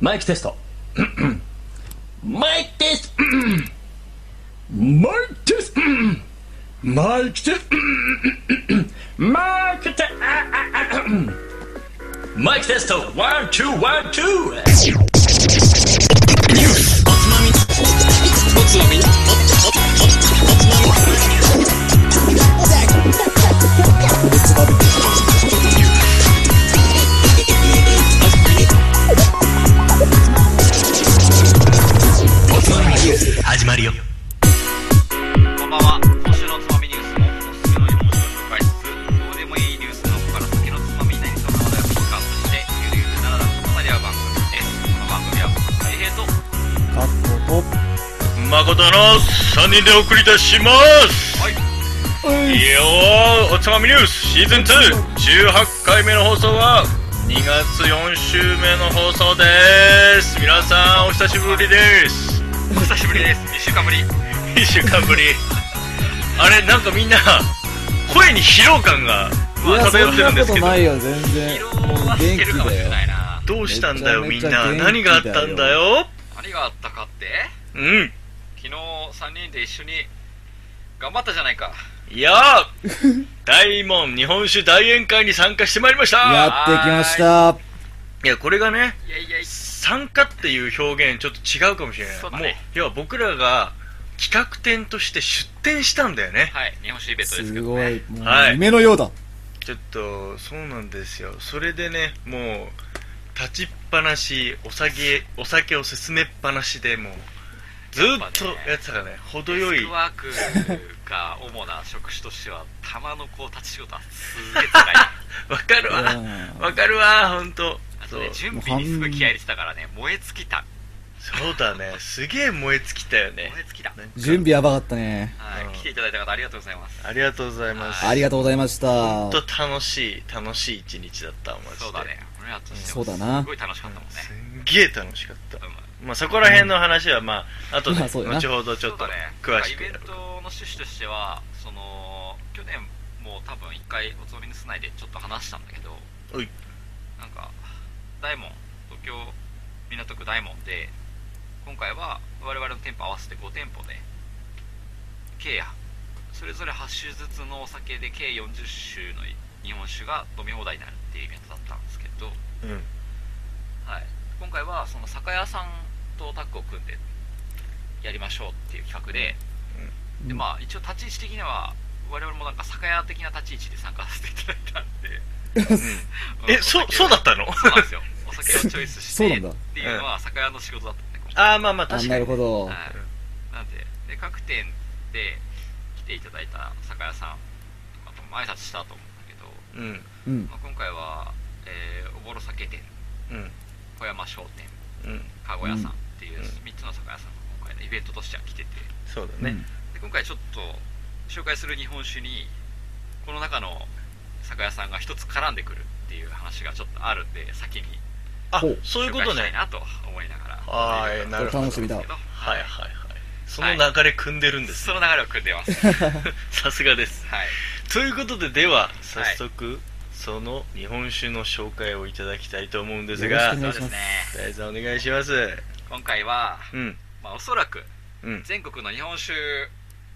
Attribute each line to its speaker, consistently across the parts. Speaker 1: マイクテス トマイクテ ストマイクテ ストマイク テストマイクテス トマイクテストワンツーワンツー
Speaker 2: 始まるよ
Speaker 3: こんばんは。今週のつまみニュースもおすすめの読み物を紹介しつつ、どうでもいいニュースのここから先のつまみになりそうな話題をピックアップして、ゆるゆるならなと語り合う番組です。この番組は、大平と、
Speaker 4: 誠の3人で送り出します
Speaker 3: はい、
Speaker 4: いいよーおつまみニュースシーズン218回目の放送は2月4週目の放送です皆さんお久しぶりです
Speaker 3: お久しぶりです。2週間ぶり。
Speaker 4: 1週間ぶりあれなんかみんな声に疲労感が
Speaker 5: いや、そ
Speaker 4: 漂っ
Speaker 5: ん
Speaker 4: てるんで
Speaker 5: な
Speaker 4: す
Speaker 5: こ
Speaker 4: け
Speaker 5: と
Speaker 4: ど
Speaker 5: ないよ、全然。
Speaker 3: 色
Speaker 5: もう
Speaker 3: は
Speaker 5: 元
Speaker 3: してる
Speaker 5: 気
Speaker 3: かも
Speaker 5: だ
Speaker 3: しれ
Speaker 5: よ
Speaker 3: な。いな。
Speaker 4: どうしたんだよみんな
Speaker 5: めちゃめち
Speaker 4: 何があ
Speaker 5: ゃ元気
Speaker 4: っ
Speaker 5: だよ
Speaker 4: たんだよ
Speaker 3: 何があったかって
Speaker 4: うん
Speaker 3: 昨日3人で一緒に頑張ったじゃないか。
Speaker 4: いやー大門日本酒大宴会に参加してまいりました
Speaker 5: やってきました。
Speaker 4: いやこれがね
Speaker 3: いやいやいや、
Speaker 4: 参加っていう表現ちょっと違うかもしれない
Speaker 3: そうだ
Speaker 4: も
Speaker 3: ね
Speaker 4: う要は僕らが企画展として出展したんだよね
Speaker 3: はい、日本酒イベントですけ
Speaker 5: す
Speaker 3: ど
Speaker 5: ごい
Speaker 3: ね。。
Speaker 5: も
Speaker 4: は
Speaker 5: う
Speaker 4: い
Speaker 5: 夢のようだ。
Speaker 4: ちょっとそうなんですよそれでねもう立ちっぱなしお酒お酒を進めっぱなしでもうずっとやってたからね程よ
Speaker 3: デ
Speaker 4: い
Speaker 3: スクワークが主な職種としては、たまのこう立ち仕事はすげえ辛いな。
Speaker 4: わかるわわかるわ本当
Speaker 3: あ
Speaker 4: そ
Speaker 3: と
Speaker 4: う
Speaker 3: ね、準備にすごい気合い入れてたからね、燃え尽きた。
Speaker 4: そうだねすげえ燃え尽きたよね
Speaker 3: 燃え尽きた。
Speaker 4: なんか
Speaker 5: 準備やばかったね。
Speaker 3: は
Speaker 4: うん
Speaker 3: い、来ていただいた方ありがとうございます。
Speaker 4: ありがとうございます
Speaker 5: ありがとうございました。
Speaker 4: 本当楽しい楽しい一日だったマジで
Speaker 3: そうだね、俺らとして
Speaker 5: そう
Speaker 3: も
Speaker 5: だな
Speaker 3: すごい楽しかったもんね。
Speaker 4: すんげえ楽しかった
Speaker 3: うん
Speaker 4: まあそこら辺の話はまあ後で
Speaker 5: まあそうだな
Speaker 4: 後ほどちょっと
Speaker 3: そうだね
Speaker 4: 詳しく
Speaker 3: なんかイベントの趣旨としては、その去年も多分一回おつまみの室内でちょっと話したんだけど、
Speaker 4: おい
Speaker 3: なんか大門東京港区大門で今回は我々の店舗合わせて5店舗で計やそれぞれ8種ずつのお酒で計40種の日本酒が飲み放題になるっていうイベントだったんですけど、
Speaker 4: うん
Speaker 3: はい、今回はその酒屋さんとタッグを組んでやりましょうっていう企画で,、
Speaker 5: うん
Speaker 3: でまあ、一応立ち位置的には我々もなんか酒屋的な立ち位置で参加させていただいたんで
Speaker 4: えそそうだったの
Speaker 3: そうなんですよお酒をチョイスし
Speaker 5: そう
Speaker 3: て
Speaker 5: なん
Speaker 3: っ
Speaker 5: だ
Speaker 3: ていうのは酒屋の仕事だったんで今回
Speaker 4: ああまあまあ
Speaker 5: あ、
Speaker 4: 確か
Speaker 5: な
Speaker 4: に
Speaker 5: るほど
Speaker 3: は。い、なんでで各店で来ていただいた酒屋さんとかとも挨拶したと思うんだけど、
Speaker 4: うん
Speaker 5: うん
Speaker 3: ま。あ、今回は、えー、おぼろ酒店
Speaker 4: うん
Speaker 3: 小山商店
Speaker 4: うん
Speaker 3: 籠屋さんっていう3つの酒屋さんが今回のイベントとしては来てて
Speaker 4: そう
Speaker 5: う
Speaker 4: だね
Speaker 5: ん
Speaker 3: で今回ちょっと紹介する日本酒にこの中の酒屋さんが一つ絡んでくるっていう話がちょっとあるんで先に
Speaker 4: あ
Speaker 5: ほう
Speaker 4: そういう
Speaker 3: 紹介
Speaker 4: こと
Speaker 3: したい
Speaker 4: ね
Speaker 3: なと思いながら
Speaker 4: あー
Speaker 3: いろいろ
Speaker 4: なるほど
Speaker 3: 話
Speaker 5: 楽しみだ
Speaker 3: してますけど
Speaker 4: はい
Speaker 3: は
Speaker 4: はいいはいその流れ組んでるんです
Speaker 3: そ
Speaker 4: ね
Speaker 3: の流れを組んでます
Speaker 4: さすがです
Speaker 3: はい
Speaker 4: ということででは早速その日本酒の紹介をいただきたいと思うんです
Speaker 5: よろ
Speaker 4: が
Speaker 5: しくお願
Speaker 3: そ
Speaker 5: いし
Speaker 3: うです
Speaker 5: ます
Speaker 3: ね
Speaker 4: 大さんお願いします
Speaker 3: 今回は、
Speaker 4: うん
Speaker 3: まあ、おそらく
Speaker 4: うん
Speaker 3: 全国の日本酒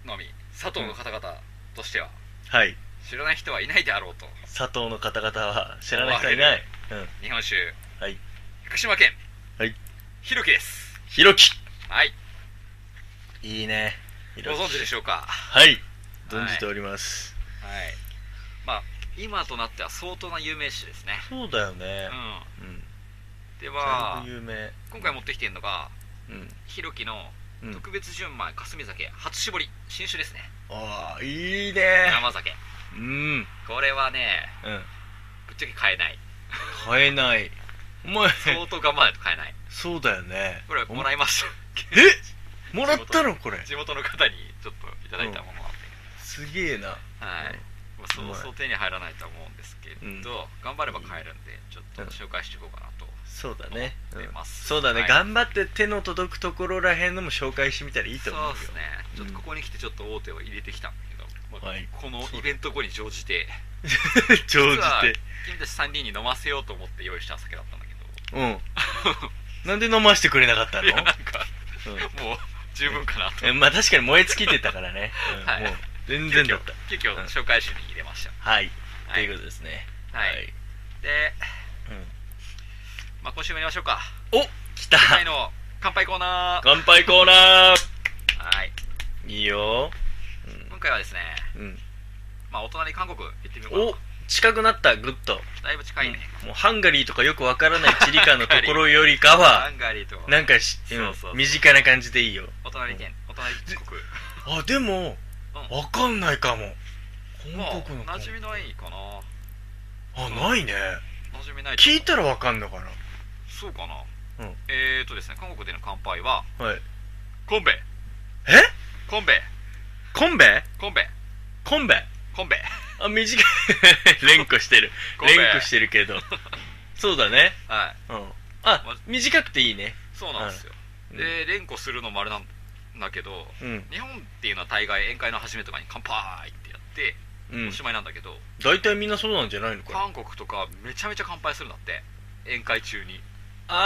Speaker 3: のみ佐藤の方々としては
Speaker 4: はい
Speaker 3: 知らない人はいないであろうと
Speaker 4: 佐藤の方々は知らない人はいないうん
Speaker 3: 日本酒
Speaker 4: はい
Speaker 3: 福島県
Speaker 4: はい
Speaker 3: ひろきです
Speaker 4: ひろき
Speaker 3: はい
Speaker 4: いいね
Speaker 3: ご存知でしょうか
Speaker 4: はい存じております、
Speaker 3: はいまあ今となっては相当な有名酒ですね
Speaker 4: そうだよね
Speaker 3: う
Speaker 4: うん
Speaker 3: んで
Speaker 4: だ
Speaker 3: はい
Speaker 4: ぶ有名
Speaker 3: 今回持ってきてるのが
Speaker 4: うん
Speaker 3: ひろきの
Speaker 4: うん
Speaker 3: 特別純米霞酒初搾り新酒ですね
Speaker 4: ああいいね
Speaker 3: 生酒
Speaker 4: うんうん
Speaker 3: これはねぶっちゃけ買えない
Speaker 4: 買えないお前
Speaker 3: 相当頑張らないと買えない
Speaker 4: そうだよね
Speaker 3: これもらいました
Speaker 4: えもらったのこれ
Speaker 3: 地元の方にちょっといただいたものなんです
Speaker 4: げえな
Speaker 3: はい、まあ、そうそう手に入らないとは思うんですけど、
Speaker 4: うん
Speaker 3: 頑張れば買えるんでちょっと紹介していこうかなと
Speaker 4: そうだね、うん
Speaker 3: 出ます
Speaker 4: そうだね、
Speaker 3: はい
Speaker 4: 頑張って手の届くところらへんのも紹介してみたらいいと思うよ
Speaker 3: そうですねちょっとここに来てちょっと大手を入れてきたんだけど、まあ
Speaker 4: はい
Speaker 3: このイベント後に乗じて
Speaker 4: 上手
Speaker 3: 実は
Speaker 4: で
Speaker 3: 君たち3人に飲ませようと思って用意した酒だったんだけど
Speaker 4: うんなんで飲ましてくれなかった
Speaker 3: い
Speaker 4: の
Speaker 3: やなんか、
Speaker 4: うん
Speaker 3: もう十分かなと
Speaker 4: えまあ確かに燃え尽きてたからね、う ん
Speaker 3: はい
Speaker 4: もう全
Speaker 3: 急
Speaker 4: 然
Speaker 3: 遽
Speaker 4: だった
Speaker 3: 急遽紹介集に入れました
Speaker 4: はいと、
Speaker 3: はい
Speaker 4: いうことですね
Speaker 3: はい、で、まあ、今週もやりましょうか
Speaker 4: お来た
Speaker 3: 今回の乾杯コーナー
Speaker 4: 乾杯コーナー
Speaker 3: はい
Speaker 4: いいよ、
Speaker 3: 今回はですね
Speaker 4: うん、
Speaker 3: まあお隣韓国行ってみよう
Speaker 4: お
Speaker 3: か
Speaker 4: 近くなったグッと、
Speaker 3: なだいぶ近いね、
Speaker 4: もうハンガリーとかよくわからない地理科のところよりかは
Speaker 3: ハンガリーと
Speaker 4: なんかし、う
Speaker 3: そ
Speaker 4: ん
Speaker 3: うそうそう
Speaker 4: 身近な感じでいいよ
Speaker 3: お隣県お隣国
Speaker 4: あでも
Speaker 3: う
Speaker 4: わかんないかも
Speaker 3: ま
Speaker 4: 本国の
Speaker 3: あ馴染みないかな
Speaker 4: あないね
Speaker 3: 馴染みないと
Speaker 4: 聞いたらわかんのか
Speaker 3: そうかな、
Speaker 4: うん
Speaker 3: えーとですね韓国での乾杯は
Speaker 4: なはい
Speaker 3: コンベ
Speaker 4: え
Speaker 3: コンベ
Speaker 4: コンベ
Speaker 3: コンベ
Speaker 4: コンベ
Speaker 3: コンベ
Speaker 4: あ短い 連呼してる
Speaker 3: コンベ
Speaker 4: 連呼してるけ どそうだね
Speaker 3: はい
Speaker 4: うんあ
Speaker 3: ま
Speaker 4: 短くていいね
Speaker 3: そうなんですよ、
Speaker 4: うん
Speaker 3: で連呼するのもあれなんだけど
Speaker 4: うん
Speaker 3: 日本っていうのは大概宴会の始めとかに乾杯ってやって
Speaker 4: うん
Speaker 3: おしまいなんだけど、
Speaker 4: 大体みんなそうなんじゃないのかな
Speaker 3: 韓国とかめちゃめちゃ乾杯するんだって宴会中に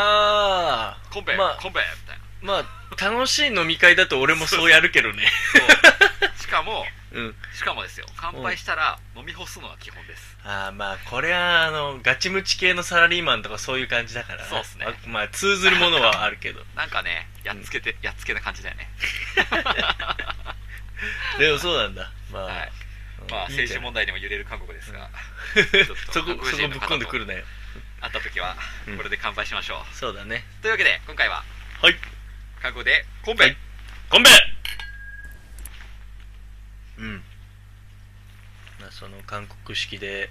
Speaker 4: あ
Speaker 3: コンベ、
Speaker 4: まあ
Speaker 3: コンベみたいな
Speaker 4: ーまあ楽しい飲み会だと俺もそうやるけどね
Speaker 3: そうしかも
Speaker 4: うん
Speaker 3: しかもですよ乾杯したら飲み干すのが基本です
Speaker 4: ああまあこれはあのガチムチ系のサラリーマンとかそういう感じだからな
Speaker 3: そうっすね
Speaker 4: あまあ通ずるものはある けど
Speaker 3: なんかねやっつけて、やっつけな感じだよね
Speaker 4: でもそうなんだまあ、
Speaker 3: はい
Speaker 4: うん
Speaker 3: まあ
Speaker 4: いいん
Speaker 3: 政
Speaker 4: じ
Speaker 3: 治
Speaker 4: ゃない
Speaker 3: 問題にも揺れる韓国ですが
Speaker 4: そこそこぶっ込んでく
Speaker 3: る
Speaker 4: るなよ
Speaker 3: あった時は
Speaker 4: うん
Speaker 3: これで乾杯しましょう、
Speaker 4: そうだね
Speaker 3: というわけで今回は
Speaker 4: はい
Speaker 3: 韓国でコンベ、
Speaker 4: はいコンベうんまあその韓国式で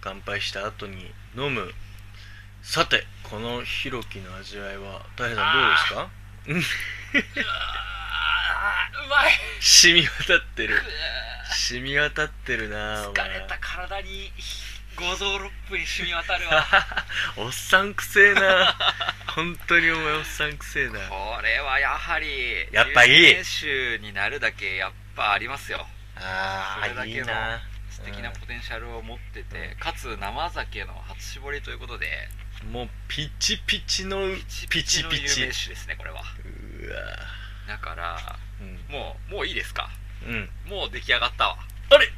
Speaker 4: 乾杯した後に飲むさてこのヒロキの味わいは大変さんどう
Speaker 3: あーうまい
Speaker 4: ですか染み渡ってる染み渡ってるなお前
Speaker 3: 体に五臓六腑に染み渡る
Speaker 4: おっさんくせえな本当にお前おっさんくせえな
Speaker 3: これはやはり
Speaker 4: やっぱいい
Speaker 3: 有名手になるだけやっぱありますよ
Speaker 4: あ
Speaker 3: それだ
Speaker 4: あ
Speaker 3: け
Speaker 4: い
Speaker 3: の
Speaker 4: いな
Speaker 3: 素敵なポテンシャルを持ってて、かつ生酒の初搾りということで
Speaker 4: もうピチピチのピチ
Speaker 3: の
Speaker 4: ピチ
Speaker 3: 有名酒ですねこれは
Speaker 4: うわ
Speaker 3: だから
Speaker 4: うん
Speaker 3: もうもういいですか
Speaker 4: うん
Speaker 3: もう出来上がったわ
Speaker 4: あれ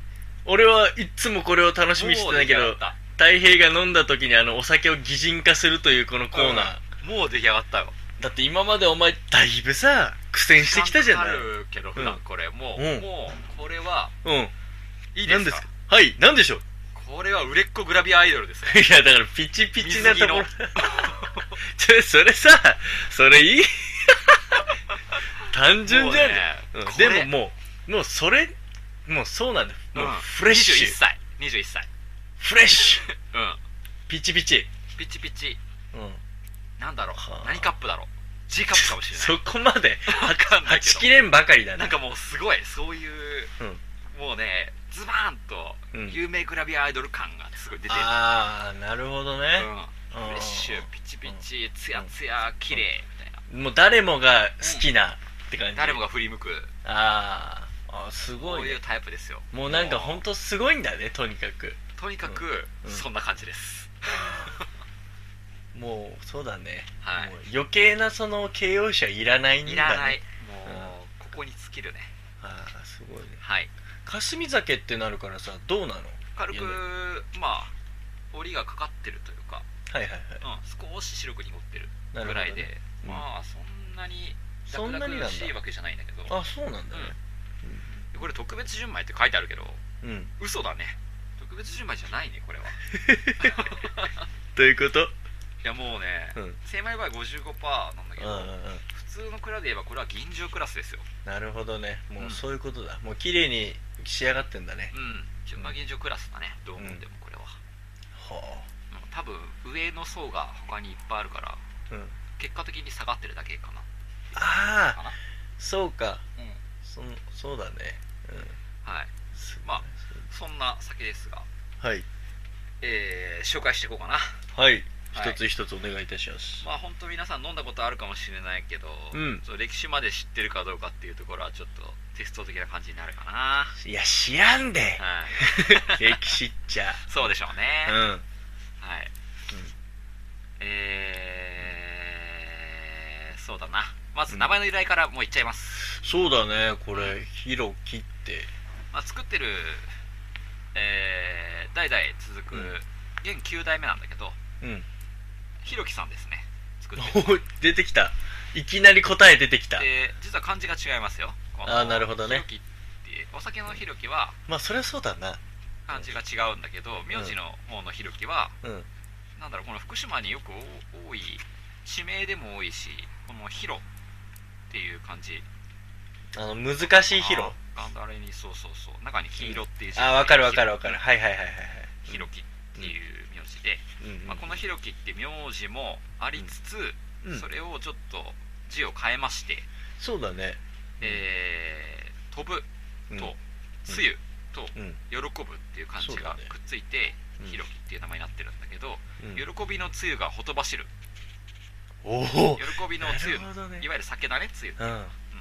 Speaker 4: 俺はいっつもこれを楽しみにして
Speaker 3: も
Speaker 4: た
Speaker 3: うん出来
Speaker 4: だけ
Speaker 3: 上が
Speaker 4: ど
Speaker 3: った
Speaker 4: 太平が飲んだ時にあのお酒を擬人化するというこのコーナー、
Speaker 3: もう出来上がったよ
Speaker 4: だって今までお前だいぶさ苦戦してきたじゃない
Speaker 3: 時間かかるけど普段これ、もう、
Speaker 4: うん
Speaker 3: もうこれは
Speaker 4: うん
Speaker 3: いいで
Speaker 4: 何
Speaker 3: す
Speaker 4: で
Speaker 3: か
Speaker 4: すかはい何でしょう
Speaker 3: これは売れっ子グラビアアイドルですね
Speaker 4: いやだからピチピチなところ
Speaker 3: 水着
Speaker 4: ちょそれさそれいい単純じゃん、
Speaker 3: もうね
Speaker 4: うん
Speaker 3: これ
Speaker 4: でももうもうそれもうそうなんだよもう
Speaker 3: うん
Speaker 4: フレッシュ、
Speaker 3: 21歳21歳
Speaker 4: フレッシュ
Speaker 3: うん
Speaker 4: ピチピチ、
Speaker 3: ピチピチ
Speaker 4: うん、
Speaker 3: なんだろう
Speaker 4: はあ
Speaker 3: 何カップだろう G カップかもしれない
Speaker 4: そこまで
Speaker 3: わかんない
Speaker 4: は
Speaker 3: け
Speaker 4: ち
Speaker 3: ど
Speaker 4: きれんばかりだ
Speaker 3: な
Speaker 4: なん
Speaker 3: かもうすごいそういう、
Speaker 4: うん
Speaker 3: もうねズバーンと
Speaker 4: うん
Speaker 3: 有名グラビアアイドル感がすごい出てる、
Speaker 4: ああなるほどね
Speaker 3: う、んフレッシュピチピチツヤツヤ綺麗みたいな
Speaker 4: もう誰もが好きなって感じ、
Speaker 3: 誰もが振り向く
Speaker 4: あーあーす
Speaker 3: こ
Speaker 4: ご
Speaker 3: う
Speaker 4: い、ね
Speaker 3: いう、タイプですよ
Speaker 4: もうなんか本当すごいんだねとにかく
Speaker 3: とにかく
Speaker 4: うん
Speaker 3: そんな感じです、
Speaker 4: もうそうだね、
Speaker 3: はい
Speaker 4: もう余計なその形容詞はいらないんだね
Speaker 3: いらない
Speaker 4: うん
Speaker 3: もうここに尽きるね
Speaker 4: ああすごいね
Speaker 3: はい
Speaker 4: 霞酒ってなるからさどうなの
Speaker 3: 軽
Speaker 4: い
Speaker 3: く
Speaker 4: やね
Speaker 3: まあ折りがかかってるというか、
Speaker 4: はいはいはい
Speaker 3: うん、少し白く濁ってる
Speaker 4: なるほ
Speaker 3: ぐ
Speaker 4: ど
Speaker 3: ら
Speaker 4: ね
Speaker 3: いで、
Speaker 4: うん
Speaker 3: まあそんなに
Speaker 4: そんな
Speaker 3: 楽
Speaker 4: になんだ
Speaker 3: 々しいわけじゃないんだけど
Speaker 4: あそうなんだね
Speaker 3: これ特別純米って書いてあるけど
Speaker 4: うん、
Speaker 3: 嘘だね特別純米じゃないねこれは
Speaker 4: ということ
Speaker 3: いやもうね、
Speaker 4: うん
Speaker 3: 精米場合55%なんだけ
Speaker 4: うん
Speaker 3: ど、
Speaker 4: うんうん
Speaker 3: 普通の蔵で言えばこれは銀醸クラスですよ
Speaker 4: なるほどねも
Speaker 3: う
Speaker 4: うんそういうことだ、もう綺麗に仕上がってんだね
Speaker 3: うん純米銀醸クラスだねどう思ってもこれは、
Speaker 4: は
Speaker 3: うん多分上の層が他にいっぱいあるから
Speaker 4: あ、うん、
Speaker 3: 結果的に下がってるだけかな
Speaker 4: あ
Speaker 3: か
Speaker 4: あ
Speaker 3: な
Speaker 4: そうか
Speaker 3: うん
Speaker 4: そのそうだねうん
Speaker 3: はい
Speaker 4: す
Speaker 3: まあそんな酒ですが
Speaker 4: はい
Speaker 3: えー紹介していこうかな
Speaker 4: はい
Speaker 3: はい
Speaker 4: 一つ一つお願いいたします、
Speaker 3: まあ本当皆さん飲んだことあるかもしれないけど、
Speaker 4: うん
Speaker 3: その歴史まで知ってるかどうかっていうところはちょっとテスト的な感じになるかな、
Speaker 4: いや知らん で
Speaker 3: はい、
Speaker 4: 歴史っちゃ
Speaker 3: そうでしょうね、
Speaker 4: うん
Speaker 3: はい、えーそうだなまず名前の由来からもういっちゃいます、
Speaker 4: そうだねこれヒロキって
Speaker 3: まあ、作ってる、えー代々続く、
Speaker 4: うん
Speaker 3: 現9代目なんだけど
Speaker 4: うん
Speaker 3: ひろきさんですね作ってる
Speaker 4: おい 出てきたいきなり答え出てきた
Speaker 3: で実は漢字が違いますよこの
Speaker 4: あーなるほどね
Speaker 3: ひろきってお酒のひろきは
Speaker 4: まあそりゃそうだな
Speaker 3: 漢字が違うんだけど名字の方のひろきは、
Speaker 4: うん
Speaker 3: なんだろうこの福島によくお多い地名でも多いしこのひろっていう漢字
Speaker 4: あの難しいヒロ
Speaker 3: あーあれにそうそうそう中に黄色っていう字
Speaker 4: ああわかるわかるわかるはいはいはいはいはい
Speaker 3: ひろきっていう名字で、
Speaker 4: うんうん
Speaker 3: まあ、このひろきって名字もありつつ、
Speaker 4: うん
Speaker 3: それをちょっと字を変えまして、
Speaker 4: そうだね
Speaker 3: えー飛ぶ
Speaker 4: うん
Speaker 3: と、つゆと、
Speaker 4: うん
Speaker 3: 喜ぶっていう漢字
Speaker 4: そうだ
Speaker 3: が
Speaker 4: ね
Speaker 3: くっついて、
Speaker 4: うん
Speaker 3: ひろきっていう名前になってるんだけど、
Speaker 4: うん
Speaker 3: 喜びのつゆがほとばしる、
Speaker 4: おお
Speaker 3: 喜びのつゆ、
Speaker 4: なるほどね
Speaker 3: いわゆる酒だね、つゆ、
Speaker 4: うん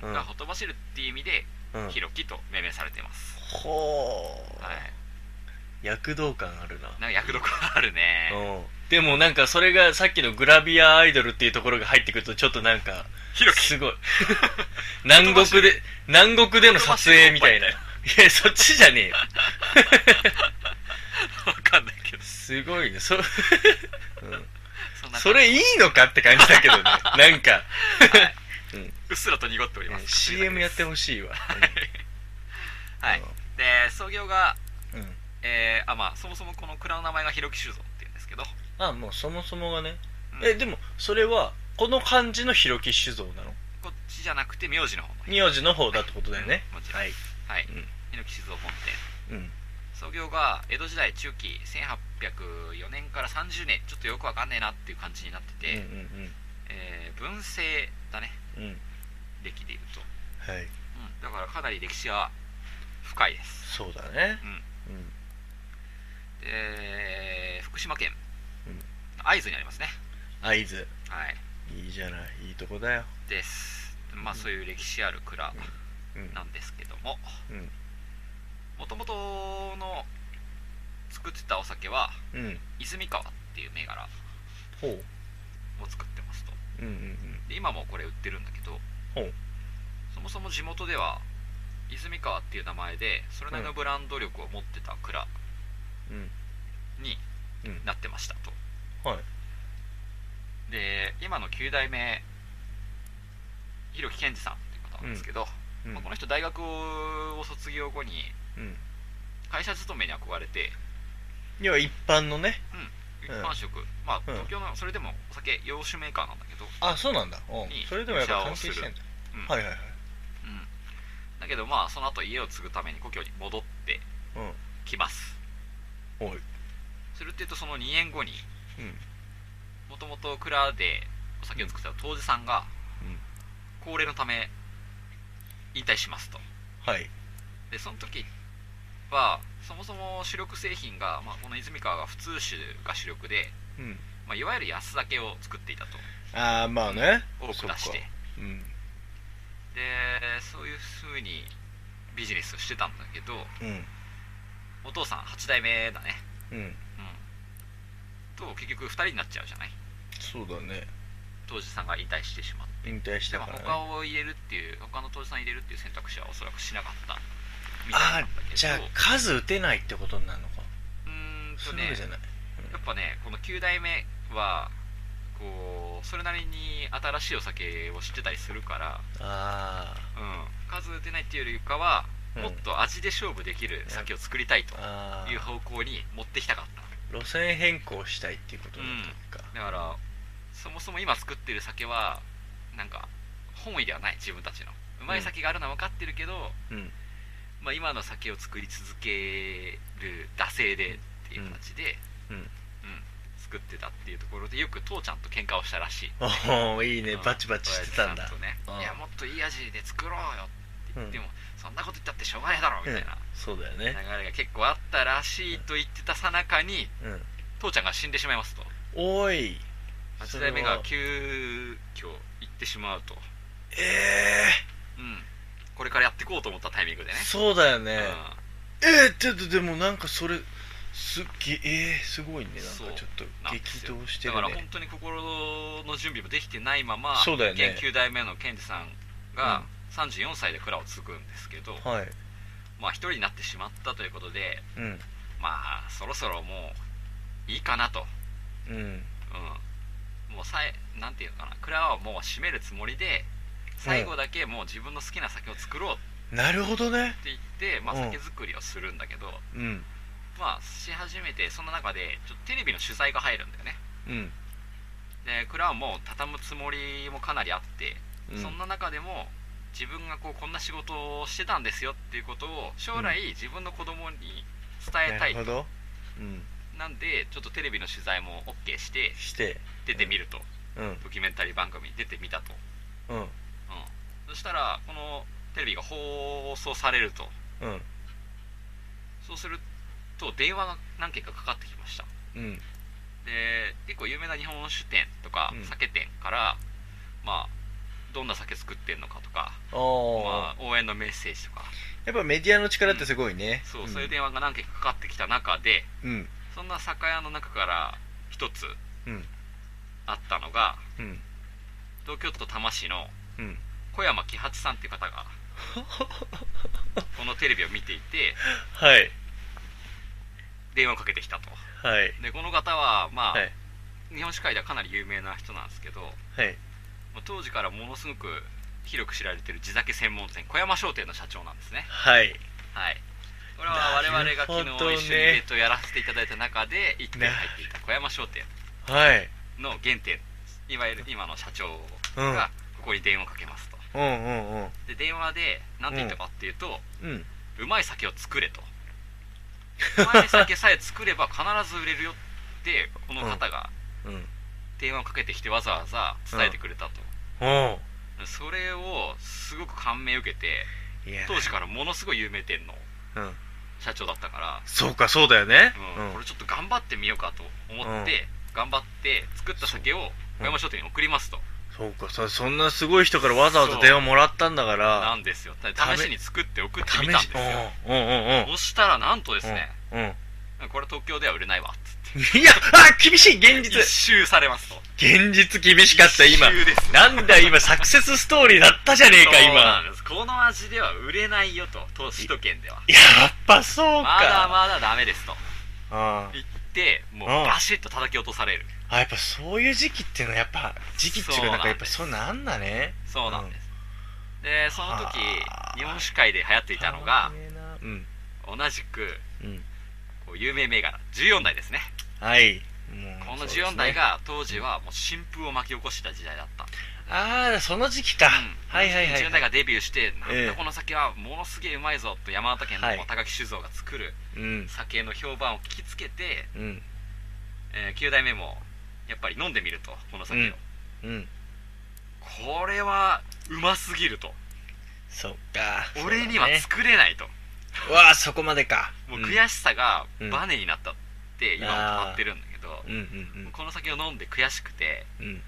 Speaker 3: うん
Speaker 4: うん
Speaker 3: がほとばしるっていう意味で、
Speaker 4: うん
Speaker 3: ひろきと命名されてます。
Speaker 4: ほう
Speaker 3: はい、
Speaker 4: 躍動感あるな
Speaker 3: なんか役どころあるね。
Speaker 4: うんでもなんかそれがさっきのグラビアアイドルっていうところが入ってくるとちょっとなんか
Speaker 3: ひろき、
Speaker 4: すごい南国で南国での撮影みたいないやそっちじゃねえよ
Speaker 3: わかんないけど、
Speaker 4: すごいねそ
Speaker 3: そんな
Speaker 4: それいいのかって感じだけ どねなんか
Speaker 3: うっすらと濁っております。
Speaker 4: CM やってほしいわ
Speaker 3: はい、で創業が、
Speaker 4: うん
Speaker 3: えーあまあ、そもそもこの蔵の名前が広木酒造っていうんですけど、
Speaker 4: あもうそもそもがね
Speaker 3: うん
Speaker 4: えでもそれはこの漢字の広木酒造なの
Speaker 3: こっちじゃなくて名字の方の
Speaker 4: 名字の方だってことだよね
Speaker 3: もちろん
Speaker 4: はい
Speaker 3: はい
Speaker 4: うん
Speaker 3: 広木酒造本店
Speaker 4: うん
Speaker 3: 創業が江戸時代中期1804年から30年ちょっとよくわかんねえなっていう感じになって
Speaker 4: うん
Speaker 3: て、えー文政だね
Speaker 4: うんうんうん
Speaker 3: 歴でいうと、
Speaker 4: はい
Speaker 3: うんだからかなり歴史が深いです
Speaker 4: そうだね
Speaker 3: うん
Speaker 4: うん
Speaker 3: で福島県
Speaker 4: うん
Speaker 3: 会津にありますね
Speaker 4: 会津
Speaker 3: はい
Speaker 4: いいじゃないいいとこだよ
Speaker 3: ですまあそういう歴史ある蔵
Speaker 4: うん
Speaker 3: なんですけども
Speaker 4: うん
Speaker 3: もともとの作ってたお酒は
Speaker 4: うん
Speaker 3: 泉川っていう銘柄
Speaker 4: ほう
Speaker 3: を作ってますと
Speaker 4: うんうん
Speaker 3: で今もこれ売ってるんだけど
Speaker 4: ほう
Speaker 3: そもそも地元では泉川っていう名前でそれなりのブランド力を持ってた蔵
Speaker 4: うん
Speaker 3: に
Speaker 4: うん
Speaker 3: なってましたと
Speaker 4: はい
Speaker 3: で今の9代目広木健二さんっていう方なんですけど、
Speaker 4: うん
Speaker 3: まあ、この人大学を卒業後に
Speaker 4: うん
Speaker 3: 会社勤めに憧れて
Speaker 4: 要は一般のね
Speaker 3: 一
Speaker 4: うん
Speaker 3: 般職、まあ
Speaker 4: うん
Speaker 3: 東京のそれでもお酒洋酒メーカーなんだけど、
Speaker 4: あそうなんだうん
Speaker 3: に
Speaker 4: それでもやっぱ関係してんだ
Speaker 3: うん
Speaker 4: はいはいはい
Speaker 3: うんだけどまあその後家を継ぐために故郷に戻ってきます
Speaker 4: うんおい
Speaker 3: するっていうとその2年後に
Speaker 4: うん
Speaker 3: もともと蔵でお酒を作ってた杜氏さんが
Speaker 4: うん
Speaker 3: 高齢のため引退しますと
Speaker 4: はい
Speaker 3: でその時はそもそも主力製品が、まあ、この泉川が普通酒が主力で、
Speaker 4: うん
Speaker 3: まあ、いわゆる安酒を作っていたと
Speaker 4: ああまあね
Speaker 3: 多く出し
Speaker 4: そ
Speaker 3: て
Speaker 4: っかうん
Speaker 3: でそういうふうにビジネスをしてたんだけど
Speaker 4: うん
Speaker 3: お父さん8代目だね
Speaker 4: うん
Speaker 3: うんと結局2人になっちゃうじゃない
Speaker 4: そうだね
Speaker 3: 当時さんが引退してしまって
Speaker 4: 引退し
Speaker 3: で
Speaker 4: た
Speaker 3: も
Speaker 4: からね
Speaker 3: 他を入れるっていう他の当時さん入れるっていう選択肢はおそらくしなかったみたいなんだけど
Speaker 4: じゃあ数打てないってことになるのか
Speaker 3: うーんと
Speaker 4: そういう
Speaker 3: ね
Speaker 4: わけじゃない
Speaker 3: やっぱねこの9代目はこうそれなりに新しいお酒を知ってたりするから、
Speaker 4: あ
Speaker 3: うん、数打てないっていうよりかは、
Speaker 4: うん
Speaker 3: もっと味で勝負できる酒を作りたいと
Speaker 4: ーあ
Speaker 3: いう
Speaker 4: ー
Speaker 3: 方向に持ってきたかった
Speaker 4: 路線変更したいっていうことだったのか
Speaker 3: だからそもそも今作ってる酒はなんか本意ではない自分たちのうまい酒があるのは分かってるけど、
Speaker 4: うん
Speaker 3: まあ、今の酒を作り続ける惰性でっていう形で、
Speaker 4: うんうん
Speaker 3: 作ってたっていうところでよく父ちゃんと喧嘩をしたらしい
Speaker 4: おおいいね
Speaker 3: うん
Speaker 4: バチバチしてたんだ
Speaker 3: 父ちゃとね
Speaker 4: うん
Speaker 3: いやもっといい味で作ろうよって言っても、そんなこと言ったってしょうがないだろみたいな
Speaker 4: そうだよ
Speaker 3: 流れ
Speaker 4: ね
Speaker 3: が結構あったらしいと言ってたさなかに
Speaker 4: うん
Speaker 3: 父ちゃんが死んでしまいますと
Speaker 4: おい
Speaker 3: 8代目が
Speaker 4: そ
Speaker 3: 急遽行ってしまうと、
Speaker 4: れはえ
Speaker 3: うん、これからやっていこうと思ったタイミングで
Speaker 4: え
Speaker 3: ね
Speaker 4: そうだよね
Speaker 3: う
Speaker 4: えー、ちょっとでもなんかそれすっげえー、すごいね
Speaker 3: そう
Speaker 4: なんかちょっと
Speaker 3: なんです
Speaker 4: 激
Speaker 3: よ
Speaker 4: 動して
Speaker 3: だ
Speaker 4: る
Speaker 3: から
Speaker 4: ね
Speaker 3: 本当に心の準備もできてないまま
Speaker 4: そうだよね
Speaker 3: 現9代目のケンジさんが34歳で蔵を継ぐんですけど、
Speaker 4: はい
Speaker 3: まあ一人になってしまったということで
Speaker 4: うん
Speaker 3: まあそろそろもういいかなと、
Speaker 4: うん
Speaker 3: うん、もうさえなんていうのかな蔵はもう閉めるつもりで最後だけもう自分の好きな酒を作ろうっ
Speaker 4: なるほどね
Speaker 3: て言って、まあ、
Speaker 4: うん
Speaker 3: 酒造りをするんだけど、
Speaker 4: うん
Speaker 3: まあし始めてその中でちょっとテレビの取材が入るんだよね
Speaker 4: うん
Speaker 3: で蔵はもう畳むつもりもかなりあって、
Speaker 4: うん
Speaker 3: そんな中でも自分がこうこんな仕事をしてたんですよっていうことを将来自分の子供に伝え
Speaker 4: な
Speaker 3: たい
Speaker 4: るほどうん
Speaker 3: なんでちょっとテレビの取材も OK して
Speaker 4: して
Speaker 3: 出てみると、
Speaker 4: うん
Speaker 3: ドキュメンタリー番組に出てみたと、
Speaker 4: うん
Speaker 3: うん、そしたらこのテレビが放送されると
Speaker 4: うん
Speaker 3: そうすると電話が何件かかかってきました
Speaker 4: うん
Speaker 3: で結構有名な日本酒店とか
Speaker 4: うん
Speaker 3: 酒店から、まあどんな酒作ってんのかとか、
Speaker 4: あー、
Speaker 3: まあ、応援のメッセージとか
Speaker 4: やっぱメディアの力ってすごいね、
Speaker 3: そう、
Speaker 4: ん
Speaker 3: そういう電話が何件かかかってきた中で
Speaker 4: うん
Speaker 3: そんな酒屋の中から一つ
Speaker 4: うん
Speaker 3: あったのが
Speaker 4: うん
Speaker 3: 東京都多摩市の
Speaker 4: うん
Speaker 3: 小山喜八さんっていう方 がこのテレビを見ていて
Speaker 4: はい
Speaker 3: 電話をかけてきたと
Speaker 4: はい
Speaker 3: でこの方はまあ、
Speaker 4: はい
Speaker 3: 日本酒界ではかなり有名な人なんですけどま
Speaker 4: はい
Speaker 3: あ当時からものすごく広く知られてる地酒専門店小山商店の社長なんですね
Speaker 4: はい
Speaker 3: はいこれは我々が昨
Speaker 4: なるほどね
Speaker 3: 日一緒にイベントをやらせていただいた中で1点入っていた小山商店
Speaker 4: はい
Speaker 3: の原点いわゆる今の社長
Speaker 4: うん
Speaker 3: がここに電話をかけますと
Speaker 4: うんうんうん
Speaker 3: で電話で何て言ったかっていうと、
Speaker 4: うん
Speaker 3: うまい酒を作れとうまい酒さえ作れば必ず売れるよってこの方が
Speaker 4: うん
Speaker 3: 電話をかけてきてわざわざ伝えてくれたと、
Speaker 4: お
Speaker 3: それをすごく感銘を受けて
Speaker 4: いや
Speaker 3: 当時からものすごい有名店の
Speaker 4: うん
Speaker 3: 社長だったから、
Speaker 4: そうかそうだよね
Speaker 3: うんこれちょっと頑張ってみようかと思って、頑張って作った酒を小山商店に送りますと、
Speaker 4: そうかそそんなすごい人からわざわざ電話もらったんだから
Speaker 3: なんですよ試
Speaker 4: 試
Speaker 3: しに作って送って
Speaker 4: 試
Speaker 3: みたんです
Speaker 4: し
Speaker 3: よ
Speaker 4: うんうんうんうん
Speaker 3: そしたらなんとですね、
Speaker 4: うんうん
Speaker 3: これ東京では売れないわっつっ
Speaker 4: いやあ厳しい現
Speaker 3: て一
Speaker 4: 実
Speaker 3: 周されますと
Speaker 4: 現実厳しかった今
Speaker 3: 一周です
Speaker 4: なんだ今サクセスストーリーだったじゃねえか
Speaker 3: そうな
Speaker 4: 今
Speaker 3: んですこの味では売れないよとと首都圏では
Speaker 4: やっぱそう
Speaker 3: まだ
Speaker 4: か
Speaker 3: まだダメですと
Speaker 4: あ
Speaker 3: 言ってもう
Speaker 4: うん
Speaker 3: バシッと叩き落とされる
Speaker 4: あやっぱそういう時期っていうのはやっぱ時期っていうかなんかやっぱそうなんだね
Speaker 3: そうなんです、でその時
Speaker 4: はあ
Speaker 3: 日本酒界で流行っていたのが
Speaker 4: うん
Speaker 3: 同じく
Speaker 4: うん
Speaker 3: こう有名銘柄14代ですね
Speaker 4: はいもう
Speaker 3: この
Speaker 4: そうですね
Speaker 3: 14代が当時はもう新風を巻き起こした時代だった、
Speaker 4: ああその時期か、
Speaker 3: うん
Speaker 4: はいはいはい
Speaker 3: 14代がデビューして
Speaker 4: ええ
Speaker 3: なんだこの酒はものすげえうまいぞと山形県の高木酒造が作る
Speaker 4: うん
Speaker 3: 酒の評判を聞きつけて、
Speaker 4: うん
Speaker 3: え9代目もやっぱり飲んでみるとこの酒を、
Speaker 4: うんうん
Speaker 3: これはうますぎると
Speaker 4: そっか
Speaker 3: 俺には
Speaker 4: そうだね
Speaker 3: 作れないと
Speaker 4: うわあそこまでか
Speaker 3: もう
Speaker 4: うん
Speaker 3: 悔しさが
Speaker 4: うん
Speaker 3: バネになったって今も変わってるんだけど、
Speaker 4: うんうん
Speaker 3: この酒を飲んで悔しくて
Speaker 4: うんうん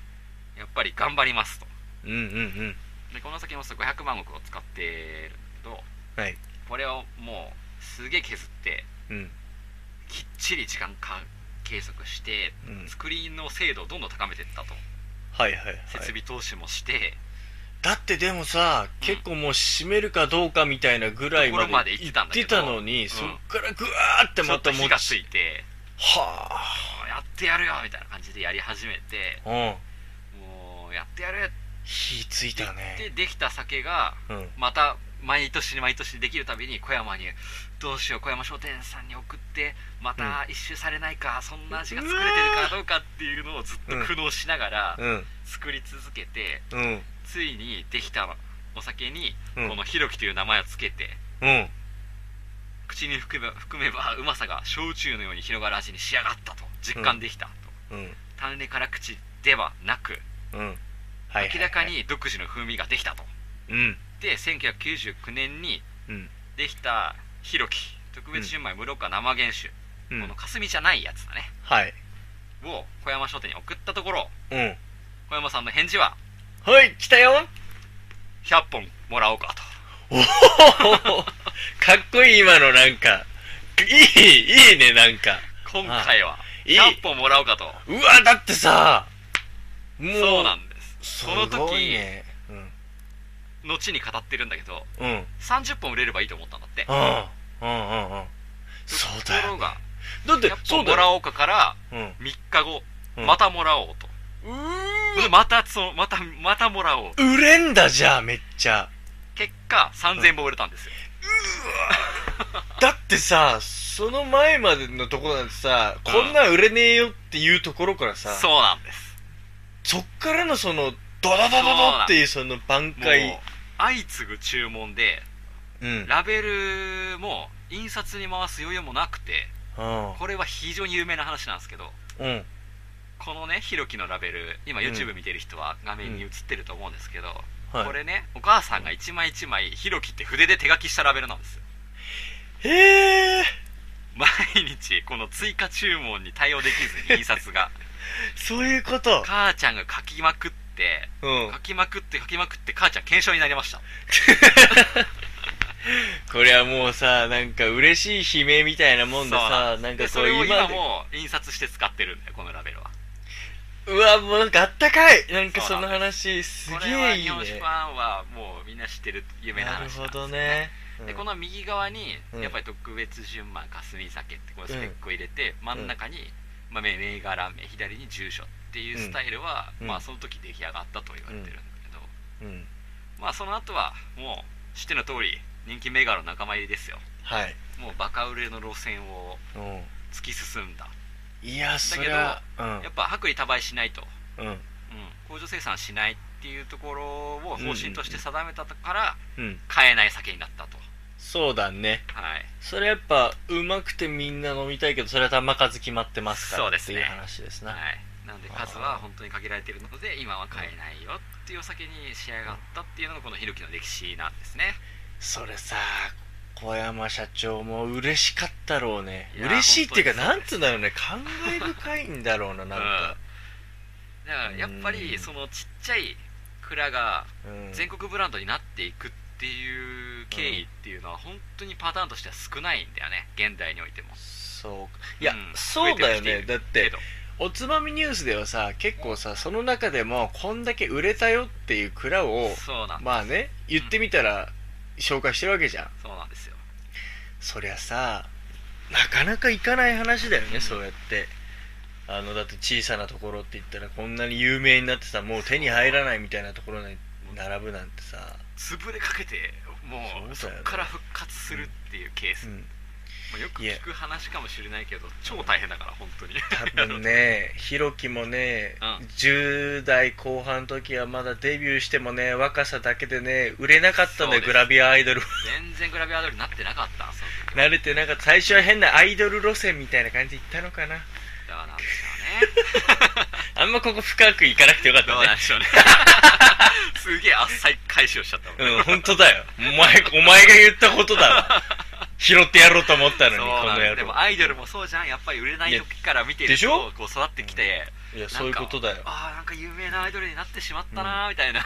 Speaker 3: やっぱり頑張りますと
Speaker 4: うんうん
Speaker 3: でこの酒も500万石を使ってるんだけど
Speaker 4: うんはい
Speaker 3: これをもうすげえ削って
Speaker 4: うん
Speaker 3: きっちり時間か計測して
Speaker 4: うん
Speaker 3: 作りの精度をどんどん高めていったと
Speaker 4: はいはいはい
Speaker 3: 設備投資もして、
Speaker 4: だってでも
Speaker 3: う
Speaker 4: さ、
Speaker 3: ん
Speaker 4: 結構もう閉めるかどうかみたいなぐらいま
Speaker 3: ところまで
Speaker 4: で
Speaker 3: 行ってたんだけど
Speaker 4: 行ってたのに、
Speaker 3: ん
Speaker 4: そっからぐわーって
Speaker 3: ちょ
Speaker 4: ま
Speaker 3: ったと
Speaker 4: も
Speaker 3: 火
Speaker 4: う
Speaker 3: がついて
Speaker 4: は
Speaker 3: やってやるよみたいな感じでやり始めて
Speaker 4: あうん
Speaker 3: もうやってやる
Speaker 4: 火ついた
Speaker 3: で
Speaker 4: ね
Speaker 3: できた酒が
Speaker 4: うん
Speaker 3: また毎年毎年できるたびに小山にどうしよう小山商店さんに送ってまた一周されないか、そんな味が作れてるかどうかっていうのをずっと苦悩しながら
Speaker 4: うん
Speaker 3: 作り続けて
Speaker 4: うん
Speaker 3: ついにできたお酒に
Speaker 4: うん
Speaker 3: この「ひろき」という名前をつけて
Speaker 4: うん
Speaker 3: 口に含め含めばうまさが焼酎のように広がる味に仕上がったと実感できたと、
Speaker 4: うん
Speaker 3: 単寧辛口ではなく
Speaker 4: うんはいはいはい
Speaker 3: 明らかに独自の風味ができたと
Speaker 4: うん
Speaker 3: で1999年に
Speaker 4: うん
Speaker 3: できたひろき特別純米無濾過生原酒、
Speaker 4: うん
Speaker 3: この霞じゃないやつだね
Speaker 4: はい
Speaker 3: を小山商店に送ったところ
Speaker 4: うん
Speaker 3: 小山さんの返事は
Speaker 4: はい来たよ
Speaker 3: 100本もらおうかと
Speaker 4: おおかっこいい今のなんかいい、いいね、なんか。
Speaker 3: 今回は、
Speaker 4: いい
Speaker 3: 100本もらおうかと。
Speaker 4: うわ、だってさ、も
Speaker 3: そうなんです。
Speaker 4: す
Speaker 3: この
Speaker 4: ごい
Speaker 3: 時、
Speaker 4: ね。うん。
Speaker 3: 後に語ってるんだけど、
Speaker 4: うん。うん。
Speaker 3: 30本売れればいいと思ったんだって。
Speaker 4: うん。うん。うん。そうだ
Speaker 3: とこ
Speaker 4: よ
Speaker 3: ろ。が、
Speaker 4: だって
Speaker 3: 100、
Speaker 4: そう
Speaker 3: 本
Speaker 4: だ
Speaker 3: もら
Speaker 4: よ。
Speaker 3: おうかから、
Speaker 4: うん。
Speaker 3: 3日後、
Speaker 4: うん
Speaker 3: またもらおうと。
Speaker 4: う
Speaker 3: でまた、その、また、またもらおう。
Speaker 4: ーん。売れんだじゃあ、めっちゃ。
Speaker 3: 結果、3000本売れたんですよ。
Speaker 4: だってさ、その前までのとこなんてさ、
Speaker 3: うん
Speaker 4: こんなん売れねえよっていうところからさ、
Speaker 3: そうなんです。
Speaker 4: そっからのその、ドドドドドっていうその挽
Speaker 3: もう
Speaker 4: 回。、
Speaker 3: 相次ぐ注文で、
Speaker 4: うん。
Speaker 3: ラベルも印刷に回す余裕もなくて、
Speaker 4: うん。
Speaker 3: これは非常に有名な話なんですけど、
Speaker 4: うん。
Speaker 3: このね、ひろきのラベル、今 YouTube 見てる人は画面に映ってると思うんですけど、こ
Speaker 4: は
Speaker 3: れね、お母さんが一枚一枚、ひろきって筆で手書きしたラベルなんですよ。
Speaker 4: い。へえ。
Speaker 3: 毎日、この追加注文に対応できずに印刷 が。
Speaker 4: そういうこと。
Speaker 3: 母ちゃんが書きまくって、
Speaker 4: うん
Speaker 3: 書。きまくって書きまくって母ちゃん検証になりました。
Speaker 4: これはもうさ、なんか嬉しい悲鳴みたいなもんで
Speaker 3: そうな
Speaker 4: さ
Speaker 3: ん、
Speaker 4: なん
Speaker 3: で
Speaker 4: か
Speaker 3: そ
Speaker 4: こう
Speaker 3: れを
Speaker 4: 今
Speaker 3: 今
Speaker 4: で
Speaker 3: も印刷して使ってるんだよ、このラベルは。
Speaker 4: うわ、もうなんかあったかいなんか
Speaker 3: そ
Speaker 4: そうの
Speaker 3: なん
Speaker 4: 話、す
Speaker 3: こ
Speaker 4: げ
Speaker 3: れは
Speaker 4: えいい
Speaker 3: 日本酒
Speaker 4: ね
Speaker 3: フ。ァンはもうみんな知ってる有名な
Speaker 4: なる
Speaker 3: 話なん
Speaker 4: ほ
Speaker 3: ですよ
Speaker 4: どね。
Speaker 3: でこ
Speaker 4: の、
Speaker 3: の右側に
Speaker 4: うん
Speaker 3: やっぱり特別順番霞酒ってこのスペックを入れて、真ん中に、まあ、銘銘柄名左に住所っていうスタイルは、
Speaker 4: うん
Speaker 3: ま
Speaker 4: う
Speaker 3: あ
Speaker 4: ん
Speaker 3: その時出来上がったと言われてるんだけど、
Speaker 4: うん。
Speaker 3: まあその後はもう知っての通り人気銘柄の仲間入りですよ
Speaker 4: はい。
Speaker 3: もうバカ売れの路線を
Speaker 4: うん。
Speaker 3: 突き進んだ
Speaker 4: いや、そりゃ、うん
Speaker 3: やっぱ薄利多売しないと、うん、
Speaker 4: うん。
Speaker 3: 工場生産しないっていうところを方針として定めたから
Speaker 4: うん。
Speaker 3: 買えない酒になったと
Speaker 4: そうだね。
Speaker 3: はい
Speaker 4: それやっぱ、うまくてみんな飲みたいけど、それは玉数決まってますから。
Speaker 3: そうですね
Speaker 4: っていう話ですな。
Speaker 3: はい、なので数は本当に限られているので今は買えないよっていうお酒に仕上がったっていうのがこのひろきの歴史なんですね
Speaker 4: それさ小山社長も嬉しかったろうね
Speaker 3: いや
Speaker 4: 嬉しいっていうか
Speaker 3: 本当
Speaker 4: なん
Speaker 3: に
Speaker 4: つうんだろうね感慨深いんだろうななんか、
Speaker 3: だからやっぱりそのちっちゃい蔵が
Speaker 4: うん
Speaker 3: 全国ブランドになっていくっていう経緯っていうのは本当にパターンとしては少ないんだよね現代においても
Speaker 4: そうかいや、
Speaker 3: ん
Speaker 4: そうだよ
Speaker 3: 増え
Speaker 4: ね
Speaker 3: き
Speaker 4: だっ
Speaker 3: け
Speaker 4: て
Speaker 3: ど
Speaker 4: おつまみニュースではさ結構さその中でもこんだけ売れたよっていう蔵を
Speaker 3: そうなん
Speaker 4: まあね言ってみたら紹介してるわけじゃん
Speaker 3: そうなんですよ
Speaker 4: そりゃさなかなかいかない話だよね、
Speaker 3: うん
Speaker 4: そうやってあのだって小さなところって言ったらこんなに有名になってさもう手に入らないみたいなところに並ぶなんてさ、
Speaker 3: 潰れかけてもう
Speaker 4: そ
Speaker 3: そうこ
Speaker 4: だよね
Speaker 3: から復活するっていうケース、
Speaker 4: うん、
Speaker 3: まあ、よく
Speaker 4: いや
Speaker 3: 聞く話かもしれないけど超大変だから本当に
Speaker 4: 多分 ねひろきもね、
Speaker 3: うん
Speaker 4: 10代後半の時はまだデビューしてもね若さだけでね売れなかったんだ
Speaker 3: そう
Speaker 4: よ
Speaker 3: です
Speaker 4: グラビアアイドル
Speaker 3: 全然グラビアアイドルになってなかったその時
Speaker 4: 慣れてなんかった最初は変なアイドル路線みたいな感じで行ったのかな
Speaker 3: だからなんでしょ
Speaker 4: あんまここ深く行かなくてよかっ
Speaker 3: うねど
Speaker 4: た
Speaker 3: う
Speaker 4: ね
Speaker 3: なんでしょうね すげえあっさい回収をしちゃったもんね、
Speaker 4: うん、本当だよ。お前、お前が言ったことだわ。拾ってやろうと思ったのに、
Speaker 3: そ
Speaker 4: こ
Speaker 3: うなん
Speaker 4: の野
Speaker 3: だ
Speaker 4: 郎。
Speaker 3: でもアイドルもそうじゃんやっぱり売れない時から見て
Speaker 4: いや
Speaker 3: る
Speaker 4: でし
Speaker 3: と
Speaker 4: ょ
Speaker 3: こう育ってきて、
Speaker 4: いや、
Speaker 3: なんか
Speaker 4: そういうことだよ。
Speaker 3: ああなんか有名なアイドルになってしまったなーみたい な、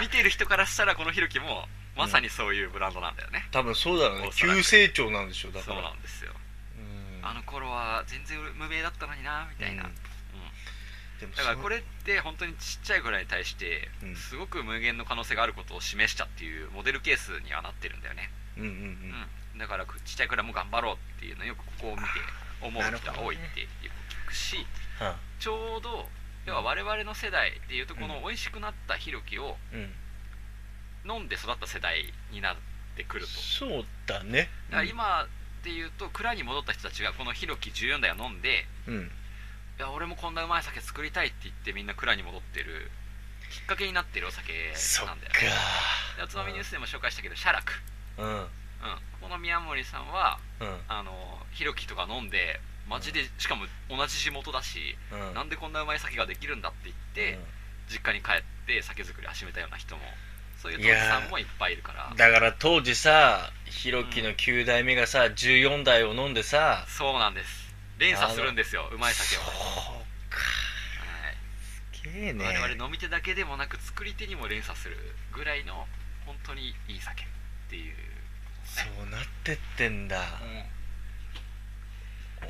Speaker 3: 見てる人からしたらこのひろきもまさにそういうブランドなんだよね、
Speaker 4: 多分そうだろうね
Speaker 3: お。そらく
Speaker 4: 急成長なんでしょう、だか
Speaker 3: そう
Speaker 4: ら
Speaker 3: な。んですよ
Speaker 4: うん
Speaker 3: あの頃は全然無名だったのになーみたいな、
Speaker 4: うんでも
Speaker 3: だから
Speaker 4: そう
Speaker 3: これって本当にちっちゃいぐらいに対して
Speaker 4: うん
Speaker 3: すごく無限の可能性があることを示したっていうモデルケースにはなってるんだよね、
Speaker 4: うんうん
Speaker 3: うん、だからこちっちゃいくらいも頑張ろうっていうのをよくここを見て思う
Speaker 4: なる
Speaker 3: 人
Speaker 4: ほど
Speaker 3: が
Speaker 4: ね
Speaker 3: 多いってよく聞くし、
Speaker 4: うん。は
Speaker 3: ちょうど要は我々の世代でいうとこの美味しくなったひろきを
Speaker 4: いうん。
Speaker 3: 飲んで育った世代になってくると
Speaker 4: そうだね。
Speaker 3: だから今でいうと蔵に戻った人たちがこのひろき14台を飲んで
Speaker 4: うん。
Speaker 3: いや俺もこんなうまい酒作りたいって言ってみんな蔵に戻ってるきっかけになってるお酒
Speaker 4: そっか
Speaker 3: なんだよでおつまみニュースでも紹介したけどシャラク、
Speaker 4: うん。
Speaker 3: うん、この宮森さんは
Speaker 4: うん。
Speaker 3: あのひろきとか飲んでマジでしかも同じ地元だし、
Speaker 4: うん。
Speaker 3: なんでこんなうまい酒ができるんだって言って、実家に帰って酒造り始めたような人もそういうお
Speaker 4: いやー
Speaker 3: さんもいっぱいいるから
Speaker 4: うんだから当時さ、ひろきの9代目がさ、14代を飲んでさ、
Speaker 3: そうなんです連鎖するんですようまい酒を、
Speaker 4: そ
Speaker 3: は
Speaker 4: うか。すげえ
Speaker 3: い
Speaker 4: ね。
Speaker 3: 我々飲み手だけでもなく作り手にも連鎖するぐらいの本当にいい酒っていう
Speaker 4: そうなってってんだ。
Speaker 3: うん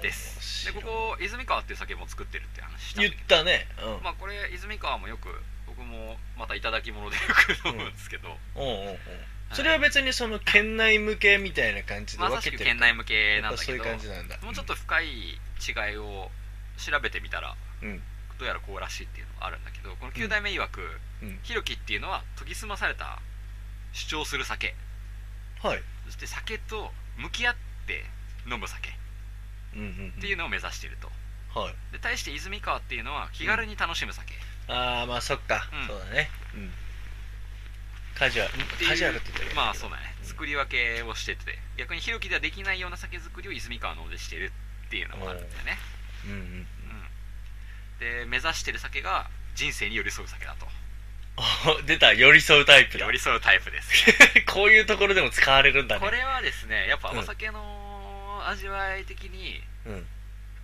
Speaker 3: ですでここ泉川っていう酒も作ってるって話したんだ
Speaker 4: 言っ
Speaker 3: けど
Speaker 4: たねうん、
Speaker 3: まあこれ泉川もよく僕もまた頂き物でよく飲むんですけど、
Speaker 4: うんうんうんそれは別にその県内向けみたいな感じで
Speaker 3: ま
Speaker 4: 分
Speaker 3: さし
Speaker 4: け
Speaker 3: てく
Speaker 4: る
Speaker 3: 県内向け
Speaker 4: や
Speaker 3: な
Speaker 4: っ
Speaker 3: んだ
Speaker 4: ぱそ
Speaker 3: け
Speaker 4: ういう
Speaker 3: ど
Speaker 4: 感じなんだ
Speaker 3: もうちょっと深い違いを調べてみたら
Speaker 4: うん
Speaker 3: どうやらこうらしいっていうのがあるんだけどこの9代目曰く、
Speaker 4: うん
Speaker 3: ヒロキっていうのは研ぎ澄まされた主張する酒
Speaker 4: はい
Speaker 3: そして酒と向き合って飲む酒っ
Speaker 4: うんうん
Speaker 3: ていうのを目指していると、
Speaker 4: はい
Speaker 3: で対して泉川っていうのは気軽に楽しむ酒、
Speaker 4: ああまあそっか、
Speaker 3: うん
Speaker 4: そうだねうんカジュアル
Speaker 3: っていう
Speaker 4: カジュアルって言ったらいい
Speaker 3: まあそうだね
Speaker 4: うん
Speaker 3: 作り分けをしてて逆にヒロキではできないような酒造りを泉川の方でしてるっていうのもあるんだよね、
Speaker 4: うんうん
Speaker 3: うん、で目指してる酒が人生に寄り添う酒だと
Speaker 4: お 出た寄り添うタイプだ
Speaker 3: 寄り添うタイプです、
Speaker 4: こういうところでも使われるんだね
Speaker 3: これはですねやっぱ
Speaker 4: うん
Speaker 3: お酒の味わい的に
Speaker 4: うん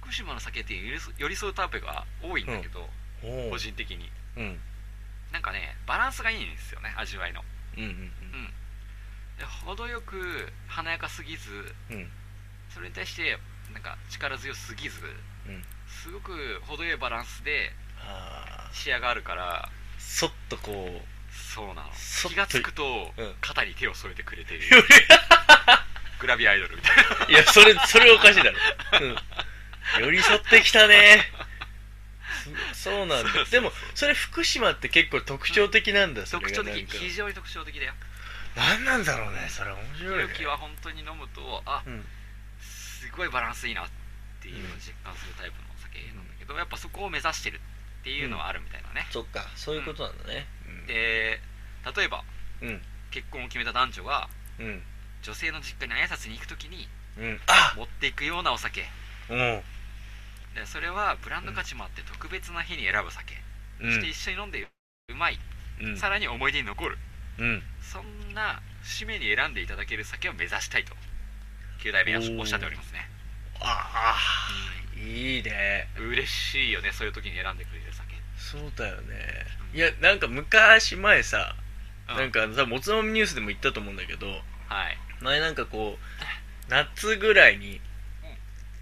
Speaker 3: 福島の酒っていう寄り添寄り添うタイプが多いんだけど、
Speaker 4: おー
Speaker 3: 個人的に
Speaker 4: うん
Speaker 3: なんかねバランスがいいんですよね味わいの
Speaker 4: うんうん
Speaker 3: で程よく華やかすぎず
Speaker 4: うんうん
Speaker 3: それに対してなんか力強すぎず
Speaker 4: うん
Speaker 3: すごく程よいバランスで
Speaker 4: あ
Speaker 3: 仕上があるから
Speaker 4: ーそっとこう
Speaker 3: そうなの
Speaker 4: そっと
Speaker 3: 気がつくと、
Speaker 4: うん
Speaker 3: 肩に手を添えてくれ ているグラビアアイドルみたいない
Speaker 4: やそれそれおかしいだろ、うん、寄り添ってきたねすそうなん
Speaker 3: そう
Speaker 4: だ
Speaker 3: そうそう
Speaker 4: でもそれ福島って結構特徴的なんだ、それ
Speaker 3: 特
Speaker 4: が
Speaker 3: 徴
Speaker 4: なん
Speaker 3: 的
Speaker 4: か
Speaker 3: 非常に特徴的だよ
Speaker 4: 何なんだろうねそれ面白い
Speaker 3: 勇
Speaker 4: ね
Speaker 3: 気は本当に飲むとあ
Speaker 4: うん
Speaker 3: すごいバランスいいなっていうのを実感するタイプのお酒なんだけどやっぱそこを目指してるっていうのはあるみたいなね、
Speaker 4: そっかそういうことなんだね
Speaker 3: で例えば
Speaker 4: うん
Speaker 3: 結婚を決めた男女が
Speaker 4: うん
Speaker 3: 女性の実家に挨拶に行く時に
Speaker 4: うんあ
Speaker 3: 持っていくようなお酒
Speaker 4: うん
Speaker 3: でそれはブランド価値もあって特別な日に選ぶ酒、
Speaker 4: う
Speaker 3: そして
Speaker 4: ん
Speaker 3: 一緒に飲んでうまい、
Speaker 4: うん
Speaker 3: さらに思い出に残る
Speaker 4: うん
Speaker 3: そんな締めに選んでいただける酒を目指したいと9代目はおっしゃっておりますね
Speaker 4: ああいいね
Speaker 3: 嬉しいよねそういう時に選んでくれる酒
Speaker 4: そうだよねいやなんか昔前さ、
Speaker 3: うん
Speaker 4: なんかさもつまみニュースでも言ったと思うんだけど
Speaker 3: はい
Speaker 4: 前なんかこう夏ぐらいに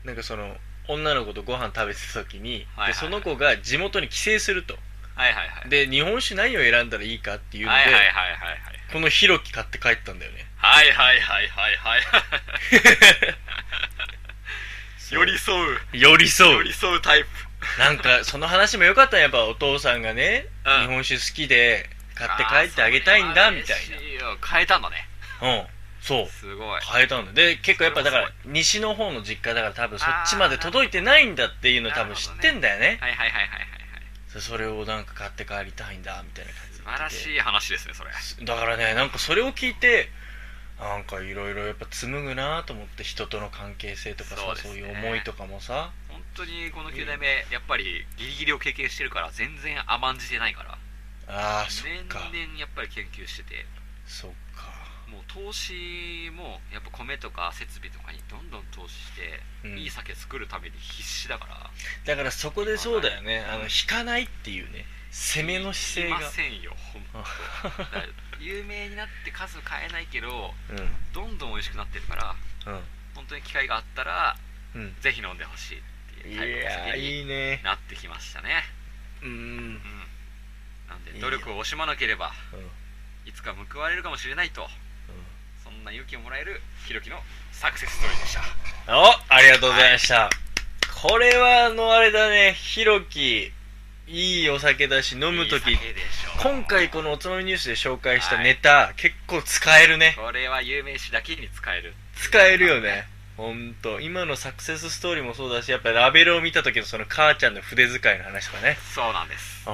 Speaker 4: なんかその女の子とご飯食べてた時に、
Speaker 3: はいはいはい
Speaker 4: でその子が地元に帰省すると
Speaker 3: はいはいはい
Speaker 4: で日本酒何を選んだらいいかっていうので、
Speaker 3: はいはいはい
Speaker 4: このヒロキ買って帰ったんだよね
Speaker 3: はいはいはいはいはいはいはい寄り添う
Speaker 4: 寄り添
Speaker 3: 寄
Speaker 4: う
Speaker 3: り添うタイプ
Speaker 4: なんかその話もよかったねやっぱお父さんがね、
Speaker 3: うん
Speaker 4: 日本酒好きで買って帰ってあげたいんだみたい
Speaker 3: な変えたんだね
Speaker 4: なうんそう
Speaker 3: すごい
Speaker 4: 変えたんだで結構やっぱだから
Speaker 3: それ
Speaker 4: 西の方の実家だから多分そっちまで届いてないんだっていうの多分知ってんだよね
Speaker 3: はいはいはいはいはいはい
Speaker 4: そそれをなんか買って帰りたいんだみたいな感
Speaker 3: 素
Speaker 4: じで
Speaker 3: 晴らしい話ですねそれ
Speaker 4: だからねなんかそれを聞いてなんかいろいろやっぱ紡ぐなと思って人との関係性とか
Speaker 3: そ
Speaker 4: さ
Speaker 3: うです
Speaker 4: そう,、
Speaker 3: ね
Speaker 4: いう思いとかもさ
Speaker 3: 本当にこの9代目やっぱりギリギリを経験してるから全然甘んじてないから
Speaker 4: ああそっ
Speaker 3: 年
Speaker 4: か
Speaker 3: 々やっぱり研究してて
Speaker 4: そっか
Speaker 3: もう投資もやっぱ米とか設備とかにどんどん投資して、
Speaker 4: うん
Speaker 3: いい酒作るために必死だから
Speaker 4: だからそこでそうだよねあの引かないっていうね攻めの姿勢
Speaker 3: いま
Speaker 4: が
Speaker 3: せんよ本 当だから有名になって数買えないけど
Speaker 4: う
Speaker 3: どんどん美味しくなってるから
Speaker 4: んうん
Speaker 3: 本当に機会があったら
Speaker 4: うん
Speaker 3: ぜひ飲んでほしいって
Speaker 4: い
Speaker 3: いうタイプのお
Speaker 4: や
Speaker 3: 酒
Speaker 4: ー
Speaker 3: に
Speaker 4: いいね
Speaker 3: なってきましたね
Speaker 4: うん
Speaker 3: うんなん
Speaker 4: いい
Speaker 3: で
Speaker 4: よ
Speaker 3: 努力を惜しまなければ
Speaker 4: うんうん
Speaker 3: いつか報われるかもしれないとそんな勇気をもらえるひろきのサクセスストーリーでした
Speaker 4: おありがとうございました、これはあのあれだねひろきいいお酒だし飲む時
Speaker 3: いい酒でしょう
Speaker 4: 今回このおつまみニュースで紹介したネタ、結構使えるね
Speaker 3: これは有名詞だけに使える
Speaker 4: 使えるよねほんと今のサクセスストーリーもそうだしやっぱラベルを見た時のその母ちゃんの筆遣いの話と かね
Speaker 3: そうなんです
Speaker 4: こ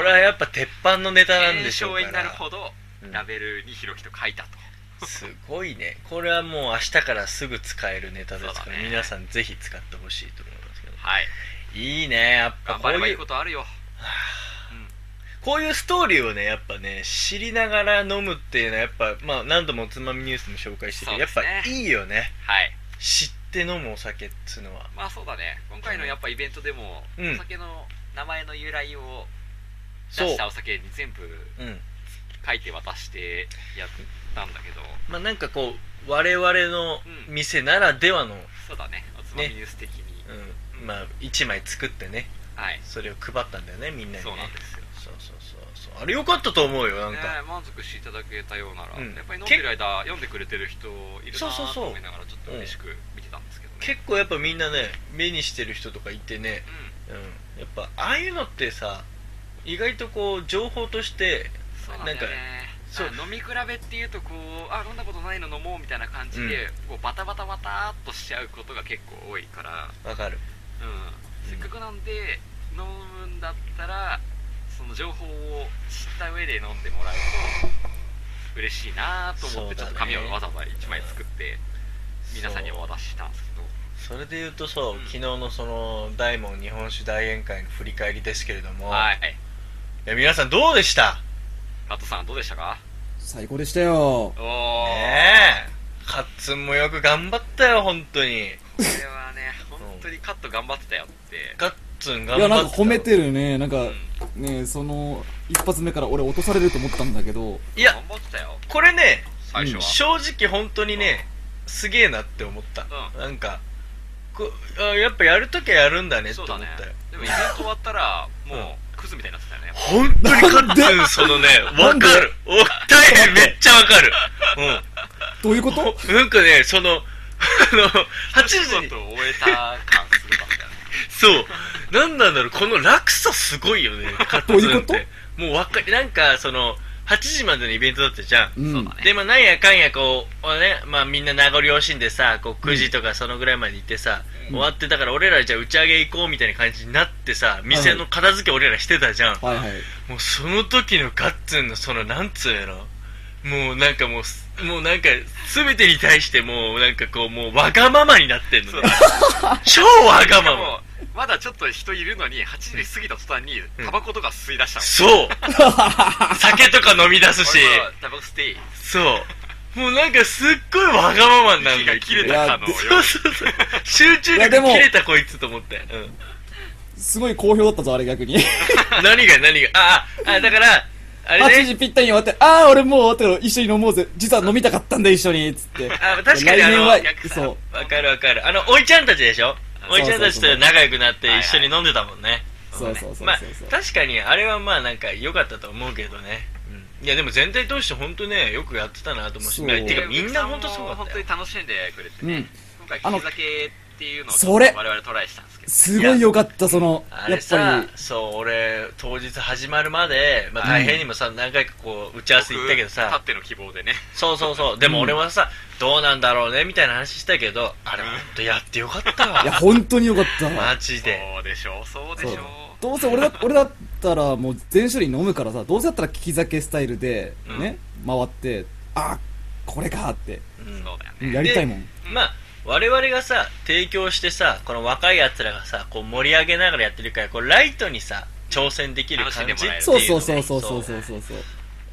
Speaker 4: れはやっぱ鉄板のネタなんで
Speaker 3: 検
Speaker 4: しょう
Speaker 3: 証
Speaker 4: から
Speaker 3: になるほど
Speaker 4: うん
Speaker 3: ラベルにひろきと書いたと
Speaker 4: すごいねこれはもう明日からすぐ使えるネタですから、
Speaker 3: そうだね
Speaker 4: 皆さんぜひ使ってほしいと思いますけど
Speaker 3: はい
Speaker 4: いいねやっぱ
Speaker 3: 頑
Speaker 4: こ
Speaker 3: 張
Speaker 4: う
Speaker 3: ればい
Speaker 4: い
Speaker 3: いうことあるよ
Speaker 4: こういうストーリーをねやっぱね知りながら飲むっていうのはやっぱ、まあ、何度もおつまみニュースも紹介してるけど、やっ
Speaker 3: そう
Speaker 4: ぱ
Speaker 3: ですね
Speaker 4: いいよね
Speaker 3: はい
Speaker 4: 知って飲むお酒っつうのは
Speaker 3: まあそうだね今回のやっぱイベントでも、
Speaker 4: うん
Speaker 3: お酒の名前の由来を
Speaker 4: そ
Speaker 3: 出
Speaker 4: う
Speaker 3: したお酒に全部
Speaker 4: うん
Speaker 3: 書いて渡してやったんだけど
Speaker 4: まあなんかこう我々の
Speaker 3: うん
Speaker 4: 店ならではの
Speaker 3: そうだねおつつまみニュース的に、
Speaker 4: うん、まあ1枚作ってね
Speaker 3: はい
Speaker 4: それを配ったんだよねみんなにね
Speaker 3: そうなんですよ
Speaker 4: そうそうそうそうあれ良かったと思うよなん
Speaker 3: ね
Speaker 4: か、
Speaker 3: え満足していただけたようなら、
Speaker 4: うん
Speaker 3: やっぱり飲んでる間読んでくれてる人いる
Speaker 4: そ
Speaker 3: な
Speaker 4: うそう
Speaker 3: ぁ
Speaker 4: そ
Speaker 3: と
Speaker 4: う
Speaker 3: 思いながらちょっと嬉しく見てたんですけどね
Speaker 4: 結構やっぱみんなね目にしてる人とかいてね、
Speaker 3: うん
Speaker 4: うん、やっぱああいうのってさ意外とこう情報として
Speaker 3: そうなんだよね
Speaker 4: そう
Speaker 3: あ飲み比べっていうとこうあ飲んだことないの飲もうみたいな感じで、こうバタバタバターっとしちゃうことが結構多いから、
Speaker 4: わかる
Speaker 3: うん、せっかくなんで飲むんだったらその情報を知った上で飲んでもらうと嬉しいなと思って、ち
Speaker 4: そ
Speaker 3: ょ
Speaker 4: うだね
Speaker 3: っと紙をわざわざ1枚作って皆さんにお渡ししたんですけど
Speaker 4: それで言うとさ、
Speaker 3: ん
Speaker 4: 昨日のその大門日本酒大宴会の振り返りですけれども、、
Speaker 3: はいい
Speaker 4: や皆さんどうでした
Speaker 3: 加藤さんどうでしたか
Speaker 5: 最高でしたよ。
Speaker 3: お
Speaker 4: ね
Speaker 3: お、
Speaker 4: えカッツンもよく頑張ったよ本当に
Speaker 3: これはね本当にカット頑張ってたよって
Speaker 4: カッツン
Speaker 5: い
Speaker 4: 頑張
Speaker 5: や、
Speaker 4: った
Speaker 5: なんか褒めてるね。なんか
Speaker 3: ん、
Speaker 5: ね、その、一発目から俺落とされると思ったんだけど、
Speaker 4: いや
Speaker 3: 頑張ってたよ
Speaker 4: これね
Speaker 3: 最初は、
Speaker 4: 正直本当にねすげえなって思った、
Speaker 3: う
Speaker 4: なんかこあやっぱやるときはやるんだねって
Speaker 3: そう
Speaker 4: 思
Speaker 3: だ
Speaker 4: っ
Speaker 3: ね
Speaker 4: たよ、
Speaker 3: でもイベント終わったらもうクズみたいになってたよね
Speaker 4: 本当にカッツンそのねわかるお二人めっちゃわかる
Speaker 5: どう いうこ
Speaker 4: う
Speaker 5: と
Speaker 4: んなんかねそのあの8時
Speaker 3: ちょっ
Speaker 4: に
Speaker 3: と終えた感するかみたいな
Speaker 4: そうなんなんだろうこの落差すごいよねカッツンっ
Speaker 5: ど
Speaker 4: て
Speaker 5: ういうこ
Speaker 4: もうわかなんかその8時までのイベントだったじゃん
Speaker 5: う
Speaker 3: そうんだ。ね
Speaker 4: でまあなんやかんやこう、まあねまあ、みんな名残惜しんでさこう9時とかそのぐらいまで行ってさ、
Speaker 5: ん
Speaker 4: 終わってだから俺らじゃあ打ち上げ行こうみたいな感じになってさ店の片付け俺らしてたじゃん、
Speaker 5: はいはい。
Speaker 4: もうその時のガッツンのそのなんつうやろもうなんかもうすもうなんか全てに対してもうなんかこうもうわがままになってんのね超わがま
Speaker 3: で
Speaker 4: ま
Speaker 3: もまだちょっと人いるのに8時過ぎた途端に
Speaker 4: ん
Speaker 3: タバコとか吸い出したの、
Speaker 4: そう酒とか飲み出すし
Speaker 3: 俺はタバコ吸っていい
Speaker 4: そう。もうなんかすっごいわがままになるの
Speaker 3: 息が切れ
Speaker 5: たかの
Speaker 4: いやそうそうそう。集中
Speaker 5: いや
Speaker 4: 力
Speaker 5: でも
Speaker 4: 切れたこいつと思って。うん。
Speaker 5: すごい好評だったぞ、あれ逆に。
Speaker 4: 何が何が。ああ、あだから、あれ
Speaker 5: 8
Speaker 4: ね。
Speaker 5: 時ぴったりに終わって、ああ、俺もう終わったけど、一緒に飲もうぜ。実は飲みたかったんだ、一緒に。つって。
Speaker 4: あ確かに
Speaker 5: 来
Speaker 4: あ
Speaker 5: 年
Speaker 4: の
Speaker 5: は、
Speaker 3: 逆さ
Speaker 5: そう。
Speaker 4: わかるわかる。あの、おいちゃんたちでしょおいちゃんたちと仲良くなっ
Speaker 3: そ
Speaker 4: て
Speaker 3: うそう
Speaker 4: 一
Speaker 3: そう
Speaker 4: 緒に飲んでたもんね。
Speaker 5: そうそうそうそう
Speaker 4: まあ
Speaker 5: そう、
Speaker 4: 確かにあれはまあなんか良かったと思うけどね。うんいやでも全体通して本当ね、よくやってたなと思うし。
Speaker 5: そう
Speaker 4: いやてかみんな本当そうだ
Speaker 3: 本
Speaker 4: った
Speaker 3: 当
Speaker 4: よ
Speaker 3: に。楽しんでくれてね、
Speaker 5: うん
Speaker 3: 今回
Speaker 5: あの
Speaker 3: 聞き酒っていうのを
Speaker 5: それ
Speaker 3: 我々トライしたんですけど
Speaker 5: すごい良かった、その、
Speaker 4: あ
Speaker 5: や
Speaker 4: れ
Speaker 5: っぱ
Speaker 4: さ
Speaker 5: り、、
Speaker 4: そう、俺、当日始まるまで、まあ、大変にもさ、何回かこう、打ち合わせ行ったけど
Speaker 3: 僕
Speaker 4: さ
Speaker 3: た、っての希望でね
Speaker 4: そうそうそう、でも俺はさ、どうなんだろうね、みたいな話したけど、あれ、ほんとやってよかった
Speaker 5: いや、
Speaker 4: わ。
Speaker 5: 本当に良かった。
Speaker 4: マジで。
Speaker 3: そうでしょうそうでしょう
Speaker 5: そうどうせ俺だ俺だったら、もう全種類飲むからさ、どうせだったら利き酒スタイルで、ね、回って、あこれかって、
Speaker 4: うん
Speaker 3: そうだよね
Speaker 5: やりたいもん。
Speaker 4: まあ、我々がさ、提供してさ、この若い奴らがさ、こう盛り上げながらやってるから、こう、ライトにさ、挑戦できる感じっていう
Speaker 3: 楽し
Speaker 4: のね
Speaker 3: んでもらえる
Speaker 5: そうそうそうそうそうそうそ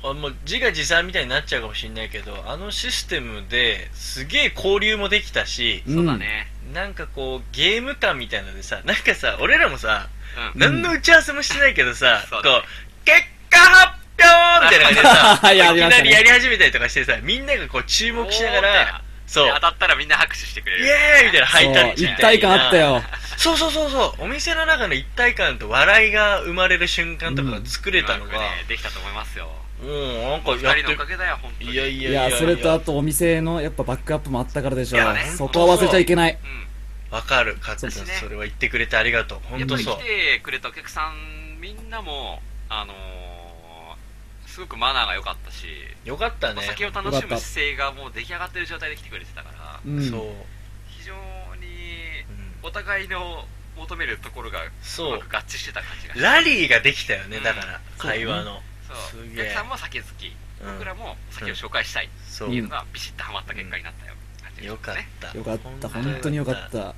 Speaker 5: う。
Speaker 4: あもう自画自賛みたいになっちゃうかもしれないけど、あのシステムですげえ交流もできたし、
Speaker 5: うん
Speaker 3: そうだね
Speaker 4: なんかこうゲーム感みたいなのでさなんかさ俺らもさ、
Speaker 3: うん
Speaker 4: 何の打ち合わせもしてないけどさ、
Speaker 3: そう
Speaker 4: こ
Speaker 3: だね
Speaker 4: う結果発表みたいな感じ でさ
Speaker 5: や
Speaker 4: い
Speaker 5: り
Speaker 4: き
Speaker 5: ま
Speaker 4: な
Speaker 5: したね
Speaker 4: りやり始めたりとかしてさみんながこう注目しなが
Speaker 3: おーみたい
Speaker 4: ら
Speaker 3: な
Speaker 4: そうイ
Speaker 3: で当たったらみんな拍手してくれる
Speaker 4: エーイみたいなハイタッチ
Speaker 5: そう
Speaker 4: み
Speaker 5: 一
Speaker 4: たい
Speaker 5: 体
Speaker 4: な
Speaker 5: 感あったよ。
Speaker 4: そうそうそうそうお店の中の一体感と笑いが生まれる瞬間とかが作れたの
Speaker 3: う
Speaker 4: が
Speaker 3: まく、ねできたと思いますよ
Speaker 4: うん、なんか
Speaker 3: お
Speaker 4: や
Speaker 3: 二
Speaker 4: っ
Speaker 3: 人のおか
Speaker 4: て
Speaker 3: げだよ本当に
Speaker 4: いやい
Speaker 5: い
Speaker 4: やいや
Speaker 5: や、それとあ
Speaker 4: わ
Speaker 5: とお店の、やっぱバックアップもあったからでしょ
Speaker 4: いやね。
Speaker 5: そこは忘れちゃいけない。
Speaker 3: う
Speaker 4: かるカッツン
Speaker 3: そうですね、
Speaker 4: それは言ってくれてありがとうん
Speaker 3: や
Speaker 4: 本
Speaker 3: っ
Speaker 4: 当
Speaker 3: ぱり
Speaker 4: そう
Speaker 3: 来てくれたお客さんみんなもあのー、すごくマナーが良かったし、
Speaker 4: よかったね
Speaker 3: お酒を楽しむ姿勢がもう出来上がってる状態で来てくれてたから
Speaker 5: うん。
Speaker 4: そう、
Speaker 3: 非常に
Speaker 4: うん
Speaker 3: お互いの求めるところが
Speaker 4: そう
Speaker 3: うまく合致してた感じがして
Speaker 4: ラリーができたよね、
Speaker 3: うん
Speaker 4: だから、
Speaker 5: そう
Speaker 4: 会話の。
Speaker 3: そう
Speaker 4: す
Speaker 3: お
Speaker 4: げえ
Speaker 3: 客さんも酒好き
Speaker 4: うん
Speaker 3: 僕らも酒を紹介したいっ
Speaker 4: そう
Speaker 3: ていうのがビシッとハマった結果になったよ、感じですね
Speaker 4: よかった。
Speaker 5: よかった本当によかった
Speaker 4: うん。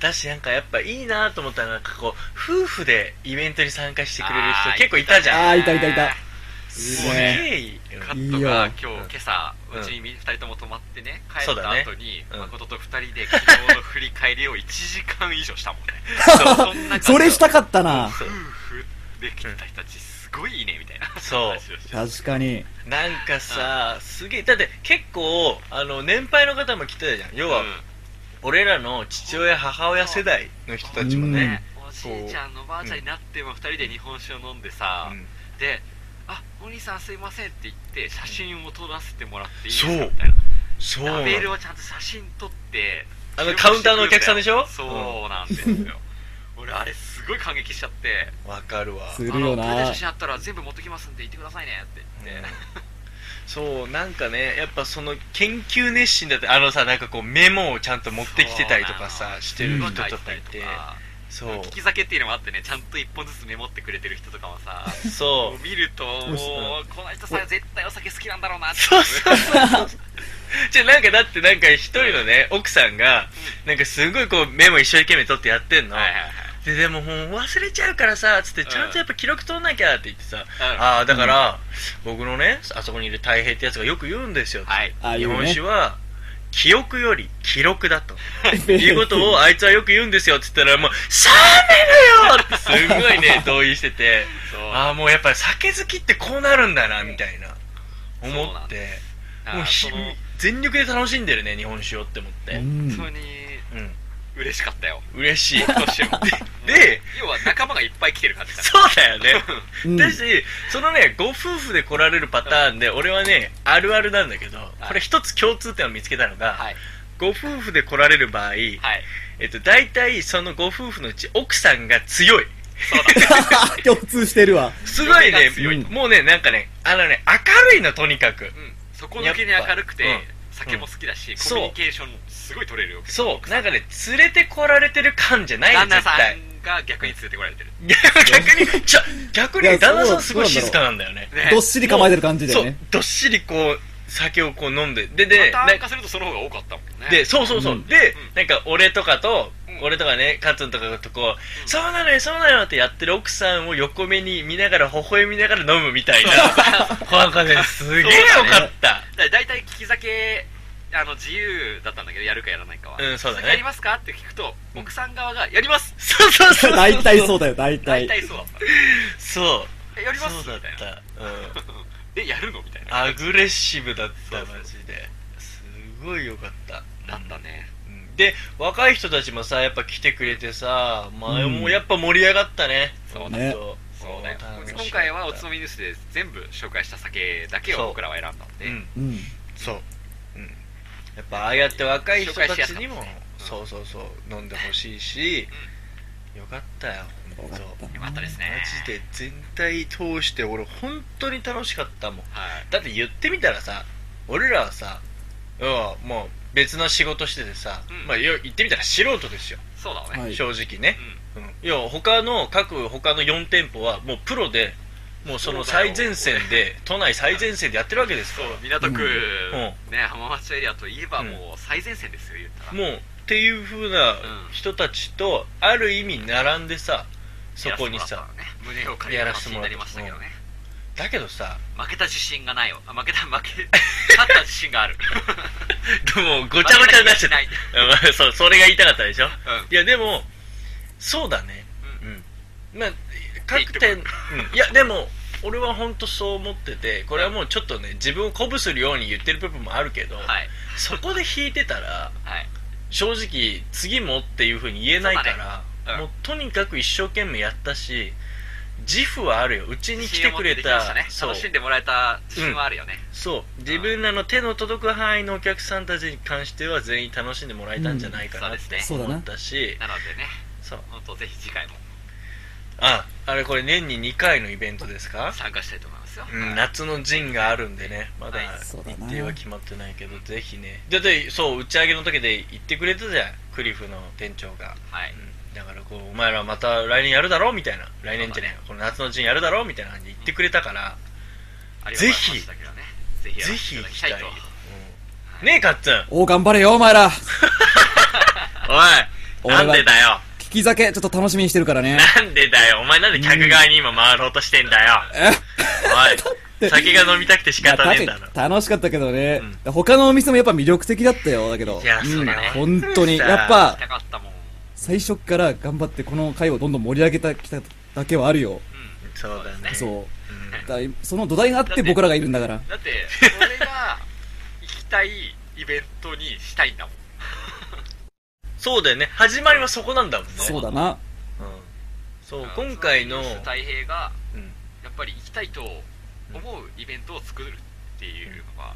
Speaker 4: だし、なんかやっぱいいなと思ったのが、なんかこう、夫婦でイベントに参加してくれる
Speaker 3: あ
Speaker 4: 人
Speaker 3: ー
Speaker 4: 結構いたじ
Speaker 5: あ
Speaker 4: ゃん。
Speaker 5: あ、いたいたいた。い
Speaker 4: す
Speaker 5: いね。
Speaker 4: げえいい。うん
Speaker 3: カ
Speaker 5: い
Speaker 3: ット
Speaker 5: いよ
Speaker 3: が今日今朝
Speaker 4: うん
Speaker 3: うちに2人とも泊まってね帰
Speaker 4: そう
Speaker 3: っ
Speaker 4: だ
Speaker 3: た
Speaker 4: ね
Speaker 3: 後に、
Speaker 4: うん
Speaker 3: 誠と2人で昨日の振り返りを1時間以上したもん ねそうそんな感 じ
Speaker 5: それしたかったな。
Speaker 4: そう
Speaker 3: 夫婦で来た人たちすごいいいねみたいな
Speaker 4: そう
Speaker 3: 話をして
Speaker 5: 確かに。
Speaker 4: なんかさ、すげえ、だって結構、あの、年配の方も来てたじゃん。要は、
Speaker 3: うん
Speaker 4: 俺らの父親母親世代の人たちもね、
Speaker 3: ね、おじいちゃんのおばあちゃんになっても2人で日本酒を飲んで
Speaker 4: う
Speaker 3: さ、
Speaker 4: ん
Speaker 3: で「あお兄さんすいません」って言って写真を撮らせてもらっていいですか
Speaker 4: そ
Speaker 3: み
Speaker 4: う
Speaker 3: たいな
Speaker 4: そう
Speaker 3: ラ
Speaker 4: なの
Speaker 3: ベルをちゃんと写真撮って
Speaker 4: あのカウンターのお客さんでしょ
Speaker 3: そうなんですよ俺あれすごい感激しちゃって
Speaker 4: わかるわ
Speaker 5: す
Speaker 3: あ
Speaker 5: るよ
Speaker 3: のこれで
Speaker 5: な
Speaker 3: 写真あったら全部持ってきますんで行ってくださいねって言って、
Speaker 4: そうなんかねやっぱその研究熱心だってあのさなんかこうメモをちゃんと持ってきてたりとかさしてる人とかい
Speaker 3: 書いたり
Speaker 4: て
Speaker 3: とか
Speaker 4: そう
Speaker 3: 聞き酒っていうのもあってねちゃんと一本ずつメモってくれてる人とかもさも
Speaker 4: そ
Speaker 3: う
Speaker 4: う
Speaker 3: 見るともうこの人さ絶対お酒好きなんだろうなって
Speaker 4: そうそうそうそうじゃあなんかだってなんか一人のね奥さんがなんかすごいこうメモ一生懸命取ってやってんの、
Speaker 3: はいはいはい
Speaker 4: ででももう忘れちゃうからさつってちゃんとやっぱ記録取んなきゃって言ってさ、
Speaker 3: うん
Speaker 4: ああだから、僕のねあそこにいる太平ってやつがよく言うんですよ、
Speaker 3: はい
Speaker 5: ああい
Speaker 4: 日
Speaker 5: う
Speaker 4: 本
Speaker 5: ね
Speaker 4: 酒。は記憶より記録だということをあいつはよく言うんですよって言ったらもう「しゃあねえのよ!」ってすごいね同意してて
Speaker 3: そう
Speaker 4: ああもうやっぱり酒好きってこうなるんだなみたいな思
Speaker 3: そうな
Speaker 4: っ
Speaker 3: ん
Speaker 4: て
Speaker 3: あ
Speaker 4: もう
Speaker 3: そ
Speaker 4: ひ
Speaker 3: の
Speaker 4: 全力で楽しんでるね日本酒をって思って、
Speaker 5: う
Speaker 4: うん
Speaker 5: ん
Speaker 3: 本当に嬉しかったよ
Speaker 4: 嬉しい
Speaker 3: で
Speaker 4: で
Speaker 3: 要は仲間がいっぱい来てる感じだ
Speaker 4: そうだよね
Speaker 5: うん
Speaker 4: だし、そのねご夫婦で来られるパターンで俺はねあるあるなんだけど
Speaker 3: い
Speaker 4: これ一つ共通点を見つけたのが、
Speaker 3: はい
Speaker 4: ご夫婦で来られる場合、
Speaker 3: はい
Speaker 4: えっと、大体そのご夫婦のうち奥さんが強い。
Speaker 5: 共通してるわ。
Speaker 4: すごい
Speaker 3: 嫁
Speaker 4: ね
Speaker 3: が強
Speaker 5: い、と
Speaker 4: もうね、なんかね、あのね、明るいのとにかく。
Speaker 3: うん底抜けに明るくて
Speaker 4: やっぱ
Speaker 3: 酒も好きだし
Speaker 4: そ
Speaker 3: コ
Speaker 4: う
Speaker 3: ミュニケーションすごい取れるよ
Speaker 4: そう、なんかね、連れてこられてる感じゃない
Speaker 3: 旦那
Speaker 4: の、絶
Speaker 3: さ
Speaker 4: 対。
Speaker 3: んが逆に連れてこられてる
Speaker 4: 逆に、 ちょ、逆
Speaker 5: い
Speaker 4: に
Speaker 5: や
Speaker 4: 旦那さ
Speaker 5: そ
Speaker 4: ん
Speaker 5: う
Speaker 4: すごい
Speaker 5: そうなんだろう
Speaker 4: 静かなんだよね。
Speaker 3: ね
Speaker 5: どっしり構えてる感じだ
Speaker 4: そ
Speaker 5: よ
Speaker 4: う
Speaker 5: ね。、
Speaker 4: どっしりこう、酒をこう飲んで。で、で、
Speaker 3: パターン
Speaker 4: な
Speaker 3: 化するとその方が多かったもんね
Speaker 4: で、そうそうそう。
Speaker 5: うん
Speaker 4: で
Speaker 3: う、ん
Speaker 4: なんか俺とかと、
Speaker 3: うん
Speaker 4: 俺とかね、カツンとかとこう、そうなのよ、そうなのよってやってる奥さんを横目に見ながら、微笑みながら飲むみ たいな。なんかね、すげえよかった。
Speaker 3: だだいたい聞き酒あの自由だったんだけどやるかやらないかは
Speaker 4: うんそうだね
Speaker 3: 酒やりますかって聞くと奥さん側がやります
Speaker 4: そうそうそうそう。
Speaker 5: 大体そうだよ、大体。
Speaker 3: 大体そうだっ
Speaker 4: そう。
Speaker 3: たえやりますみ
Speaker 4: そう
Speaker 3: た
Speaker 4: だ
Speaker 3: い
Speaker 4: っ
Speaker 3: な
Speaker 4: た。うん。
Speaker 3: でやるのみたいな
Speaker 4: アグレッシブだった、
Speaker 3: そうそう
Speaker 4: マジで。すごいよかった。
Speaker 3: だったね
Speaker 4: うんで、若い人たちもさ、やっぱ来てくれてさ、前もやっぱ盛り上がったね。
Speaker 3: そう
Speaker 5: だね
Speaker 4: 本当
Speaker 3: そうだよ
Speaker 4: 楽しかった
Speaker 3: 今回はおつまみニュースで全部紹介した酒だけ
Speaker 4: そ
Speaker 3: を
Speaker 4: う
Speaker 3: 僕らは選んだんで
Speaker 4: うん。
Speaker 5: うん。
Speaker 4: そう、うん、やっぱああやって若い人たちに
Speaker 3: 紹
Speaker 4: も、
Speaker 3: 介しやすか
Speaker 4: そうそうそう飲んでほしいし、よかったよ
Speaker 5: よ
Speaker 4: 本
Speaker 5: か
Speaker 4: 当
Speaker 5: った
Speaker 4: マ
Speaker 5: な
Speaker 3: よかったですね
Speaker 4: ジで全体通して俺本当に楽しかったもん
Speaker 3: はい
Speaker 4: だって言ってみたらさ俺らはさ要はもう別の仕事しててさ、
Speaker 3: うん
Speaker 4: まあ要言ってみたら素人ですよ、
Speaker 3: そうだね
Speaker 5: はい
Speaker 4: 正直ね
Speaker 3: う、ん
Speaker 4: うん、要は他の各他の4店舗はもうプロでもうその最前線で都内最前線でやってるわけですか
Speaker 3: そう
Speaker 4: ら
Speaker 3: 港区、
Speaker 4: うん
Speaker 3: ね浜松エリアといえば
Speaker 4: うん
Speaker 3: もう最前線ですよ言ったら
Speaker 4: もうっていう風な人たちとある意味並んでさそこに
Speaker 3: やら
Speaker 4: さ
Speaker 3: せてもらったのね胸を借りる話になりましたけどね
Speaker 4: だけどさ
Speaker 3: 負けた自信がないわあ負け た負け勝った自信がある
Speaker 4: もうごちゃごちゃになっち
Speaker 3: 負けた気がし
Speaker 4: ゃっ
Speaker 3: ない
Speaker 4: たそうそれが言いたかったでしょ
Speaker 3: うん
Speaker 4: いやでもそうだね
Speaker 3: う
Speaker 4: うんまあ各
Speaker 3: っ
Speaker 4: 店、
Speaker 3: て言って
Speaker 4: うんいやでも俺は本当そう思っててこれはもうちょっとね自分を鼓舞するように言ってる部分もあるけど、
Speaker 3: はい
Speaker 4: そこで引いてたら
Speaker 3: はい
Speaker 4: 正直次もっていうふうに言えないから、
Speaker 3: そうだねうん
Speaker 4: もうとにかく一生懸命やったし自負はあるようちに来てくれ
Speaker 3: 自信を持ってで
Speaker 4: た
Speaker 3: きましたね
Speaker 4: そう
Speaker 3: 楽しんでもらえた自信はあるよね
Speaker 4: そう自分らの手の届く範囲のお客さんたちに関しては全員楽しんでもらえたんじゃないかな
Speaker 3: うん
Speaker 4: っ
Speaker 3: そう
Speaker 4: て
Speaker 3: です
Speaker 5: ね
Speaker 4: 思ったし、
Speaker 3: なのでね
Speaker 4: そう
Speaker 3: 本当ぜひ次回も
Speaker 4: ああれこれ年に2回のイベントですか、
Speaker 3: 参加したいと思いますよ
Speaker 4: うん
Speaker 3: はい
Speaker 4: 夏の陣があるんでねまだ
Speaker 3: はい
Speaker 5: そうだ
Speaker 4: 日
Speaker 5: な
Speaker 4: 程は決まってないけどぜひねだってそう打ち上げの時で言ってくれたじゃんクリフの店長が
Speaker 3: はい
Speaker 4: だからこうお前らまた来年やるだろうみたいな来年じゃねえこの夏の陣やるだろうみたいな感じで言ってくれたから、
Speaker 3: ありがとうございましたけどねぜひや
Speaker 4: ぜ
Speaker 3: らせ
Speaker 4: ひ
Speaker 3: てい
Speaker 4: 行
Speaker 3: ただ
Speaker 4: き
Speaker 3: き
Speaker 4: た
Speaker 3: た
Speaker 4: い
Speaker 3: い
Speaker 4: よ
Speaker 3: と、
Speaker 4: うんねえかっつん
Speaker 5: おう、頑張れよ、お前ら。
Speaker 4: おい
Speaker 5: 俺は
Speaker 4: なんでだよ
Speaker 5: 聞き酒、ちょっと楽しみにしてるからね。
Speaker 4: なんでだよお前なんで客側に今回ろうとしてんだよ、
Speaker 5: え
Speaker 4: おい酒が飲みたくて仕方ねえんだろ
Speaker 5: まあ確かに楽しかったけどね、他のお店もやっぱ魅力的だったよ、だけど。
Speaker 4: いや
Speaker 5: ん
Speaker 4: そうだね
Speaker 5: 本当に。
Speaker 4: さあ
Speaker 5: やっ
Speaker 3: 行
Speaker 5: ぱ
Speaker 3: き、たかったもん
Speaker 5: 最初っから頑張ってこの回をどんどん盛り上げたきただけはあるよ。
Speaker 3: うん
Speaker 4: そうだね、
Speaker 5: そうう。
Speaker 4: ん
Speaker 5: だからその土台があっ
Speaker 3: だって
Speaker 5: て僕らがいるんだから。
Speaker 3: だって 俺が行きたいイベントにしたいんだもん
Speaker 4: そうだよね始まりはそこなんだもんね
Speaker 5: そうだな。
Speaker 4: うんそう今回の、う
Speaker 3: そユース太平が
Speaker 4: ん、
Speaker 3: やっぱり行きたいと思うイベントを作るっていうのが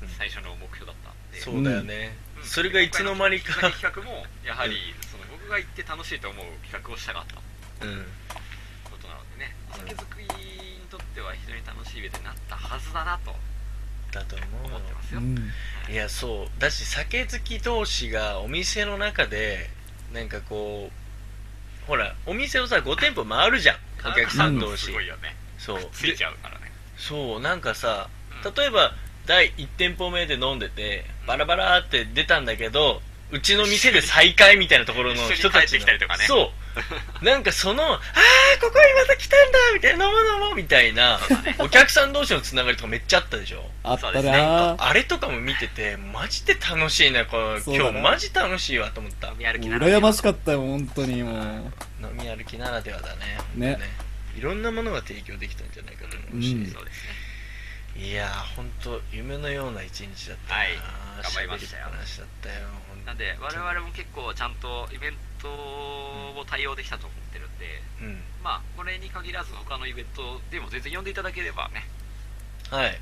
Speaker 4: うん
Speaker 3: 最初の目標だったんで、
Speaker 4: そうだよね、
Speaker 3: うん
Speaker 4: それがいつの間にか
Speaker 3: 今回の企画もやはりその僕が行って楽しいと思う企画をしたかった
Speaker 4: うん
Speaker 3: ことなのでねお酒作りにとっては非常に楽しいイベントになったはずだなと
Speaker 4: だと思う
Speaker 3: 思ってます
Speaker 5: う
Speaker 3: よ、
Speaker 5: ん。
Speaker 4: いやそうだし酒好き同士がお店の中でなんかこうほらお店をさ5店舗回るじゃんお客さん同士
Speaker 3: すごいよね
Speaker 4: そう
Speaker 3: つい
Speaker 4: で
Speaker 3: ちゃうからね
Speaker 4: そうなんかさ
Speaker 3: うん
Speaker 4: 例えば第1店舗目で飲んでてバラバラって出たんだけどうちの店で再会みたいなところの人た
Speaker 3: 一
Speaker 4: ち
Speaker 3: 緒に帰って
Speaker 4: の
Speaker 3: きたりとかね
Speaker 4: そうなんかそのああここにまた来たんだみたいな飲もう飲もうみたいなお客さん同士のつながりとかめっちゃあったでしょ
Speaker 5: あった
Speaker 3: そうですね
Speaker 5: な
Speaker 4: あれとかも見ててマジで楽しいなこれ
Speaker 5: そうだ
Speaker 4: 今
Speaker 5: な
Speaker 4: 日マジ楽しいわと思った
Speaker 3: 飲み歩きなら
Speaker 5: 羨ましかったよ、本当にもう。
Speaker 4: 飲み歩きならではだね
Speaker 5: ね
Speaker 4: いろんなものが提供できたんじゃないかと思うし、
Speaker 5: うん
Speaker 3: そうですね
Speaker 4: いやー本当夢のような一日だったな、
Speaker 3: はい頑張りましたよ
Speaker 4: 喋話だったよほんと
Speaker 3: なんで我々も結構ちゃんとイベントを対応できたと思ってるんで、
Speaker 4: うん
Speaker 3: まあこれに限らず他のイベントでも全然呼んでいただければね、
Speaker 4: はい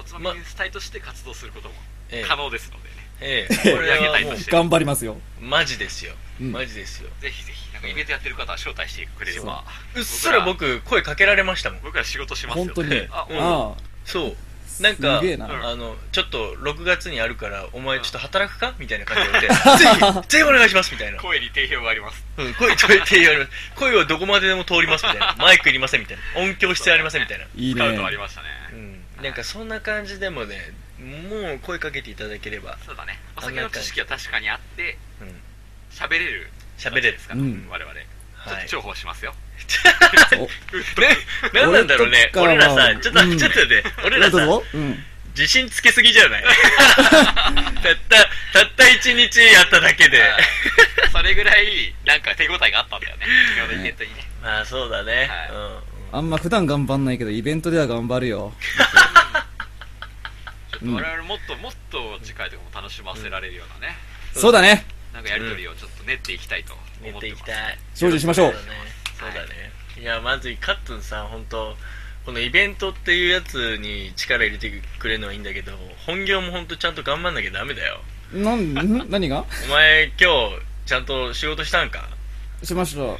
Speaker 3: うん、おつまみニュース隊として活動することも
Speaker 4: ええ
Speaker 3: 可能ですのでね、
Speaker 4: ええ これはもう
Speaker 5: 頑張りますよ。
Speaker 4: マジですよ、
Speaker 5: うん
Speaker 4: マジですよ
Speaker 3: ぜひぜひなんかイベントやってる方は招待してくれれば
Speaker 4: うっすら僕声かけられましたもん
Speaker 3: 僕ら仕事しますよ、
Speaker 5: 本
Speaker 3: ね、
Speaker 5: 当に。
Speaker 3: あうん
Speaker 5: あ
Speaker 4: そう
Speaker 5: あ。
Speaker 4: なんか
Speaker 5: すげえ
Speaker 3: うん
Speaker 5: な。
Speaker 4: あのちょっと6月にあるからお前ちょっと働くかみたいな感じで 言われてぜひぜひお願いしますみたいな
Speaker 3: 声に定評があります
Speaker 4: うん、声とって言われます声はどこまででも通りますみたいなマイクいりませんみたいな音響必要ありませんみたいな、
Speaker 5: いい
Speaker 3: スカウトあ
Speaker 5: ね
Speaker 3: り。ましたね、
Speaker 4: うん、なんかそんな感じでもねもう声かけていただければ
Speaker 3: そうだねお酒の知識は確かにあって
Speaker 4: うん
Speaker 3: 喋れる
Speaker 4: 喋れる
Speaker 3: ですから、
Speaker 5: うん
Speaker 3: 我々ちょっ
Speaker 4: はい
Speaker 3: と重宝しますよ、
Speaker 4: ね、なんなんだろうね
Speaker 5: 俺とかは
Speaker 4: 俺らさちょっと、
Speaker 5: うん
Speaker 4: ちょっとね俺
Speaker 5: ど
Speaker 4: ら
Speaker 5: う
Speaker 4: さ
Speaker 5: ぞ。うん。
Speaker 4: 自信つけすぎじゃない たったたった1日やっただけで
Speaker 3: うんそれぐらいなんか手応えがあったんだよね昨日のイベントにね
Speaker 4: まあそうだね、
Speaker 3: はい
Speaker 4: うん
Speaker 5: あんま普段頑張んないけど、イベントでは頑張るよ。
Speaker 3: ちょっと我々もっともっと次回とかも楽しませられるようなね、
Speaker 5: そうだね。
Speaker 3: なんかやり取りをちょっと練っていきたいと思
Speaker 4: や
Speaker 3: っ
Speaker 4: ってて
Speaker 3: い
Speaker 4: い
Speaker 3: ま
Speaker 4: き
Speaker 3: す、
Speaker 4: たい
Speaker 5: 精進しましょう
Speaker 4: そうだねいやまずカットンさん本当このイベントっていうやつに力入れてくれるのはいいんだけど本業も本当ちゃんと頑張んなきゃダメだよ
Speaker 5: なん、ん何が
Speaker 4: お前今日ちゃんと仕事したんか
Speaker 5: しました。は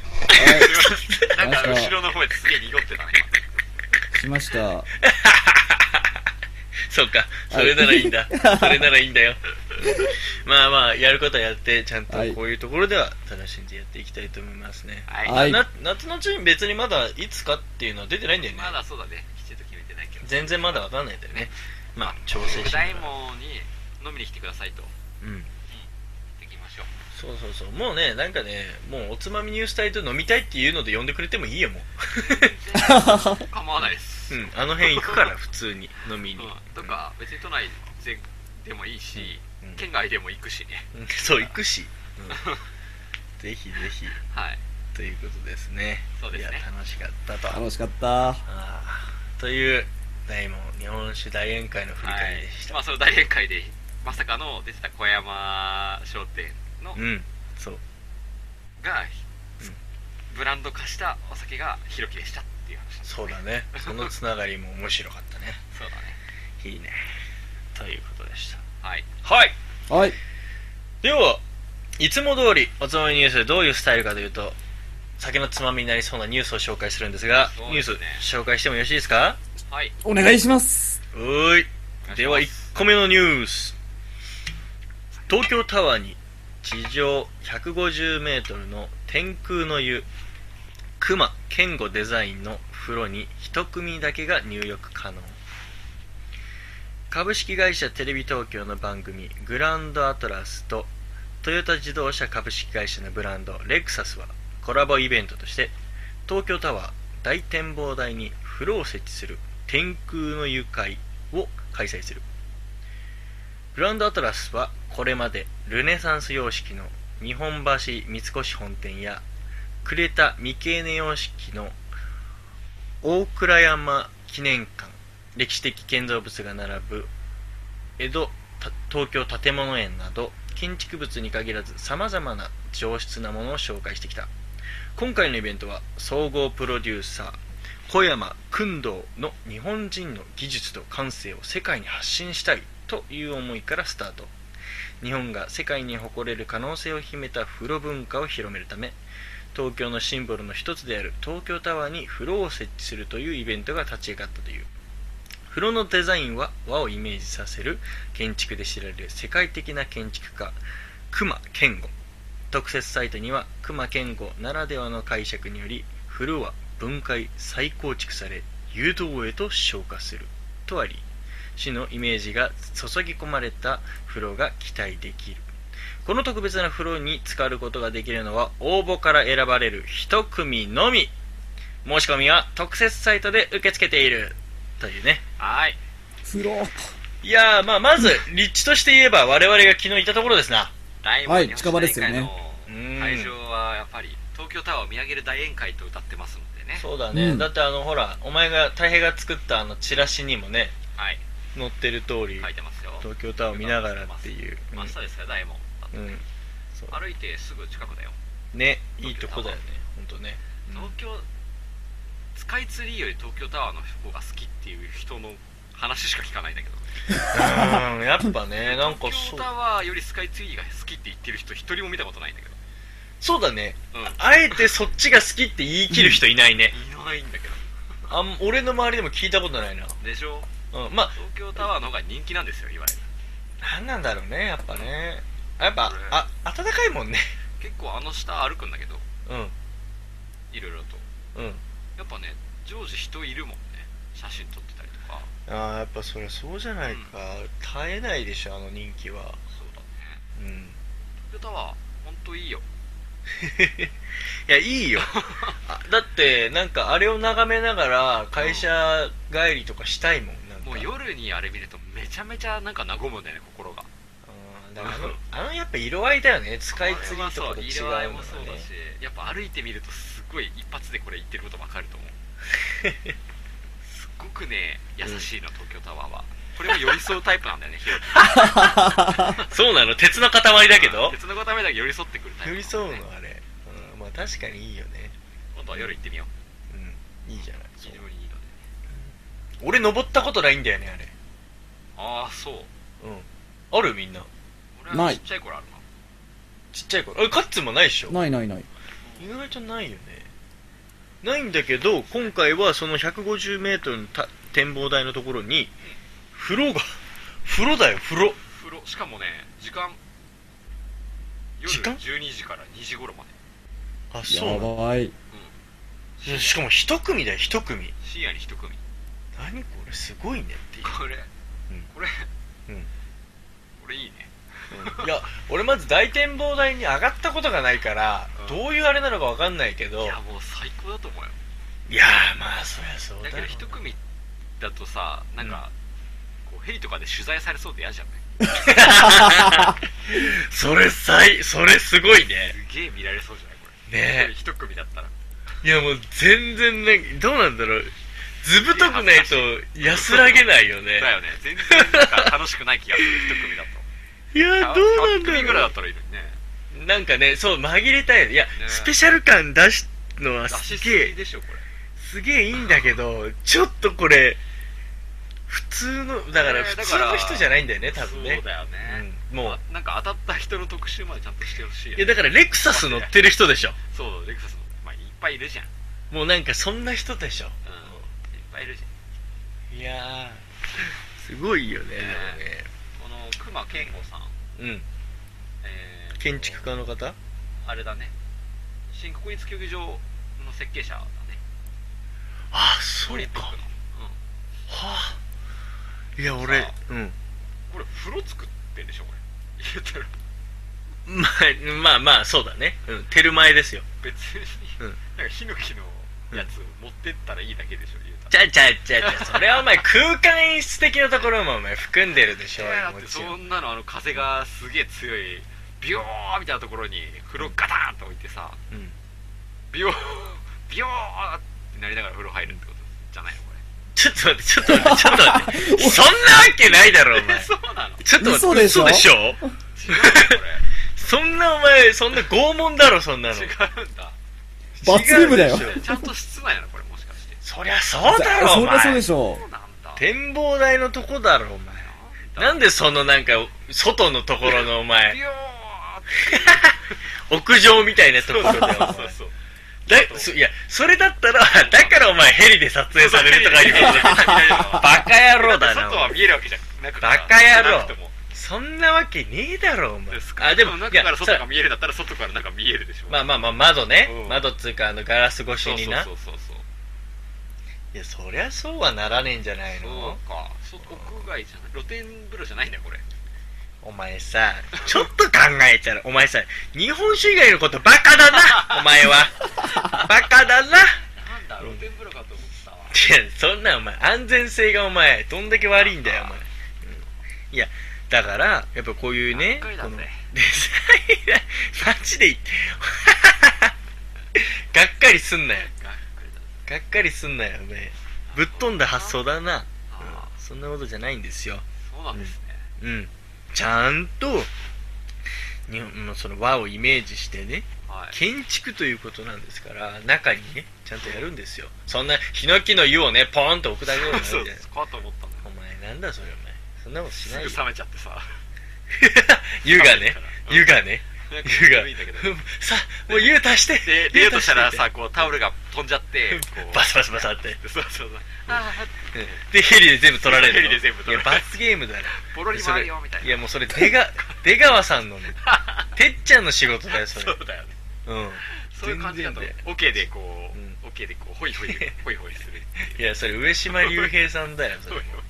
Speaker 3: なんか後ろの方ですげえ濁ってたね
Speaker 5: い、しました。
Speaker 4: そうかそれならいいんだそれならいいん だよまあまあやることはやってちゃんと
Speaker 5: はい
Speaker 4: こういうところでは楽しんでやっていきたいと思いますね、
Speaker 3: はい、
Speaker 5: はい
Speaker 4: な夏のチーム別にまだいつかっていうのは出てないんだよね
Speaker 3: まだそうだねきちんと決めてないけど
Speaker 4: 全然まだわかんないんだよねまあ調整しながら
Speaker 3: 大門に飲みに来てくださいと
Speaker 4: うん
Speaker 3: 行きま しょう
Speaker 4: そうそうそうもうねなんかねもうおつまみニュース隊と飲みたいっていうので呼んでくれてもいいよも
Speaker 3: 構わないです、
Speaker 4: う、うん、あの辺行くから普通に飲みに、
Speaker 3: うんとか別に都内全でもいいし、
Speaker 4: うん
Speaker 3: 県外でも行くしね
Speaker 4: うんそう行くし、 うんぜひぜひ
Speaker 3: はい
Speaker 4: ということですね
Speaker 3: そうですね
Speaker 4: いや楽しかったと
Speaker 5: 楽しかった。
Speaker 4: あーという大門日本酒大宴会の振り
Speaker 3: は
Speaker 4: 返
Speaker 3: い
Speaker 4: りでした、
Speaker 3: まあその大宴会でまさかの出てた小山商店の
Speaker 4: うんそう
Speaker 3: が、ブランド化したお酒がひろきでしたっていう話
Speaker 4: そうだねそのつながりも面白かったね
Speaker 3: そうだね
Speaker 4: いいねということでした
Speaker 3: はい
Speaker 4: はい
Speaker 5: はい。
Speaker 4: ではいつも通りおつまみニュースでどういうスタイルかというと酒のつまみになりそうなニュースを紹介するんですが
Speaker 3: そう
Speaker 4: ニュ
Speaker 3: で
Speaker 4: ース
Speaker 3: すね
Speaker 4: 紹介してもよろしいですか
Speaker 3: はい
Speaker 5: お願いします。
Speaker 4: うーい
Speaker 3: お願いします
Speaker 4: では1個目のニュース東京タワーに地上1 5 0ルの天空の湯熊健吾デザインの風呂に1組だけが入浴可能株式会社テレビ東京の番組「グランドアトラス」とトヨタ自動車株式会社のブランドレクサスはコラボイベントとして東京タワー大展望台に風呂を設置する天空の湯会を開催するグランドアトラスはこれまでルネサンス様式の日本橋三越本店や呉田三毛根様式の大倉山記念館歴史的建造物が並ぶ江戸た東京建物園など建築物に限らずさまざまな上質なものを紹介してきた今回のイベントは総合プロデューサー小山君堂の日本人の技術と感性を世界に発信したいという思いからスタート日本が世界に誇れる可能性を秘めた風呂文化を広めるため東京のシンボルの一つである東京タワーに風呂を設置するというイベントが立ち上がったという風呂のデザインは和をイメージさせる建築で知られる世界的な建築家熊健吾特設サイトには熊健吾ならではの解釈により風呂は分解再構築され誘導へと昇華するとあり市のイメージが注ぎ込まれた風呂が期待できるこの特別な風呂に浸かることができるのは応募から選ばれる1組のみ申し込みは特設サイトで受け付けているというね
Speaker 3: はい
Speaker 5: 風呂。
Speaker 4: いやーまあまず立地として言えば我々が昨日行ったところですな
Speaker 3: 大
Speaker 5: は
Speaker 3: 門
Speaker 5: い近場ですよね
Speaker 4: うん
Speaker 3: 会場はやっぱり東京タワーを見上げる大宴会と歌ってますのでね
Speaker 4: そうだね、
Speaker 5: うん
Speaker 4: だってあのほらお前がたい平が作ったあのチラシにもね
Speaker 3: はい
Speaker 4: 載ってる通り、
Speaker 3: 書いてますよ
Speaker 4: 東京タワーを見ながらっていう、
Speaker 3: 真下ですよ大門だって
Speaker 4: うんうんそう
Speaker 3: 歩いてすぐ近くだよ
Speaker 4: ねいいとこだよね本当ね
Speaker 3: 東京スカイツリーより東京タワーの方が好きっていう人の話しか聞かないんだけど
Speaker 4: うんやっぱねなんか
Speaker 3: 東京
Speaker 4: そう
Speaker 3: タワーよりスカイツリーが好きって言ってる人一人も見たことないんだけど
Speaker 4: そうだね
Speaker 3: うん
Speaker 4: あえてそっちが好きって言い切る人いないね、
Speaker 3: いないんだけど
Speaker 4: あん俺の周りでも聞いたことないな
Speaker 3: でしょ
Speaker 4: うんまあ
Speaker 3: 東京タワーの方が人気なんですよいわゆる
Speaker 4: なんなんだろうねやっぱねやっぱあ暖かいもんね
Speaker 3: 結構あの下歩くんだけど
Speaker 4: う
Speaker 3: いろいろと
Speaker 4: んうん
Speaker 3: やっぱね常時人いるもんね写真撮ってたりとか
Speaker 4: ああやっぱそりゃそうじゃないか、耐えないでしょあの人気は
Speaker 3: そうだね
Speaker 4: うん
Speaker 3: 東京タワー本当いいよ
Speaker 4: いやいい よあだってなんかあれを眺めながら会社帰りとかしたいもんなんか
Speaker 3: もう夜にあれ見るとめちゃめちゃなんか和むんだよね心が
Speaker 4: うんだからあのあのやっぱ色合いだよねスカイツリーとかと違うの
Speaker 3: 色合い
Speaker 4: ね
Speaker 3: もそうだしやっぱ歩いてみるとすごい一発でこれ言ってること分かると思うすっごくね優しいの東京タワーはこれも寄り添うタイプなん だよねヒロ君
Speaker 4: そうなの鉄の塊だけど
Speaker 3: 鉄の子ためだけ寄り添ってくるタイプ
Speaker 4: 寄り 添うの
Speaker 3: なだよね
Speaker 4: あれ、うん、まあ確かにいいよね
Speaker 3: 今度は夜行ってみよう
Speaker 4: うんいいじゃない
Speaker 3: 非常にいいので
Speaker 4: 俺登ったことないんだよねあれ
Speaker 3: ああそう
Speaker 4: うんあるみんな
Speaker 3: 俺は
Speaker 5: ない
Speaker 3: ちっちゃい頃あるな
Speaker 4: ちっちゃい頃えカッツンもないでしょ
Speaker 5: ないないない。
Speaker 4: 意外とないよねないんだけど今回はその 150m のた展望台のところに風呂が 風呂だよ風呂
Speaker 3: 風呂しかもね時間夜
Speaker 4: 時間
Speaker 3: 12時から2時頃まで
Speaker 4: あそう
Speaker 5: や
Speaker 4: なの
Speaker 5: ばい。
Speaker 4: うんしかも一組だよ一組
Speaker 3: 深夜に一組
Speaker 4: 何これすごいねっていう
Speaker 3: これ、
Speaker 4: うん
Speaker 3: これ、
Speaker 4: うん
Speaker 3: これいいね
Speaker 4: いや俺まず大展望台に上がったことがないから、
Speaker 3: うん
Speaker 4: どういうあれなのか分かんないけど
Speaker 3: いやもう最高だと思うよ
Speaker 4: いやーまあそりゃそう
Speaker 3: だ
Speaker 4: だ
Speaker 3: けど
Speaker 4: よ
Speaker 3: 一組だとさなんか、こうヘリとかで取材されそうで嫌じゃない
Speaker 4: それ最それすごいね
Speaker 3: すげえ見られそうじゃないこれ
Speaker 4: ねえ
Speaker 3: 一人一組だったら
Speaker 4: いやもう全然ねどうなんだろうずぶとくないと安らげないよね
Speaker 3: だよね全然なんか楽しくない気がする一組だと
Speaker 4: いや どうなん
Speaker 3: 100組ぐらいだ
Speaker 4: だろ
Speaker 3: ったらいいのにね
Speaker 4: うなんかねそう紛れたいよねいや、
Speaker 3: え
Speaker 4: スペシャル感出すのは
Speaker 3: 出
Speaker 4: す
Speaker 3: しす
Speaker 4: げ
Speaker 3: ぎ
Speaker 4: え
Speaker 3: でしょこれ
Speaker 4: すげえいいんだけどちょっとこれ普通のだから
Speaker 3: ねえ
Speaker 4: 普
Speaker 3: だ
Speaker 4: 通
Speaker 3: から
Speaker 4: の人じゃないんだよね多分ね
Speaker 3: そうだよね、
Speaker 4: うん、もう
Speaker 3: なんか当たった人の特集までちゃんとしてほしいよ
Speaker 4: い
Speaker 3: ね
Speaker 4: やだからレクサス乗ってる人でしょ
Speaker 3: そうレクサスのまあいっぱいいるじゃん
Speaker 4: もうなんかそんな人でしょ
Speaker 3: うんいっぱいいるじゃん
Speaker 4: いやーすごいよね
Speaker 3: この熊健吾さん、
Speaker 4: でもね
Speaker 3: え
Speaker 4: うん
Speaker 3: ー
Speaker 4: 建築家の方
Speaker 3: あれだね新国立競技場の設計者だね
Speaker 4: あそ
Speaker 3: オリンピックの、
Speaker 4: はあいや
Speaker 3: さ
Speaker 4: 俺
Speaker 3: あ
Speaker 4: うん
Speaker 3: うん、これ風呂作ってんでしょこれ言ったら
Speaker 4: まあまあまあそうだねうんテル前ですよ
Speaker 3: 別に、
Speaker 4: うん
Speaker 3: なんかヒノキのやつを持ってったらいいだけでしょ言うた
Speaker 4: ちゃちゃちゃちゃそれはお前空間演出的なところもお前含んでるでしょ
Speaker 3: らいやだっ
Speaker 4: も
Speaker 3: て
Speaker 4: ち
Speaker 3: そ
Speaker 4: ろん
Speaker 3: んなのあの風がすげえ強いビヨーみたいなところに風呂ガタンと置いてさ
Speaker 4: うん
Speaker 3: ビヨー ビヨーってなりながら風呂入るってことじゃないのこれ
Speaker 4: ちょっと待ってちょっ と待ってちょっと待って そんなわけないだろお前
Speaker 3: そうなの
Speaker 4: ちょっと待って
Speaker 5: 嘘でしょ
Speaker 4: 嘘でしょ
Speaker 3: 違違うこ
Speaker 4: そんなお前、そんな拷問だろ、そんなの。
Speaker 3: れ違うんだ
Speaker 5: 罰ゲームだよ
Speaker 4: 違うでしょ
Speaker 3: ちゃんと室内なのこれもしかして
Speaker 4: そりゃそうだろ、
Speaker 5: そ
Speaker 4: お
Speaker 5: りゃそうで
Speaker 4: 前。
Speaker 5: しょ
Speaker 3: そうなんだ
Speaker 4: 展望台のとこだろ、お前。
Speaker 3: な
Speaker 4: なん
Speaker 3: だ
Speaker 4: んでそのなんか、外のところのお
Speaker 3: ビ
Speaker 4: 前、
Speaker 3: ヨー
Speaker 4: 屋上みたいなところだよ、お前
Speaker 3: ンそうそう
Speaker 4: だそいや、それだったら、 だからお前ヘリで撮影されるとか言うけど、 バカ野郎だな、
Speaker 3: 外
Speaker 4: お前
Speaker 3: は見えるわけじゃなく
Speaker 4: バカ野郎
Speaker 3: なくても
Speaker 4: そんなわけねえだろ、お前
Speaker 3: です。か
Speaker 4: あ、でも、い
Speaker 3: 中
Speaker 4: や
Speaker 3: から、外が
Speaker 4: さ
Speaker 3: 見えるんだったら外から中見えるでしょ
Speaker 4: まあまあまあ、窓ね
Speaker 3: う。ん
Speaker 4: 窓っつうか、あの、ガラス越し
Speaker 3: そうそう
Speaker 4: にな
Speaker 3: そ。うそうそう
Speaker 4: いや、そりゃそうはならねえんじゃない
Speaker 3: そ
Speaker 4: の
Speaker 3: うかそ屋外じゃない露天風呂じゃないんだよこれ
Speaker 4: お前さ、ちょっと考えたら、お前さ、日本酒以外のことバカだ な、お前は。バカだな。い
Speaker 3: なんだ露天風呂かと思ってたわ
Speaker 4: や、そんなお前、安全性がお前、どんだけ悪いんだよ、お前。うんいや、だから、やっぱこういうね、
Speaker 3: ばっかり
Speaker 4: こ
Speaker 3: だ
Speaker 4: の、
Speaker 3: ね
Speaker 4: でさいや マジで言って、 がっかりすんなよ。
Speaker 3: がっかりだね
Speaker 4: がっかりすんなよ、お前。ぶっ飛んだ発想だな。
Speaker 3: ああ
Speaker 4: そんなことじゃないんですよ。
Speaker 3: そうなんですね
Speaker 4: うん、ちゃんと日本のその和をイメージしてね
Speaker 3: はい
Speaker 4: 建築ということなんですから中にねちゃんとやるんですよそんなヒノキの湯をねポーンと置くだけでもないじゃ
Speaker 3: そ
Speaker 4: ないう
Speaker 3: そこはと思ったんだよ
Speaker 4: お前なんだそれお前そんなことし
Speaker 3: す
Speaker 4: ないよ
Speaker 3: ぐ冷めちゃってさ
Speaker 4: 湯がね
Speaker 3: うん
Speaker 4: 湯がね
Speaker 3: なんか
Speaker 4: 湯が
Speaker 3: いいんだけど
Speaker 4: さもう湯足して
Speaker 3: で出ようとしたらさこうタオルが飛んじゃってこう
Speaker 4: バサバサバサって
Speaker 3: そうそうそうああ
Speaker 4: でヘリで全部取られるの
Speaker 3: ヘリで全部取られる
Speaker 4: いや罰ゲームだろ
Speaker 3: ポロリ回るよみたい
Speaker 4: い
Speaker 3: な
Speaker 4: やもうそれ出 が出川さんのねてっちゃんの仕事だよそれ
Speaker 3: そうだよね
Speaker 4: うん
Speaker 3: そういう感じだと
Speaker 4: 全然
Speaker 3: オケでこう、
Speaker 4: うん
Speaker 3: オケでこうホイホイホイホイする
Speaker 4: いやそれ上島竜兵さんだよそ
Speaker 3: そう
Speaker 4: れ
Speaker 3: よ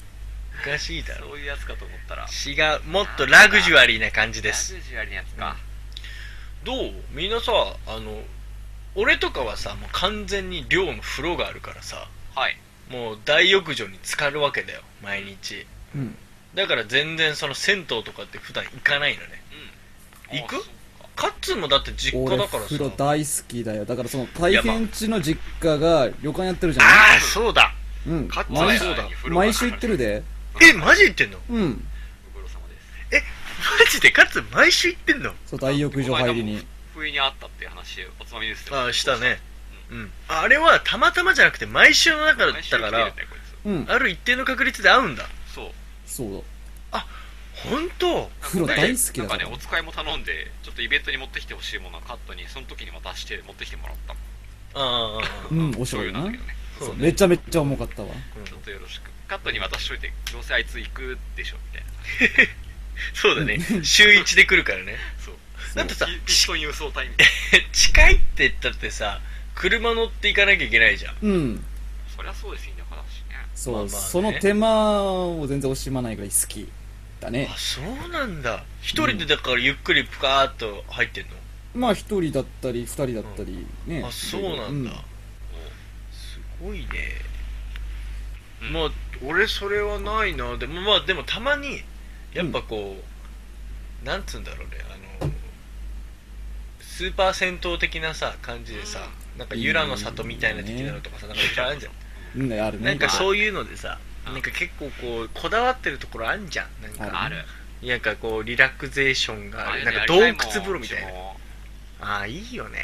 Speaker 4: おかしいだろ
Speaker 3: そういうやつかと思ったら
Speaker 4: 違うもっとラグジュアリーな感じで
Speaker 3: ラ
Speaker 4: す
Speaker 3: グジュアリーなやつか、
Speaker 4: どうみんなさあの俺とかはさもう完全に寮の風呂があるからさ
Speaker 3: はい
Speaker 4: もう大浴場に浸かるわけだよ毎日
Speaker 5: う。うん。
Speaker 4: だから全然その銭湯とかって普段行かないのね
Speaker 3: うん
Speaker 4: 行く
Speaker 3: あそうか
Speaker 4: カッツンもだって実家
Speaker 5: 俺、
Speaker 4: だからさ
Speaker 5: 風呂大好きだよ。だからその、大変地の実家が旅館やってるじゃない
Speaker 4: ああそうだ
Speaker 5: うん。
Speaker 3: カッツ
Speaker 4: まあ
Speaker 3: は
Speaker 5: 毎
Speaker 4: そうだ
Speaker 5: 毎週行ってるで。
Speaker 4: えマジ行ってんの
Speaker 5: うん。
Speaker 3: ご苦労様です
Speaker 4: マジでカッツン毎週行ってんの
Speaker 5: そう、大浴場入りに。
Speaker 3: 不意にあったっていう話おつまみですよ
Speaker 4: ああしたねうんあれはたまたまじゃなくて毎週の中だ
Speaker 3: 毎
Speaker 4: ったから
Speaker 3: 週来てるんだよこい
Speaker 5: うん。
Speaker 4: ある一定の確率で会うんだ
Speaker 3: つそう
Speaker 5: そうだ。
Speaker 4: 本当
Speaker 5: 風呂大好きだ
Speaker 3: な
Speaker 5: か
Speaker 3: んからねお。使いも頼んでちょっとイベントに持ってきてほしいものはカットにその時に渡して持ってきてもらった
Speaker 4: あ
Speaker 5: う
Speaker 4: あ
Speaker 5: ん、おし
Speaker 3: そ
Speaker 5: ょ
Speaker 3: う
Speaker 5: うゆ
Speaker 3: いうのな
Speaker 5: なん
Speaker 3: だけ。どね
Speaker 4: そ
Speaker 5: そうう
Speaker 4: ね
Speaker 5: めちゃめちゃ重かったわ。
Speaker 3: ちょっとよろしくカットに渡しといてどうせあいつ行くでしょみたいな
Speaker 4: そうだね週一で来るからね
Speaker 3: そう
Speaker 4: だってさ
Speaker 3: ピピストン輸送隊みたいな
Speaker 4: 近いって言ったってさ車乗って行かなきゃいけないじゃん
Speaker 5: うん。
Speaker 3: そりゃそうですよ田舎だしね
Speaker 5: そう、
Speaker 4: まあまあね
Speaker 5: その手間を全然惜しまないぐらい好きだね
Speaker 4: あそうなんだ一人でだからゆっくりプカーっと入ってんの、
Speaker 5: まあ一人だったり二人だったりね、
Speaker 4: あそうなんだ、すごいねまあ俺それはないなでもまあでもたまにやっぱこう、なんつうんだろうねあのスーパー銭湯的なさ感じでさ、なんか由良の里みたいな的なのとかさ、なんかいっぱいあるじゃん
Speaker 5: うん、うん、あるね
Speaker 4: なんか
Speaker 5: う
Speaker 4: そういうのでさ
Speaker 3: うん
Speaker 4: なんか結構こうこだわってるところあんじゃんなん
Speaker 5: あ
Speaker 4: か
Speaker 5: る
Speaker 3: ある
Speaker 4: なんかこうリラクゼーション
Speaker 3: あ
Speaker 4: があ
Speaker 3: あい
Speaker 4: る
Speaker 3: う
Speaker 4: な
Speaker 3: の
Speaker 4: んか
Speaker 3: やり
Speaker 4: 洞
Speaker 3: たいもん
Speaker 4: 窟風呂みたいう
Speaker 3: ち
Speaker 4: な
Speaker 3: も
Speaker 4: ああいいよね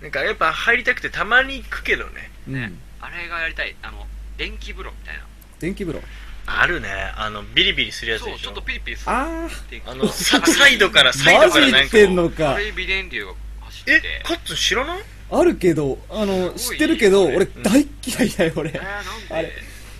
Speaker 3: うん
Speaker 4: なんかやっぱ入りたくてたまに行くけどね
Speaker 5: うん、
Speaker 3: あれがやりたいあの電気風呂みたいな
Speaker 5: 電気風呂
Speaker 4: あるねあのビリビリするやつ
Speaker 3: そう
Speaker 4: でし
Speaker 3: ちょ
Speaker 4: ょ
Speaker 3: っとピリピリする
Speaker 5: あ
Speaker 3: 電気
Speaker 4: あのさサイドから
Speaker 5: あ
Speaker 4: サイド
Speaker 5: マ
Speaker 4: か
Speaker 5: ジ
Speaker 4: ら
Speaker 5: 言
Speaker 4: なん
Speaker 5: っ
Speaker 4: か
Speaker 5: てんの
Speaker 3: あ
Speaker 5: か
Speaker 3: れ微電流が走って
Speaker 4: え
Speaker 3: て
Speaker 4: カッツン知らない
Speaker 5: あるけどあの
Speaker 3: す
Speaker 5: 知
Speaker 3: ごい
Speaker 5: ってるけど
Speaker 3: ね
Speaker 5: 俺大っ嫌いだよ
Speaker 3: えー
Speaker 5: 俺
Speaker 3: なんで
Speaker 5: あれ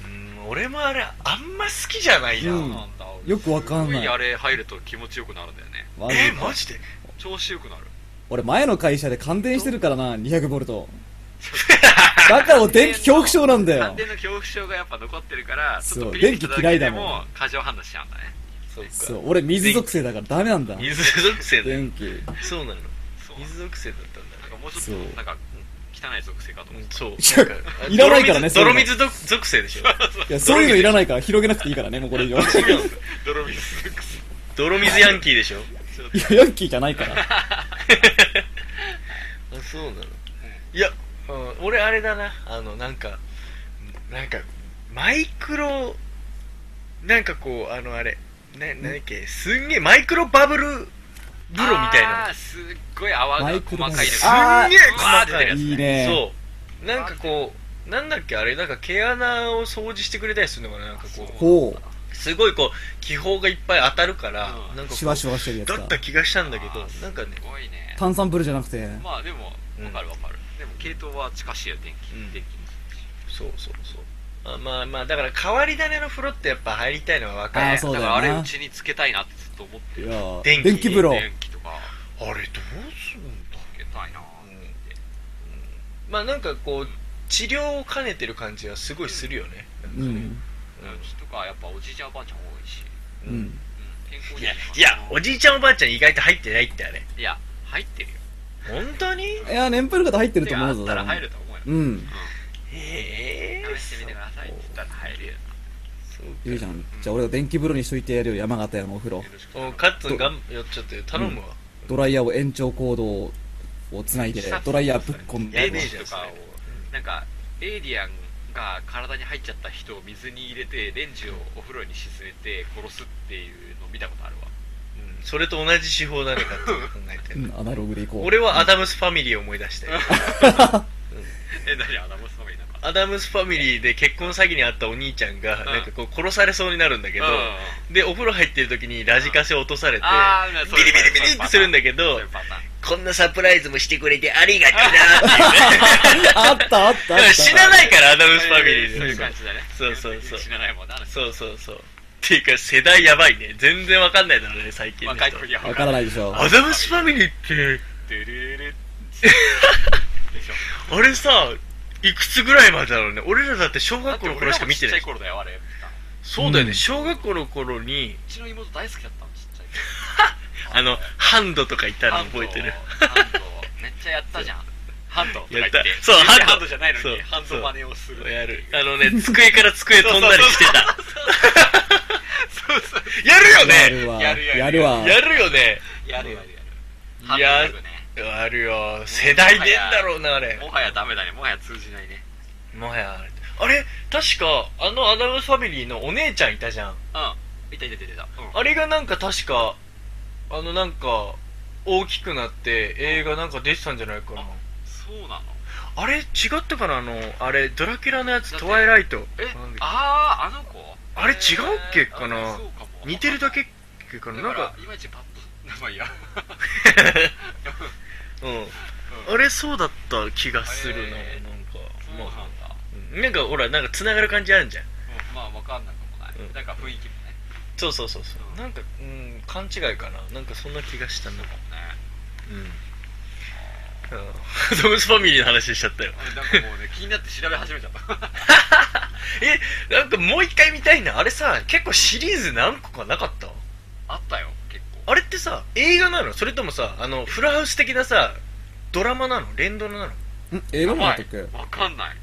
Speaker 4: うん俺もあれあんま好きじゃないな、
Speaker 5: う
Speaker 3: そうんなんだ俺
Speaker 5: よくわかんない
Speaker 3: すごいあれ入ると気持ちよくなるんだよね
Speaker 5: マジ
Speaker 4: えマジで
Speaker 3: 調子よくなる
Speaker 5: 俺前の会社で感電してるからな200ボルトだから俺電気恐怖症なんだ
Speaker 3: 感
Speaker 5: よ
Speaker 3: 電の恐怖症がやっぱ残ってるからちょっ
Speaker 5: そ
Speaker 3: と
Speaker 5: う
Speaker 3: ピリピリしただ
Speaker 5: 電気
Speaker 3: けで
Speaker 5: 嫌いだ
Speaker 3: も
Speaker 5: もん
Speaker 3: 過剰判断しちゃうんだね
Speaker 4: そうか
Speaker 5: そう俺水属性だからダメなんだ
Speaker 4: 水属性だよ
Speaker 5: 電気
Speaker 4: そうなの
Speaker 3: そう
Speaker 4: 水属性だったんだね
Speaker 3: なんかもうち
Speaker 5: そ
Speaker 3: ょ
Speaker 5: う
Speaker 3: っとなんか汚い属性かと
Speaker 4: う
Speaker 3: 思っ
Speaker 4: ん
Speaker 3: て
Speaker 4: そう
Speaker 5: いや
Speaker 4: なんか
Speaker 5: いらないからねそうい
Speaker 4: 泥
Speaker 5: うの
Speaker 4: 水泥水属属性で しょ
Speaker 5: いやそういうのいらないから広げなくていいからねもうこれ以上い
Speaker 3: 泥水属性
Speaker 4: 泥水ヤンキーでしょ
Speaker 3: ちょっと
Speaker 5: やヤンキーじゃないから
Speaker 4: あそうなのいや、うん俺あれだなあのなんかなんかマイクロなんかこうあのあれね、なんだっけ、すんげえマイクロバブル風呂みたいな
Speaker 3: あーすっごい泡が
Speaker 5: マイ
Speaker 3: 細
Speaker 5: ク
Speaker 3: か
Speaker 5: ロ
Speaker 3: い
Speaker 5: バ
Speaker 3: の
Speaker 5: ブル
Speaker 3: が
Speaker 4: すんげえ
Speaker 3: う
Speaker 4: 細
Speaker 3: わー出て
Speaker 4: か
Speaker 3: るや
Speaker 4: い
Speaker 3: つ
Speaker 5: いいね
Speaker 4: そうなんかこうなんだっけあれなんか毛穴を掃除してくれたりするのかななんかこ
Speaker 3: そう
Speaker 5: ほう
Speaker 4: うすごいこう気泡がいっぱい当たるから、
Speaker 3: うん
Speaker 4: なんかこう
Speaker 5: シュワシュワしてるやつ
Speaker 4: だっ
Speaker 5: か
Speaker 4: た気がしたんだけど
Speaker 3: あー
Speaker 4: なんかね
Speaker 3: すごいね
Speaker 5: 炭酸ブルじゃなくて
Speaker 3: まあでも
Speaker 4: うん
Speaker 3: わかるわかる、でも系統は近しいよ電気、
Speaker 4: うん
Speaker 3: 電気も
Speaker 4: そうそうそうあまあまあだから変わり種の風呂ってやっぱ入りたいのは分かる
Speaker 5: あーそうだよな
Speaker 3: からあれうちにつけたいなってずっと思って
Speaker 5: い
Speaker 3: る
Speaker 5: やー
Speaker 4: 電気
Speaker 5: 電気風呂
Speaker 3: 電気とか
Speaker 4: あれどうするんだ
Speaker 3: つけたいなって、
Speaker 4: まあなんかこう治療を兼ねてる感じはすごいするよね、
Speaker 5: う
Speaker 4: なんかね
Speaker 5: ん
Speaker 3: うちとかやっぱおじいちゃんおばあちゃん多いし、
Speaker 5: う
Speaker 4: うん
Speaker 5: ん
Speaker 3: うん、健康
Speaker 4: い
Speaker 3: に
Speaker 4: や
Speaker 3: いいのかない
Speaker 4: やおじいちゃんおばあちゃん意外と入ってないってあれ
Speaker 3: いや入ってるよ
Speaker 4: 本当に
Speaker 5: いやー年配の方入ってると思う
Speaker 3: 手
Speaker 5: ぞ
Speaker 3: があったら
Speaker 5: 多分
Speaker 3: 入ると思うよ、
Speaker 5: うん
Speaker 4: え
Speaker 3: 試してみてくださいって言ったら入るよ
Speaker 5: いいじゃんじゃあ俺が電気風呂にしといてやるよ山形屋のお風呂
Speaker 3: よろしく
Speaker 4: おカッツンがんよちょっと頼むわ、
Speaker 5: ドライヤーを延長コードをつないでドライヤーぶっこん
Speaker 4: や
Speaker 5: で
Speaker 4: えねえじゃん
Speaker 3: とかをなんかエイリアンが体に入っちゃった人を水に入れてレンジをお風呂に沈めて殺すっていうのを見たことあるわ
Speaker 4: うんそれと同じ手法だねカッツンが考えて
Speaker 5: う
Speaker 4: る、
Speaker 5: んアナログでいこう
Speaker 4: 俺はアダムスファミリーを思い出して
Speaker 3: え何アダムスのみなんか
Speaker 4: アダムスファミリーで結婚詐欺にあったお兄ちゃんが
Speaker 3: ん
Speaker 4: なんかこう殺されそうになるんだけど、
Speaker 3: うん
Speaker 4: でお風呂入ってる時にラジカセを落とされて
Speaker 3: あーそう
Speaker 4: ビリビリビリってするんだ
Speaker 3: け
Speaker 4: けど
Speaker 3: そういうパターン
Speaker 4: こんなサプライズもしてくれてありがと うなっていうね
Speaker 5: あったあったあ
Speaker 4: だか
Speaker 5: っ
Speaker 4: ら
Speaker 5: た
Speaker 4: 死なないからアダムスファミリーで
Speaker 3: そういう感じだね
Speaker 4: そうそうそう
Speaker 3: 死なないもんな
Speaker 4: そうそうそうっていうか世代やばいね全然わかんないだろうね最近の人
Speaker 3: 若い子には
Speaker 5: わからないでしょ
Speaker 4: アダムスファミリーって
Speaker 3: てるるでしょ
Speaker 4: あれさいくつぐらいまでだろうね俺らだって小学校の頃しか見て
Speaker 3: だ
Speaker 4: な
Speaker 3: っ俺らもちっ
Speaker 4: い
Speaker 3: ちゃい頃だ よあれう
Speaker 4: そうだよね、
Speaker 5: うん
Speaker 4: 小学校の頃に
Speaker 3: ちの妹大好きだったのちっちゃい頃
Speaker 4: あのハンドとかいたの覚えてる
Speaker 3: ハンドめっちゃやったじゃんハンドとか言って
Speaker 4: やったそう
Speaker 3: 全然
Speaker 4: ハンド
Speaker 3: ハンドじゃないの
Speaker 4: そう
Speaker 3: にハンド真似をする
Speaker 4: やるあのね机から机飛んだりしてた
Speaker 3: そうそう
Speaker 4: やるよ
Speaker 5: や
Speaker 4: ね
Speaker 5: るわ
Speaker 3: やるやる
Speaker 5: やるわ
Speaker 4: やるよね
Speaker 3: やるやるやるハン
Speaker 4: い
Speaker 3: ド
Speaker 4: や
Speaker 3: ラグね
Speaker 4: あるよ世代でんだろうなあれ
Speaker 3: もはやダメだねもはや通じないね
Speaker 4: もはやあれあれ確かあのアダムスファミリーのお姉ちゃんいたじゃん
Speaker 3: うんいたいたいたいたうん
Speaker 4: あれがなんか確かあのなんか大きくなって映画なんか出てたんじゃないかな
Speaker 3: そうなの
Speaker 4: あれ違ったかなあのあれドラキュラのやつ
Speaker 3: だって
Speaker 4: トワイライト
Speaker 3: え
Speaker 4: なんだっ
Speaker 3: あああの子
Speaker 4: あれ違うっけかな
Speaker 3: えーあそうかも
Speaker 4: け似てるだけっけか
Speaker 3: だ
Speaker 4: な
Speaker 3: か
Speaker 4: なん
Speaker 3: ら
Speaker 4: か
Speaker 3: いまいちパッと名前 や
Speaker 4: うんあれそうだった気がするな、
Speaker 3: えー
Speaker 4: なんか
Speaker 3: そうな
Speaker 4: ま
Speaker 3: ん
Speaker 4: あ
Speaker 3: だ
Speaker 4: うんなんかほらなんかつながる感じあるじゃん
Speaker 3: うんまあわかんなくもな
Speaker 4: うん
Speaker 3: いなんか雰囲気もね
Speaker 4: そうそうそうそう
Speaker 3: うん
Speaker 4: なんかうん勘違いかななんかそんな気がしたな
Speaker 3: そうかもね
Speaker 4: うんア ダムスファミリーの話しちゃったよ
Speaker 3: 俺なんかもうね気になって調べ始めちゃった
Speaker 4: えなんかもう一回見たいなあれさ結構シリーズ何個かなかった
Speaker 3: あったよ結構
Speaker 4: あれってさ映画なのそれともさあのフルハウス的なさドラマなの連ドラなの
Speaker 5: ん映画もやったっけ
Speaker 3: わかんない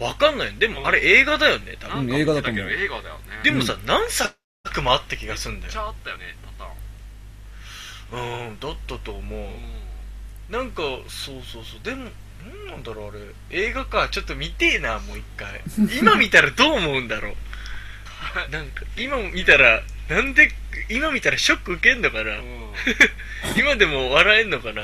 Speaker 4: わかんないでもあれ映画だよね多
Speaker 3: な
Speaker 4: 分
Speaker 3: んか
Speaker 5: 映画だと思う
Speaker 3: 見てたけど映画だよね
Speaker 4: でもさ、何作もあった気がすんだ
Speaker 3: めっ
Speaker 4: よ
Speaker 3: ちゃあったよねパターン
Speaker 4: うんだったと思う
Speaker 3: う
Speaker 4: なんかそうそうそうでも何なんだろうあれ映画かちょっと見てえなもう一 回今見たらどう思うんだろうなんか今見たらなんで今見たらショック受けんのかな、
Speaker 3: ん
Speaker 4: 今でも笑えんのかな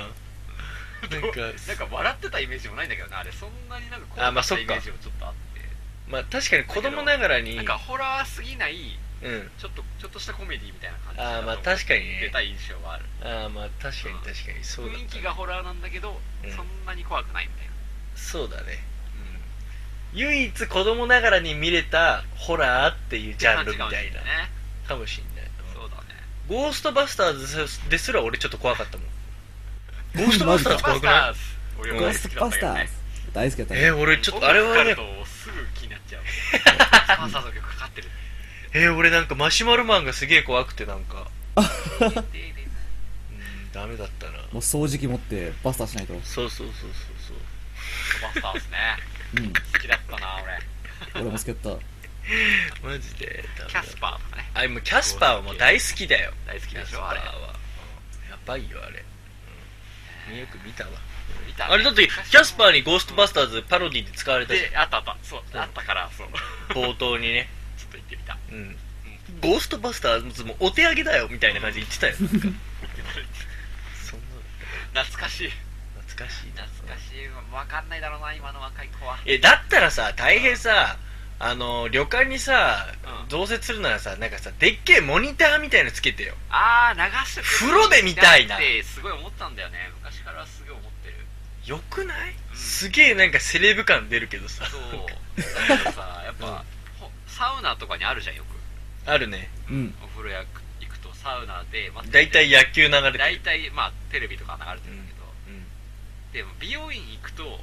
Speaker 4: なんか
Speaker 3: なんか笑ってたイメージもないんだけどなあれそんなになんかこう
Speaker 4: あまあそっ
Speaker 3: イ
Speaker 4: か
Speaker 3: メージもちょっとあって
Speaker 4: まあ確かに子供ながらに
Speaker 3: なんかホラーすぎない
Speaker 4: うん
Speaker 3: ちょっとちょっとしたコメディみたいな感じ
Speaker 4: あーまあ確かにね
Speaker 3: 出た印象はある
Speaker 4: ああまあ確かに確かにそうだ
Speaker 3: 雰囲気がホラーなんだけど、
Speaker 4: うん
Speaker 3: そんなに怖くないみたいな
Speaker 4: そうだね唯一子供ながらに見れたホラーっていうジャンルみた
Speaker 3: 感
Speaker 4: い
Speaker 3: じ
Speaker 4: な
Speaker 3: かもしれね
Speaker 4: かもしんない
Speaker 3: そうだね
Speaker 4: ゴーストバスターズですら俺ちょっと怖かったもんゴーストバスターズ怖くない
Speaker 3: バスターズ俺
Speaker 4: うん
Speaker 5: ゴ
Speaker 3: 大
Speaker 5: ー
Speaker 3: 好
Speaker 5: ス
Speaker 3: き
Speaker 5: ト
Speaker 3: だっ
Speaker 5: バ
Speaker 3: た
Speaker 5: スタ
Speaker 3: けど
Speaker 5: ー
Speaker 3: ね
Speaker 5: ズ大好きだったね
Speaker 4: えー、俺ちょっとあれは
Speaker 3: 音
Speaker 4: ね
Speaker 3: 楽かかるとすぐ気になっちゃうバスターズの曲かか ってる
Speaker 4: えー、俺なんかマシュマロマンがすげえ怖くてなんかうんダメだったな
Speaker 5: もう掃除機持ってバスターしないとう
Speaker 4: そうそうそうそうそう
Speaker 3: バスターですね
Speaker 5: ん
Speaker 3: 好きだったな俺
Speaker 5: 俺も好きだった
Speaker 4: マジでダメ
Speaker 3: キ
Speaker 4: だ
Speaker 3: ャスパーとかね
Speaker 4: あでもキャスパーはもう大好きだよ
Speaker 3: 大好き
Speaker 4: キャ
Speaker 3: で
Speaker 4: ス
Speaker 3: し
Speaker 4: パー
Speaker 3: ょ
Speaker 4: は
Speaker 3: あれ
Speaker 4: うんやばいよあれ、うん、よく見たわ
Speaker 3: 見たね
Speaker 4: あれだってキャスパーにゴーストバスターズパロディで使われたじ
Speaker 3: であったあったそうあったからそう
Speaker 4: ゃん冒頭にね
Speaker 3: ちょっと行ってみた
Speaker 4: うんゴーストバスターズもお手上げだよみたいな感じで言ってたよ なんかそん
Speaker 3: 懐かしい
Speaker 4: な懐かしいな
Speaker 3: 懐かしいわかんないだろうな今の若い子は
Speaker 4: えだったらさ大変さあの旅館にさ
Speaker 3: うん
Speaker 4: 増設するならさなんかさでっけえモニターみたいのつけてよ
Speaker 3: ああ流して
Speaker 4: 風呂で見たいな
Speaker 3: ってすごい思ったんだよね昔からすごい思ってる
Speaker 4: よくない、すげえなんかセレブ感出るけどさ
Speaker 3: そうだからさやっ ぱ、ほサウナとかにあるじゃんよく
Speaker 4: あるね
Speaker 5: うん。
Speaker 3: お風呂屋行くとサウナで待って
Speaker 4: 大体野球流れて
Speaker 3: 大
Speaker 4: る、
Speaker 3: 体まあテレビとか流れてるんだけど、
Speaker 4: うん、
Speaker 3: でも美容院行くと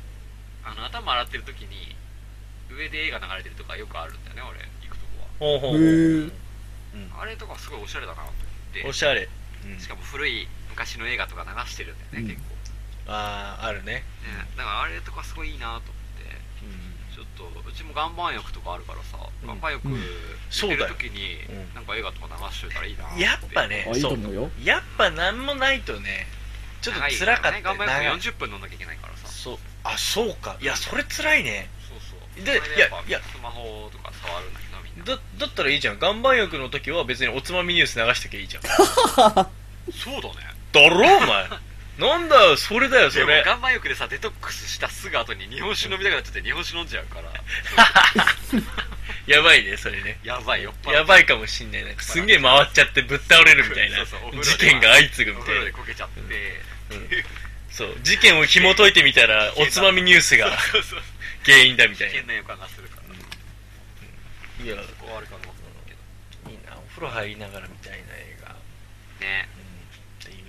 Speaker 3: あの頭洗ってる時に上で映画流れてるとかよくあるんだよね俺行くとこ
Speaker 4: ほうほうほ
Speaker 5: へ
Speaker 4: う、
Speaker 5: え
Speaker 4: うん
Speaker 3: はあれとかすごいおしゃれだなと思って
Speaker 4: おしゃれ、うん
Speaker 3: しかも古い昔の映画とか流してるんだよね、
Speaker 5: うん
Speaker 3: 結構
Speaker 4: あああるね、
Speaker 3: ねだからあれとかすごいいいなと思ってちょっとうちも岩盤浴とかあるからさ、
Speaker 4: うん
Speaker 3: 岩盤浴
Speaker 5: うん
Speaker 4: そう
Speaker 3: 見て
Speaker 4: だ
Speaker 3: る
Speaker 4: よ
Speaker 3: 時に、
Speaker 4: うん
Speaker 3: なんか映画とか流してたらいいな
Speaker 4: やっぱね
Speaker 5: あ、いいと思うよ。
Speaker 4: やっぱなんもないとねちょっと辛かった
Speaker 3: ね
Speaker 4: よ
Speaker 3: 岩盤
Speaker 4: 長い
Speaker 3: 浴40分飲んなきゃいけないからさ
Speaker 4: そうあそうかいやそれ辛いね
Speaker 3: そうそう
Speaker 4: で
Speaker 3: それやっぱ
Speaker 4: いやいや
Speaker 3: スマホとか触るんだけどみんな
Speaker 4: だだったらいいじゃん岩盤浴の時は別におつまみニュース流しときゃいいじゃんだ
Speaker 3: そうだね
Speaker 4: ろお 前なんだよそれだよそ
Speaker 3: でも
Speaker 4: れ
Speaker 3: 岩盤浴でさデトックスしたすぐ後に日本酒飲みたくなっちゃって日本酒飲んじゃうから
Speaker 4: やばいねそれね
Speaker 3: やばいよっ
Speaker 4: やばいかもしんないなんかすんげえ回っちゃってぶっ倒れるみたいな
Speaker 3: そうそうお風呂で
Speaker 4: 事件が相次ぐ
Speaker 3: お
Speaker 4: みた
Speaker 3: 風呂
Speaker 4: い
Speaker 3: で
Speaker 4: な
Speaker 3: こけちゃって、
Speaker 4: うんそう事件を紐解いてみたらおつまみニュースが
Speaker 3: そうそう
Speaker 4: 原因だみたい
Speaker 3: 危
Speaker 4: な
Speaker 3: 険な予感がするから、
Speaker 4: いや
Speaker 3: そこはあるかなと思うけど
Speaker 4: いいなお風呂入りながらみたいな映画
Speaker 3: ね
Speaker 4: っていうね、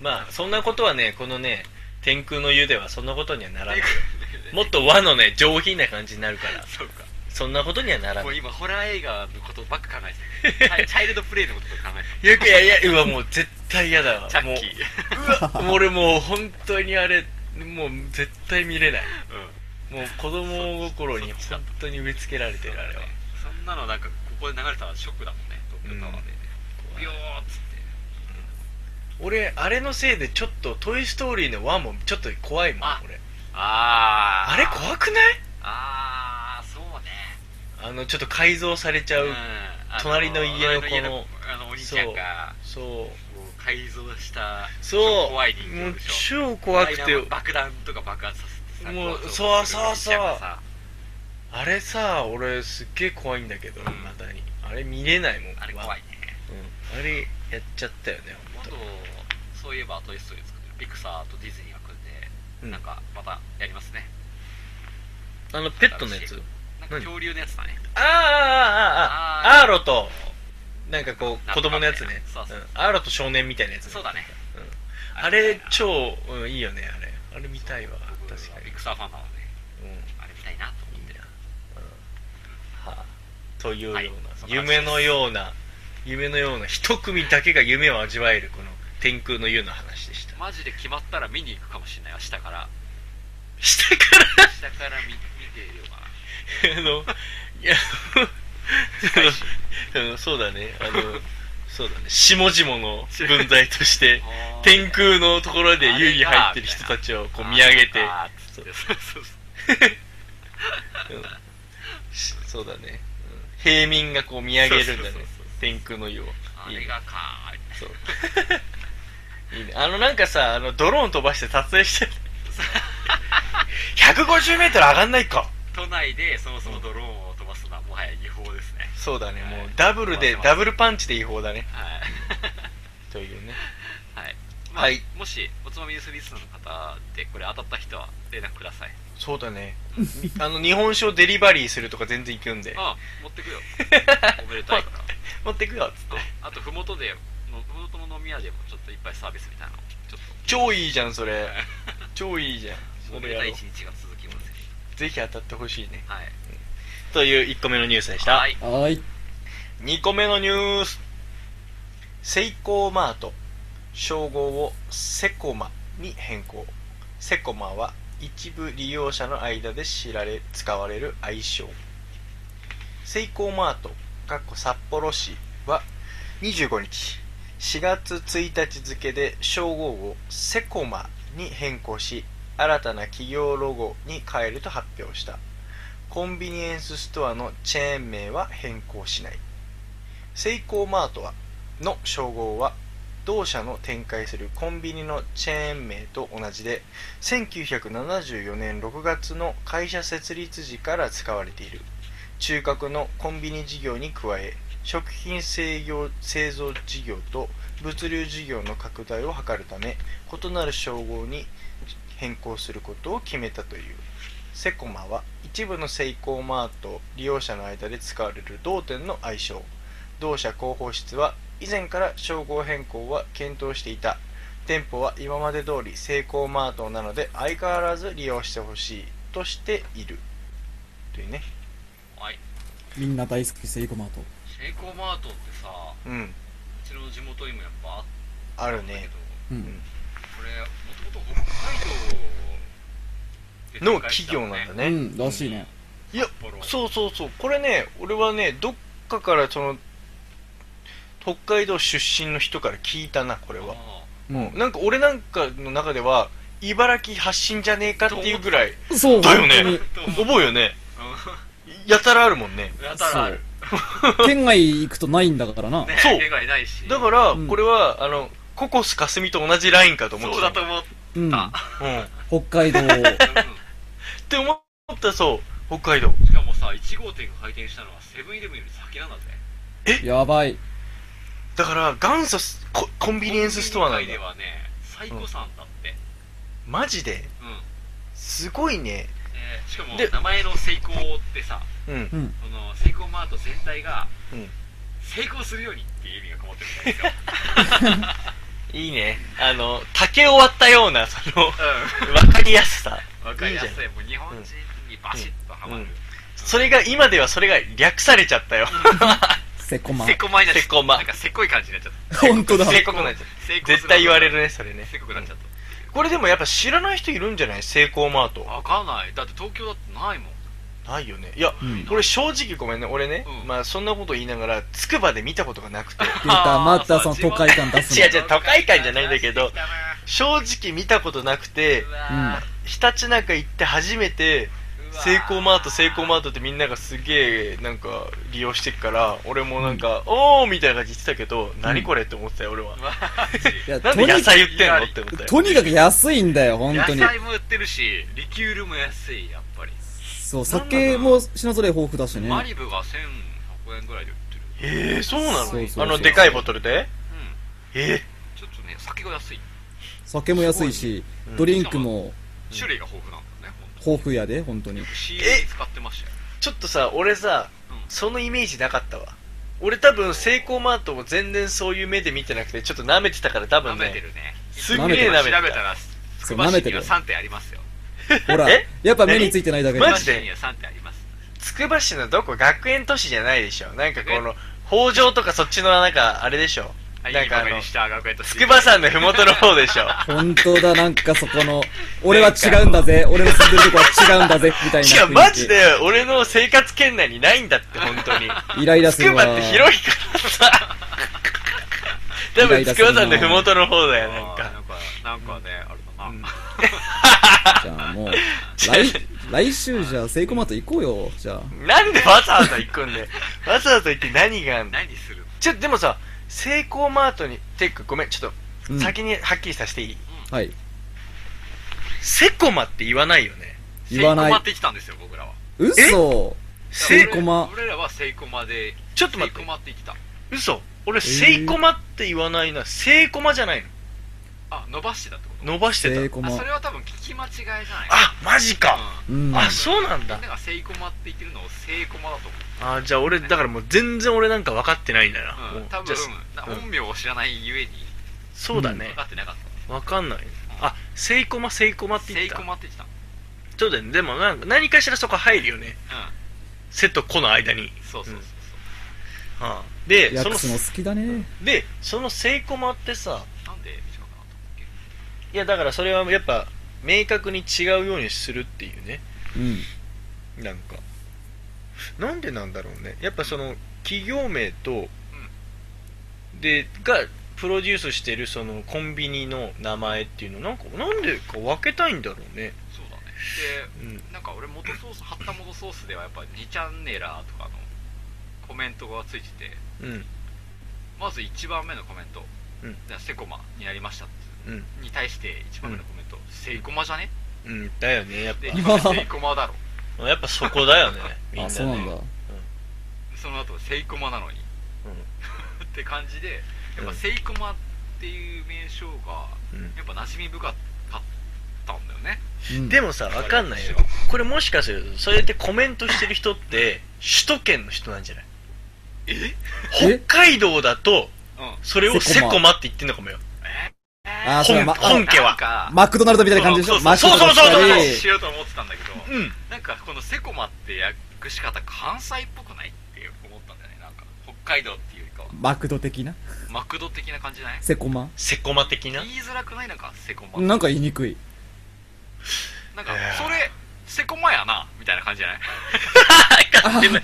Speaker 4: まあそんなことはねこのね天空の湯ではそんなことにはなら ないもっと和のね上品な感じになるから
Speaker 3: そうか
Speaker 4: そんなことにはなら
Speaker 3: もう
Speaker 4: ない
Speaker 3: 今ホラー映画のことばっか考えてるチ ャイチャイルドプレイのこと考えてる
Speaker 4: よくやいやうわもう絶対嫌だわ
Speaker 3: チャッ
Speaker 4: も
Speaker 3: キー
Speaker 4: うもう俺もう本当にあれもう絶対見れない
Speaker 3: うん
Speaker 4: もう子供心に本当に植え付けられてるあれは
Speaker 3: そんなのなんかここで流れたらショックだもんね東京タワーで、ビヨーっつって
Speaker 4: 俺あれのせいでちょっと「トイ・ストーリー」の1もちょっと怖いもん
Speaker 3: あ
Speaker 4: 俺
Speaker 3: あ
Speaker 4: あれ怖くない
Speaker 3: ああそうね
Speaker 4: あのちょっと改造されちゃう、
Speaker 3: うんあ
Speaker 4: 隣の家の
Speaker 3: 隣
Speaker 4: こ
Speaker 3: あのお兄ちゃんが
Speaker 4: そう
Speaker 3: こう改造した
Speaker 4: そう
Speaker 3: 怖い人
Speaker 4: も
Speaker 3: 形
Speaker 4: う
Speaker 3: でしょ
Speaker 4: 超怖くて
Speaker 3: ダイナマイト爆弾とか爆発させてさ
Speaker 4: もう
Speaker 3: ここ
Speaker 4: そうそう
Speaker 3: お兄ち
Speaker 4: そう
Speaker 3: ゃんがさ
Speaker 4: あれさ俺すっげえ怖いんだけど
Speaker 3: う
Speaker 4: い
Speaker 3: ん
Speaker 4: まだにあれ見れないもん
Speaker 3: あれ怖いね
Speaker 4: うんあれやっちゃったよね
Speaker 3: 今
Speaker 4: 本
Speaker 3: 度そういえば「トイ・ストーリー」作ってるピクサーとディズニーが組んで、
Speaker 4: うん
Speaker 3: なんかまたやりますね
Speaker 4: 当あのペットのやつ
Speaker 3: なんか恐竜のやつだね
Speaker 4: あーあーあーあ
Speaker 3: あ
Speaker 4: ー
Speaker 3: ー
Speaker 4: アーロとなんかこう子供のやつね
Speaker 3: そうそうん
Speaker 4: アーロと少年みたいなやつね
Speaker 3: そうだね
Speaker 4: あれ超うんいいよねあれあれ見たいわ確かに
Speaker 3: ピクサーファンなので
Speaker 4: うん
Speaker 3: あれ見たいなと思っ
Speaker 4: いい
Speaker 3: て
Speaker 4: なはあというような、
Speaker 3: はいそんな感じです
Speaker 4: 夢のような夢のような一組だけが夢を味わえるこの天空の湯の話でした
Speaker 3: マジで決まったら見に行くかもしれない明日から
Speaker 4: 下から
Speaker 3: 明日から見見てようかな
Speaker 4: あの、いや、
Speaker 3: 返し
Speaker 4: あの そうだね、あの、そうだね、下々の分際 として、
Speaker 3: あー
Speaker 4: 天空のところで湯に入ってる人たちをこう見上げて、
Speaker 3: あーあーつってそうそうそう
Speaker 4: うんしそうだね、うん平民がこう見上げるんだね
Speaker 3: そうそうそうそう、
Speaker 4: 天空の湯を。
Speaker 3: あ
Speaker 4: いい
Speaker 3: れ
Speaker 4: ね
Speaker 3: がかーい
Speaker 4: そう いいね。あの、なんかさ、あの、ドローン飛ばして撮 影してる。150メートル上がんないか。
Speaker 3: 都内でそもそもドローンを飛ばすのはもはや違法ですね
Speaker 4: そうだね、も
Speaker 3: は
Speaker 4: う
Speaker 3: い
Speaker 4: ダブルで
Speaker 3: 飛ばせま、す
Speaker 4: ダブルパンチで違法だね。
Speaker 3: はい
Speaker 4: というね。
Speaker 3: はい、
Speaker 4: はい
Speaker 3: もしおつまみニュースリスナーの方でこれ当たった人は連絡ください
Speaker 4: そうだね。 あの、日本酒をデリバリーするとか全然行くんで。
Speaker 3: あ持ってく よおめでたいから
Speaker 4: 持ってくよ、つって。
Speaker 3: あとふもとでのふもとの飲み屋でもちょっといっぱいサービスみたいなのをちょっ
Speaker 4: 超いいじゃん、それ。超いいじゃん。
Speaker 3: と
Speaker 4: そ
Speaker 3: おめ
Speaker 4: れ
Speaker 3: で
Speaker 4: や
Speaker 3: た
Speaker 4: ろ
Speaker 3: いう一日が続きますね
Speaker 4: ぜひ当たってほしいね。
Speaker 3: はい
Speaker 4: という1個目のニュースでした。
Speaker 3: はい
Speaker 5: はーい。
Speaker 4: 2個目のニュースセイコーマート称号をセコマに変更セコマは一部利用者の間で知られ使われる愛称セイコーマートかっこ札幌市は25日4月1日付で称号をセコマに変更し新たな企業ロゴに変えると発表したコンビニエンスストアのチェーン名は変更しないセイコーマートはの称号は同社の展開するコンビニのチェーン名と同じで1974年6月の会社設立時から使われている中核のコンビニ事業に加え食品製業製造事業と物流事業の拡大を図るため異なる称号に変更することを決めたというセコマは一部のセイコーマート利用者の間で使われる同店の愛称同社広報室は以前から称号変更は検討していた店舗は今まで通りセイコーマートなので相変わらず利用してほしいとしているというね
Speaker 3: はい
Speaker 5: みんな大好きセイコマート
Speaker 3: シェイコーマートってさう
Speaker 4: うん
Speaker 3: ちの地元にもやっぱあっ
Speaker 4: あ
Speaker 3: た
Speaker 4: る
Speaker 3: んだけ
Speaker 4: ね
Speaker 3: ど
Speaker 5: うん
Speaker 3: これもともと北海道
Speaker 4: の企業なんだ
Speaker 5: う
Speaker 4: ね、
Speaker 5: んらしいね
Speaker 4: いやそうそうそうこれね俺はねどっかからその北海道出身の人から聞いたなこれ
Speaker 3: こ
Speaker 4: は
Speaker 5: うん
Speaker 4: なんか俺なんかの中では茨城発信じゃねえかっていうぐらい
Speaker 5: そう
Speaker 4: だよね
Speaker 5: 本
Speaker 4: 思うよねやたらあるもんね
Speaker 3: や
Speaker 5: 当
Speaker 3: た
Speaker 5: に
Speaker 3: らある
Speaker 5: そう県外行くとないんだからな
Speaker 3: ね
Speaker 4: そう
Speaker 3: 手がいないし
Speaker 4: だから
Speaker 5: うん
Speaker 4: これは、あのココスかすみと同じラインかと思って
Speaker 3: そう
Speaker 4: た
Speaker 3: だと思って
Speaker 5: うん
Speaker 3: あ
Speaker 4: うん、っ
Speaker 5: 北海道
Speaker 4: て思ったそう北海道
Speaker 3: しかもさ1号店が開店したのはセブンイレブンより先なんだぜ
Speaker 5: やばい
Speaker 4: だから元祖スココンビニエンスストアなん
Speaker 3: コンビニ
Speaker 4: だ
Speaker 3: 界ではね最古さんだって
Speaker 4: マジで
Speaker 3: うん、
Speaker 4: すごいね
Speaker 3: でしかも
Speaker 4: で
Speaker 3: 名前の成功ってさ
Speaker 4: うん
Speaker 5: うん
Speaker 3: このセイコーマート全体が
Speaker 4: うん
Speaker 3: 成功するようにっていう意味がこもってるみたいですよ、
Speaker 4: いいねあの竹を割ったようなその
Speaker 3: う
Speaker 4: 分かりやすさ
Speaker 3: ん、わかりやすいもう日本人にバシッとハマる、
Speaker 4: うんそれが今ではそれが略されちゃ ったよ
Speaker 5: セコマ
Speaker 3: セコマになっちゃっ
Speaker 4: セコマ
Speaker 3: なんかせっこい感じになっちゃっ
Speaker 5: 本当だ
Speaker 4: 正確なやつ
Speaker 3: た成功する
Speaker 4: 絶対言われるねそれね
Speaker 3: せっこくなっちゃった
Speaker 4: これでもやっぱ知らない人いるんじゃないセイコーマート
Speaker 3: わかんないだって東京だってないもん
Speaker 4: ないよねいや
Speaker 5: うん
Speaker 4: これ正直ごめんね俺ね、
Speaker 3: うん
Speaker 4: まあそんなこと言いながらつくばで見たことがな くて
Speaker 5: 出たまたその都会感出す
Speaker 4: 違う
Speaker 5: の
Speaker 4: 違う都会感じゃないんだけど正直見たことなくてひたちなか行って初めてセイコーマートセイコーマートってみんながすげえなんか利用してっから俺もなんか、おーみたいな感じ言ってたけど、何これって思ってたよ俺は、
Speaker 5: いや
Speaker 4: なん
Speaker 5: と
Speaker 4: で
Speaker 5: に
Speaker 4: 野菜売ってんのって思ったよ
Speaker 5: とにかく安いんだよ 本
Speaker 3: 野
Speaker 5: 当に
Speaker 3: 菜も売ってるしリキュールも安いやっぱり、
Speaker 5: そう酒も品ぞれ豊富だしね
Speaker 3: マリブが1100円ぐらいで売ってる
Speaker 4: ええそうなの
Speaker 5: そうそうそう
Speaker 4: あのでかいボトルで
Speaker 3: うん
Speaker 4: え
Speaker 3: ちょっとね酒が安い
Speaker 5: 酒も安いし
Speaker 4: うん
Speaker 5: ドリンクも
Speaker 3: 種類が豊富なんだねほんと
Speaker 5: 豊富やで本当 に
Speaker 3: CM 使ってましたよ
Speaker 4: ーちょっとさ俺さ、
Speaker 3: うん
Speaker 4: そのイメージなかったわ俺多分セイコーマートを全然そういう目で見てなくてちょっと舐めてたから多
Speaker 3: 舐
Speaker 4: 分
Speaker 3: めて
Speaker 4: ね
Speaker 3: るね
Speaker 4: す
Speaker 5: げえ舐めてる
Speaker 3: 今調べたらつくば
Speaker 5: 舐め
Speaker 3: 市
Speaker 5: て
Speaker 3: に
Speaker 5: る
Speaker 3: は
Speaker 5: よ
Speaker 3: 3点ありますよ
Speaker 5: ほら
Speaker 4: え
Speaker 5: やっぱ目についてないだけで
Speaker 4: マジで
Speaker 3: つくば市には3点あります
Speaker 4: つくば市のどこ学園都市じゃないでしょなんかこの北条とかそっちのなんかあれでしょ
Speaker 3: はい
Speaker 4: なんかあ
Speaker 3: いいバカ
Speaker 4: の
Speaker 3: にした学園とし
Speaker 4: つ
Speaker 3: て
Speaker 4: くば山のふもとの方で しょ
Speaker 5: 本当だなんかそこの俺は違うんだ ぜ俺の住んでるとこは違うんだぜみたいな
Speaker 4: 違
Speaker 5: 雰
Speaker 4: う
Speaker 5: 囲気
Speaker 4: マジで俺の生活圏内にないんだって本当に
Speaker 5: イライラ
Speaker 4: つ
Speaker 5: する
Speaker 4: く
Speaker 5: わ
Speaker 4: ばって広いから さ多分つくば山のふもとの方だ
Speaker 3: あ
Speaker 4: よ
Speaker 3: ー
Speaker 4: なんか
Speaker 3: なんかなんかねあるかな
Speaker 5: じゃあもう来来週じゃあセイコマート行こうよじゃあ
Speaker 4: なんでわざわざ行く んだよ。わざわざ行って何があんの
Speaker 3: 何するの
Speaker 4: ちょっとでもさ、セイコーマートに、てっかごめん、ちょっ
Speaker 5: う
Speaker 4: と
Speaker 5: ん
Speaker 4: 先にはっきりさせていい、
Speaker 5: はい
Speaker 4: セコマって言わないよね。
Speaker 5: 言わない
Speaker 3: セイコマってきたんですよ僕らは
Speaker 5: 嘘セイコマ
Speaker 3: 俺らはセイコマで
Speaker 4: ちょっと待って
Speaker 3: セイコマってきた
Speaker 4: 嘘俺、セイコマって言わないな。セイコマじゃない
Speaker 3: あ伸ばしてたってこと
Speaker 4: の。伸ばして
Speaker 5: セイ
Speaker 4: た。
Speaker 5: コ
Speaker 3: あ
Speaker 5: マ
Speaker 3: それは多分聞き間違いじゃない
Speaker 4: あ、マジか。
Speaker 3: う
Speaker 5: うん
Speaker 4: あ、そうなん
Speaker 3: んみ
Speaker 4: だ
Speaker 3: んな。がセイコマって言ってるのをセイコマだと思
Speaker 4: あ、じゃあ俺、だからもう全然俺なんか分かってないんだな。
Speaker 3: う、う
Speaker 4: も
Speaker 3: ん、
Speaker 4: う
Speaker 3: 多
Speaker 4: じ
Speaker 3: 分
Speaker 4: ゃあ
Speaker 3: な
Speaker 4: うん
Speaker 3: 本名を知らないゆえに
Speaker 4: そうだね
Speaker 3: 分。かってなかった
Speaker 4: 分かんない。あ、セイコマ、セイコマって
Speaker 3: セ
Speaker 4: 言っ
Speaker 3: イコ
Speaker 4: た。
Speaker 3: マってきたう
Speaker 4: そうだよね。でもなんか何かしらそこ入るよね。
Speaker 3: ん
Speaker 4: セとコの間に。
Speaker 3: そうそうそうそ
Speaker 4: はあで
Speaker 5: ヤ
Speaker 4: そ
Speaker 5: ッ
Speaker 4: の
Speaker 5: クスも好きだね
Speaker 4: でそのセイコマってさ
Speaker 3: うなんで短くなったんだっけ
Speaker 4: いやだからそれはやっぱ明確に違うようにするっていうね
Speaker 5: うん
Speaker 4: なんかなんでなんだろうねやっぱその企業名と、でがプロデュースしてるそのコンビニの名前っていうのなんかなんでか分けたいんだろうね
Speaker 3: そうだね
Speaker 4: うん
Speaker 3: でなんか俺元ソース貼った元ソースではやっぱ2チャンネラーとかのコメントがついてて
Speaker 4: うん
Speaker 3: まず1番目のコメント
Speaker 4: うん
Speaker 3: 「じゃあセコマになりました」
Speaker 4: うん
Speaker 3: に対して1番目のコメント「セイコマじゃね?
Speaker 4: うんだよねやっ」
Speaker 3: で2番
Speaker 5: うん
Speaker 3: 目セイコマだろ
Speaker 4: ぱやっぱそこだよねみんな ね
Speaker 5: あ、そうなんだ。
Speaker 3: その後セイコマなのにって感じでやっ
Speaker 4: う
Speaker 3: ぱ
Speaker 4: ん
Speaker 3: セイコマっていう名称が
Speaker 4: うん
Speaker 3: やっぱ馴染み深かったんだよね
Speaker 5: うん
Speaker 4: でもさわかんないよこれもしかするとそうやってコメントしてる人って首都圏の人なんじゃない
Speaker 3: え
Speaker 4: 北海道だと
Speaker 3: うん
Speaker 4: それをセ
Speaker 5: セコマ
Speaker 4: コマって言ってんのかもよ
Speaker 5: あー、そう
Speaker 4: 本
Speaker 5: ま、
Speaker 4: 本家は
Speaker 3: なんか
Speaker 5: マクドナルドみたいな感じでしょ
Speaker 4: そうそうそう
Speaker 5: マクドナルド
Speaker 4: そうそう
Speaker 5: だったり
Speaker 4: そう
Speaker 3: しようと思ってたんだけど
Speaker 4: うん
Speaker 3: なんかこのセコマって訳し方関西っぽくないって思ったんだよねなんか北海道っていうよりかは
Speaker 5: マクド的な
Speaker 3: マクド的な感じじゃない
Speaker 5: セコマ
Speaker 4: セコマ的 な
Speaker 3: 言いづらくないなんかセコマ
Speaker 5: なんか言いにくい。
Speaker 3: なんか
Speaker 4: えー
Speaker 3: それセコマやなみたいな感じじゃない
Speaker 5: あ
Speaker 4: イメ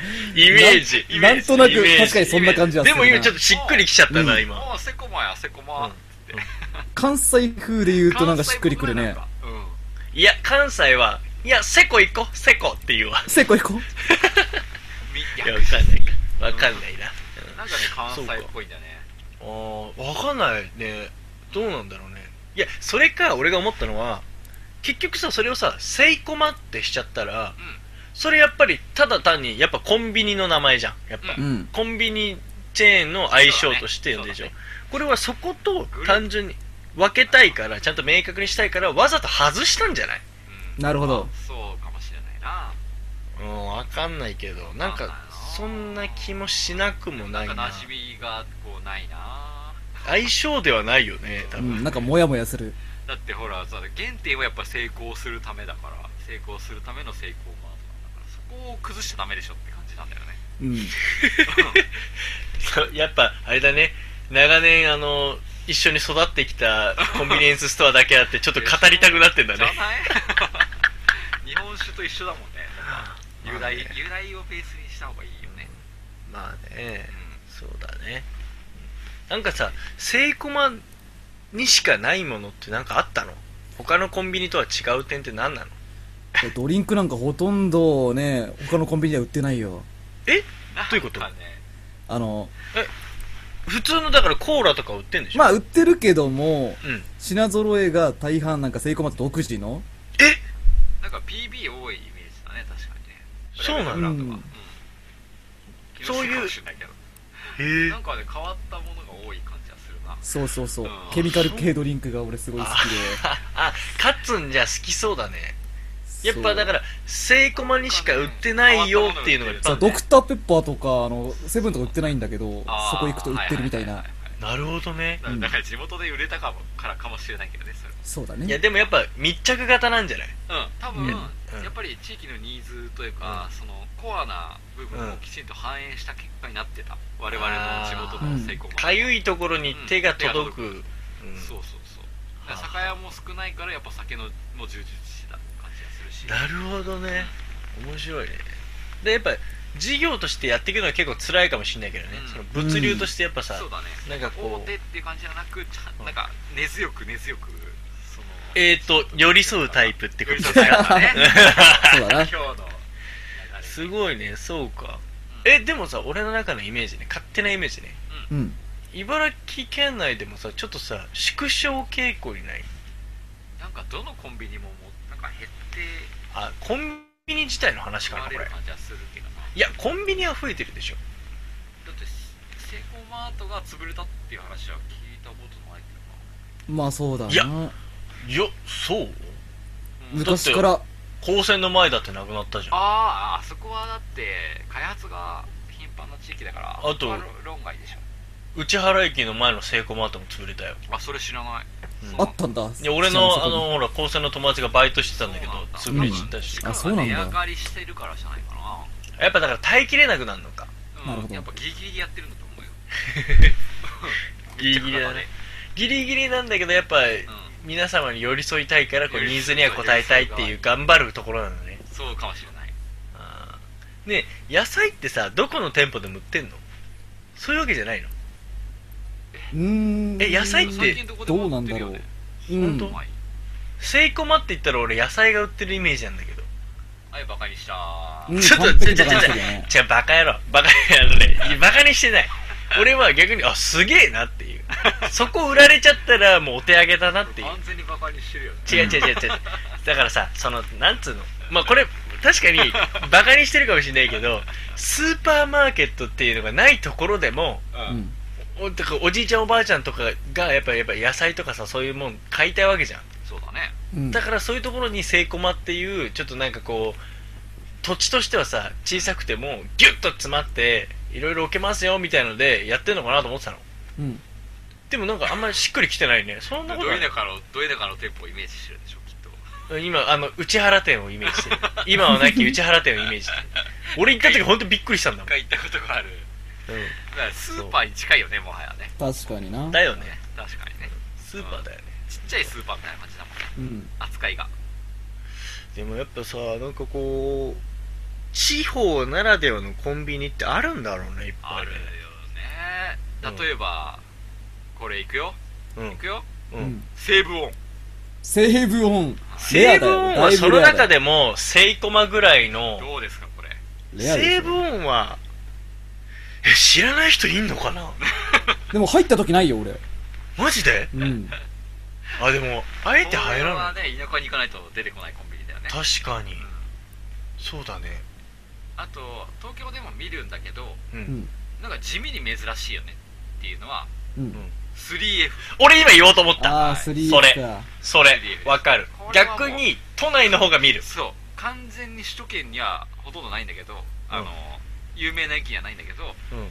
Speaker 4: ージイメ
Speaker 5: な
Speaker 4: ー
Speaker 5: ん
Speaker 4: ジ
Speaker 5: とな
Speaker 4: イメー
Speaker 5: く
Speaker 4: ジ
Speaker 5: 確かにそんな感じはす
Speaker 4: で
Speaker 5: るな。
Speaker 4: も今ちょっとしっくりきちゃったな
Speaker 5: うん
Speaker 4: 今
Speaker 3: ああセコマやセコマ、
Speaker 4: うん
Speaker 5: 関西風で言うとなんかしっくりくるね
Speaker 3: 関。西っぽくないなんか
Speaker 4: いや関西はいやセコ行こうセコって言うわ
Speaker 5: セコ行こう。
Speaker 3: うんみ
Speaker 4: いや
Speaker 3: や
Speaker 4: わかんないわかんないな
Speaker 3: なんかね関西っぽいんだよね
Speaker 4: あーわかんないねどうなんだろうねいやそれか俺が思ったのは結局さそれをさ「セイコマ」ってしちゃったら、
Speaker 3: ん
Speaker 4: それやっぱりただ単にやっぱコンビニの名前じゃんやっぱ、
Speaker 3: う
Speaker 5: うん。
Speaker 4: コンビニチェーンの相性として呼んでるでしょ、
Speaker 3: そう
Speaker 4: これはそこと単純に分けたいからちゃんと明確にしたいからわざと外したんじゃない
Speaker 3: うん
Speaker 5: なるほど
Speaker 3: そうかもしれないな
Speaker 4: うんわかんないけどなん
Speaker 3: わかん
Speaker 4: か
Speaker 3: ないな
Speaker 4: そんな気もしなくもない
Speaker 3: なんか
Speaker 4: な
Speaker 3: 馴染みがこうないな
Speaker 4: 相性ではないよね多
Speaker 5: う
Speaker 4: 分、
Speaker 5: ん、なんかモヤモヤする。
Speaker 3: だってほらさ原点はやっぱ成功するためだから成功するための成功マートなんだからそこを崩しちゃダメでしょって感じなんだよね
Speaker 5: うん。
Speaker 4: そう やっぱあれだね長年あの一緒に育ってきたコンビニエンスストアだけあ ってちょっと語りたくなってんだ
Speaker 3: じゃない
Speaker 4: ね
Speaker 3: 日本酒と一緒だもんね 由来由来をベースにした方がいいよね
Speaker 4: まあね
Speaker 3: う
Speaker 4: そうだねなんかさセイコマにしかないものってなんかあったの他のコンビニとは違う点って何なの
Speaker 5: ドリンクなんかほとんどね、他のコンビニでは売ってないよ。
Speaker 4: え
Speaker 3: んなん
Speaker 4: どういうこと
Speaker 3: かね
Speaker 5: あの、
Speaker 4: 普通のだからコーラとか売ってんでしょ
Speaker 5: まあ売ってるけども、
Speaker 4: うん
Speaker 5: 品揃えが大半なんかセイコマって独自の
Speaker 4: え
Speaker 3: なんか PB 多いイメージだね確かにね
Speaker 4: そうな
Speaker 5: の
Speaker 3: ブランドが
Speaker 5: うん
Speaker 3: うん
Speaker 4: そういう
Speaker 3: 気のせかもしれないけど
Speaker 4: へえ
Speaker 3: なんかね変わったものが多い感じがするな
Speaker 5: そうそうそう
Speaker 3: あ。ー
Speaker 5: ケミカル系ドリンクが俺すごい好き
Speaker 4: ああカッツンじゃ好きそうだね
Speaker 5: で。。
Speaker 4: やっぱだかららセイコマにしか売ってないよっていうのがいっぱい
Speaker 5: そ
Speaker 4: あ
Speaker 5: う
Speaker 4: るね
Speaker 5: ドクターペッパーとか、あの、セブンとか売ってないんだけど、
Speaker 3: あー
Speaker 5: そこ行くと売ってるみたい
Speaker 3: は
Speaker 5: な
Speaker 3: は。は
Speaker 4: なるほどね
Speaker 3: いはいだから地元で売れたかもからかもしれないけどねそれ
Speaker 5: そうだ
Speaker 4: いや
Speaker 5: ね。
Speaker 4: でもやっぱ密着型なんじゃない
Speaker 3: うん、多分、
Speaker 5: うん
Speaker 3: やっぱり地域のニーズというか、そのコアな部分をきちんと反映した結果になってた、我々の地元の成功も、
Speaker 4: かゆいところに手が届く、うん
Speaker 3: そうそうそうだから酒屋も少ないからやっぱ酒のも充実してた感じがするし
Speaker 4: なるほどね面白いねでやっぱ事業としてやっていくのは結構辛いかもしれないけどね、
Speaker 3: うん
Speaker 4: その物流としてやっぱさ、
Speaker 3: そうだね
Speaker 4: なんか
Speaker 3: 大
Speaker 4: こう
Speaker 3: 手っていう感じじゃなくちゃ
Speaker 4: うん
Speaker 3: なんか根強く根強くその
Speaker 4: えーと寄り添うタイプってことです
Speaker 3: 寄り添
Speaker 4: か
Speaker 3: うタイプだね
Speaker 5: そうだ
Speaker 3: 今
Speaker 5: な
Speaker 3: 日。の流れ
Speaker 4: すごいねそうか
Speaker 3: うん
Speaker 4: えでもさ俺の中のイメージね勝手なイメージね
Speaker 5: うん。
Speaker 4: 茨城県内でもさちょっとさ縮小傾向にない
Speaker 3: なんかどのコンビニももうなんか減って
Speaker 4: あコンビニ自体の話
Speaker 3: 使
Speaker 4: かな
Speaker 3: わ
Speaker 4: こ
Speaker 3: れ
Speaker 4: れ
Speaker 3: る感じはするけどない
Speaker 4: やコンビニは増えてるでしょ
Speaker 3: だってセイコーマートが潰れたっていう話は聞いたことないけど
Speaker 5: まあそうだ
Speaker 4: いや
Speaker 5: な。
Speaker 4: いやそう
Speaker 3: な、うん、
Speaker 5: 昔から、
Speaker 4: 高専の前だってなくなったじゃん
Speaker 3: あーあそこはだって開発が頻繁な地域だから
Speaker 4: あと
Speaker 3: そこは論外でしょ
Speaker 4: 内原駅の前のセイコーマートも潰れたよ
Speaker 3: あそれ知らない、
Speaker 4: うん
Speaker 5: あったんだ。
Speaker 4: いや俺
Speaker 5: そ
Speaker 4: の
Speaker 5: こ
Speaker 4: あ
Speaker 5: に
Speaker 4: のほら高専の友達がバイトしてたんだけど
Speaker 3: そう
Speaker 4: 潰
Speaker 5: な
Speaker 4: れ
Speaker 5: ん
Speaker 4: ち
Speaker 5: だ
Speaker 4: ゃったし
Speaker 5: あそうなんだ
Speaker 3: 値上がりしてるからじゃないかな
Speaker 4: やっぱだから耐えきれなくなるのか
Speaker 3: うん
Speaker 5: なるほど
Speaker 3: やっぱギリギリでやってるんだと 思うよ
Speaker 4: ギリギリだねギリギリなんだけどやっぱ
Speaker 3: う
Speaker 4: 皆様に寄り添いたいからこう
Speaker 3: 寄り
Speaker 4: ニ
Speaker 3: 添
Speaker 4: ー
Speaker 3: い
Speaker 4: ズには応えたいっていう頑張るところなのね
Speaker 3: んそうかもしれない
Speaker 4: あーね野菜ってさどこの店舗でも売ってんのそういうわけじゃないの
Speaker 5: うーん。
Speaker 4: え野菜って
Speaker 3: 最近どこでも売ってるよね
Speaker 5: うん
Speaker 4: 本当
Speaker 3: はい
Speaker 4: セイコマって言ったら俺野菜が売ってるイメージなんだけど
Speaker 3: はいバカにした
Speaker 5: うん
Speaker 4: ちょっと
Speaker 5: 完璧
Speaker 4: ちょちょ
Speaker 5: な話だ
Speaker 4: ちょ
Speaker 5: ね
Speaker 4: じゃあバカ野郎バカ野郎ねバカにしてない俺は逆にあすげえなっていうそこ売られちゃったらもうお手上げだなっていう
Speaker 3: 完全にバカにしてるよね
Speaker 4: 違う違う違う違うだからさそのなんつうのまあこれ確かにバカにしてるかもしれないけどスーパーマーケットっていうのがないところでも
Speaker 5: うん。
Speaker 4: おだからおじいちゃんおばあちゃんとかがやっぱやっぱ野菜とかさそういうもん買いたいわけじゃん
Speaker 3: そうだね
Speaker 5: うん。
Speaker 4: だからそういうところにセイコマっていうちょっとなんかこう土地としてはさ小さくてもギュッと詰まっていろいろ置けますよみたいのでやってんのかなと思ってたの
Speaker 5: うん。
Speaker 4: でもなんかあんまりしっくりきてないねそんな
Speaker 3: ど
Speaker 4: こと
Speaker 3: う
Speaker 4: ない
Speaker 3: いだからどういうだからの店舗をイメージしてるんでしょきっと
Speaker 4: 今あの内原店をイメージしてる今はなき内原店をイメージして る俺行った時本当びっくりしたんだ
Speaker 3: 一
Speaker 4: も
Speaker 3: 回行ったことがある
Speaker 4: ん、う
Speaker 3: だからスーパーに近いよねもはやね
Speaker 5: 確かにな。
Speaker 4: ん、だよね
Speaker 3: 確かにね
Speaker 4: スーパーだよね
Speaker 3: ちっちゃいスーパーみたいな感じだもんね
Speaker 5: うん。
Speaker 3: 扱いが
Speaker 4: でもやっぱさなんかこう地方ならではのコンビニってあるんだろうねいっぱ
Speaker 3: あ
Speaker 4: い
Speaker 3: るよ
Speaker 4: うん
Speaker 3: ね例えばこれ行くよ
Speaker 4: うん
Speaker 3: 行くよ
Speaker 4: う
Speaker 5: うんん。
Speaker 3: 西武音
Speaker 5: セーブオン。
Speaker 4: セーブオンはその中
Speaker 5: で。
Speaker 4: でもセイコマぐらいの
Speaker 3: どうですかこれ
Speaker 5: レア
Speaker 4: セ
Speaker 5: で
Speaker 4: ー
Speaker 5: す
Speaker 4: ブ
Speaker 5: よ
Speaker 4: オンはえ知らない人いんのかな
Speaker 5: でも入った時ないよ、俺。
Speaker 4: マジで
Speaker 5: うん。
Speaker 4: あでもあえて入らない
Speaker 3: これはね田舎に行かないと出てこないコンビニだよね
Speaker 4: 確かに
Speaker 3: うん
Speaker 4: そうだね
Speaker 3: あと東京でも見るんだけど
Speaker 4: う
Speaker 5: うんん。
Speaker 3: なんか地味に珍しいよねっていうのは
Speaker 5: うん
Speaker 3: 3F
Speaker 4: 俺今言おうと思った
Speaker 5: ああ、3
Speaker 4: それ
Speaker 5: か。
Speaker 4: それわかる
Speaker 3: これはもう
Speaker 4: 逆に都内の方が見る
Speaker 3: そう完全に首都圏にはほとんどないんだけど、あの有名な駅にはないんだけど
Speaker 4: うん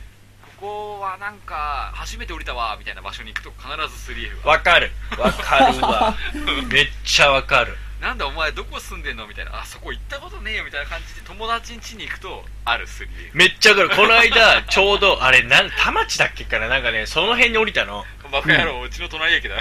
Speaker 3: ここはなんか初めて降りたわみたいな場所に行くと必ず 3F が
Speaker 4: わかるわかるわ めっちゃわかる
Speaker 3: なんだお前どこ住んでんのみたいなあそこ行ったことねえよみたいな感じで友達ん家に行くとある 3F
Speaker 4: めっちゃわかるこの間ちょうどあれなん田町だっけからなんかねその辺に降りたの
Speaker 3: バカ野郎、うちの隣駅だ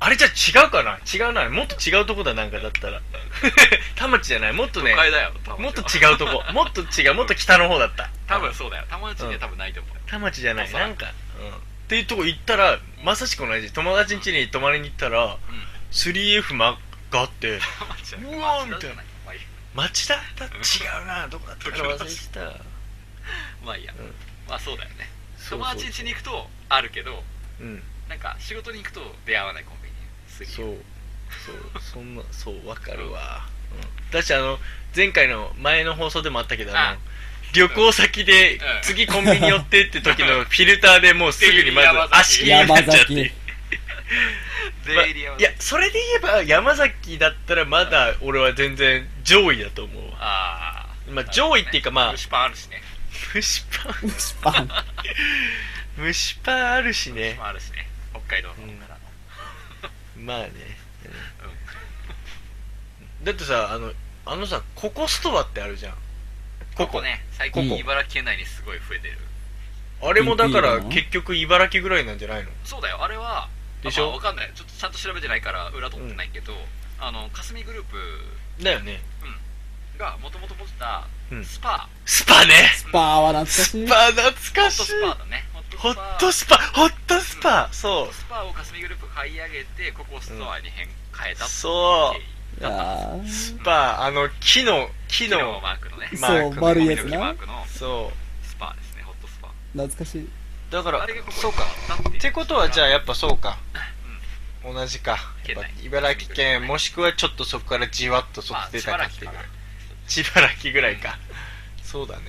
Speaker 4: あれじゃ違うかな違うなもっと違うとこだなんかだったら 田町じゃないもっとね
Speaker 3: 都会だよ多分
Speaker 4: もっと違う とこもっと違うもっと北の方だった
Speaker 3: 多分そうだよ友達には多分ないと思う、
Speaker 4: 田町じゃな
Speaker 3: あ
Speaker 4: い
Speaker 3: そう
Speaker 4: なんか、うん、っていうとこ行ったらまさしく同じ友達ん家に泊まりに行ったら
Speaker 3: うん
Speaker 4: 3F があって
Speaker 3: 田町じゃないう
Speaker 4: わー
Speaker 3: 町田じゃなまあいい
Speaker 4: 町田だ違うなどこだったか忘れてた
Speaker 3: まあいいや、
Speaker 4: うん
Speaker 3: まあそうだよね
Speaker 4: そうそう
Speaker 3: 友達ん家に行くとあるけど
Speaker 4: うん
Speaker 3: なんか仕事に行くと出会わないコンビニ
Speaker 4: そ
Speaker 3: 3F
Speaker 4: うそうそんなそうわかるわ、うん、だしあの前回の前の放送でもあったけどあの
Speaker 3: あ
Speaker 4: 旅行先で
Speaker 3: ん
Speaker 4: 次コンビニ寄ってって時のフィルターでもうすぐにまず足切りにな
Speaker 5: 山
Speaker 4: っちゃって
Speaker 5: 崎。
Speaker 3: ゼ
Speaker 4: まあ
Speaker 3: リーはい
Speaker 4: やそれで言えば山崎だったらまだ俺は全然上位だと思うわ
Speaker 3: ああ
Speaker 4: まあ上位っていうかまあ
Speaker 3: 蒸しパンあるしね
Speaker 4: 蒸しパン
Speaker 5: スパン。
Speaker 4: 蒸しパンあるし
Speaker 3: 蒸し
Speaker 4: ね
Speaker 3: パンあるしね北海道の
Speaker 4: うん
Speaker 3: から
Speaker 4: まあね、だってさあのあのさココストアってあるじゃん
Speaker 3: ここね最近
Speaker 5: ここ
Speaker 3: 茨城県内にすごい増えてる
Speaker 4: あれもだか
Speaker 5: いい
Speaker 4: ら
Speaker 5: の
Speaker 4: 結局茨城ぐらいなんじゃないの
Speaker 3: そうだよあれは
Speaker 4: でしょ
Speaker 3: まあわかんないちょっとちゃんと調べてないから裏取ってないけどあの霞グループ
Speaker 4: だよね
Speaker 3: がもともと持ってた
Speaker 4: うん
Speaker 3: スパ
Speaker 4: スパね
Speaker 5: スパーは懐か
Speaker 4: ス
Speaker 5: しい。
Speaker 4: パ懐
Speaker 3: ホ
Speaker 4: か
Speaker 3: ット
Speaker 4: しい
Speaker 3: スパだね
Speaker 4: ホットスパホットスパそ
Speaker 3: ホットスパを霞グループ買い上げてここをストアに変変え
Speaker 4: う
Speaker 3: たって
Speaker 4: そ
Speaker 3: いう経緯
Speaker 5: いや
Speaker 4: う
Speaker 5: ー
Speaker 4: スパあの木の木
Speaker 3: 昨日
Speaker 4: の
Speaker 3: マークのね
Speaker 4: 昨日
Speaker 5: そう、丸いやつ
Speaker 3: 時々マー
Speaker 5: な。
Speaker 3: クの
Speaker 4: そ
Speaker 3: スパですねホットスパ
Speaker 5: う懐かしい。
Speaker 4: うだから
Speaker 3: あれがここ
Speaker 4: そうか
Speaker 3: っ
Speaker 4: ってことはじゃあ
Speaker 3: あ
Speaker 4: やっぱそうか同じか
Speaker 3: 県内
Speaker 4: やっぱ茨城県もしくはちょっとそこからじわっとそ
Speaker 3: まあ
Speaker 4: っち出
Speaker 3: し
Speaker 4: た
Speaker 3: ば
Speaker 4: からって
Speaker 3: く
Speaker 4: ぐ
Speaker 3: から
Speaker 4: い
Speaker 3: な
Speaker 4: 千葉らきぐらいかそうだね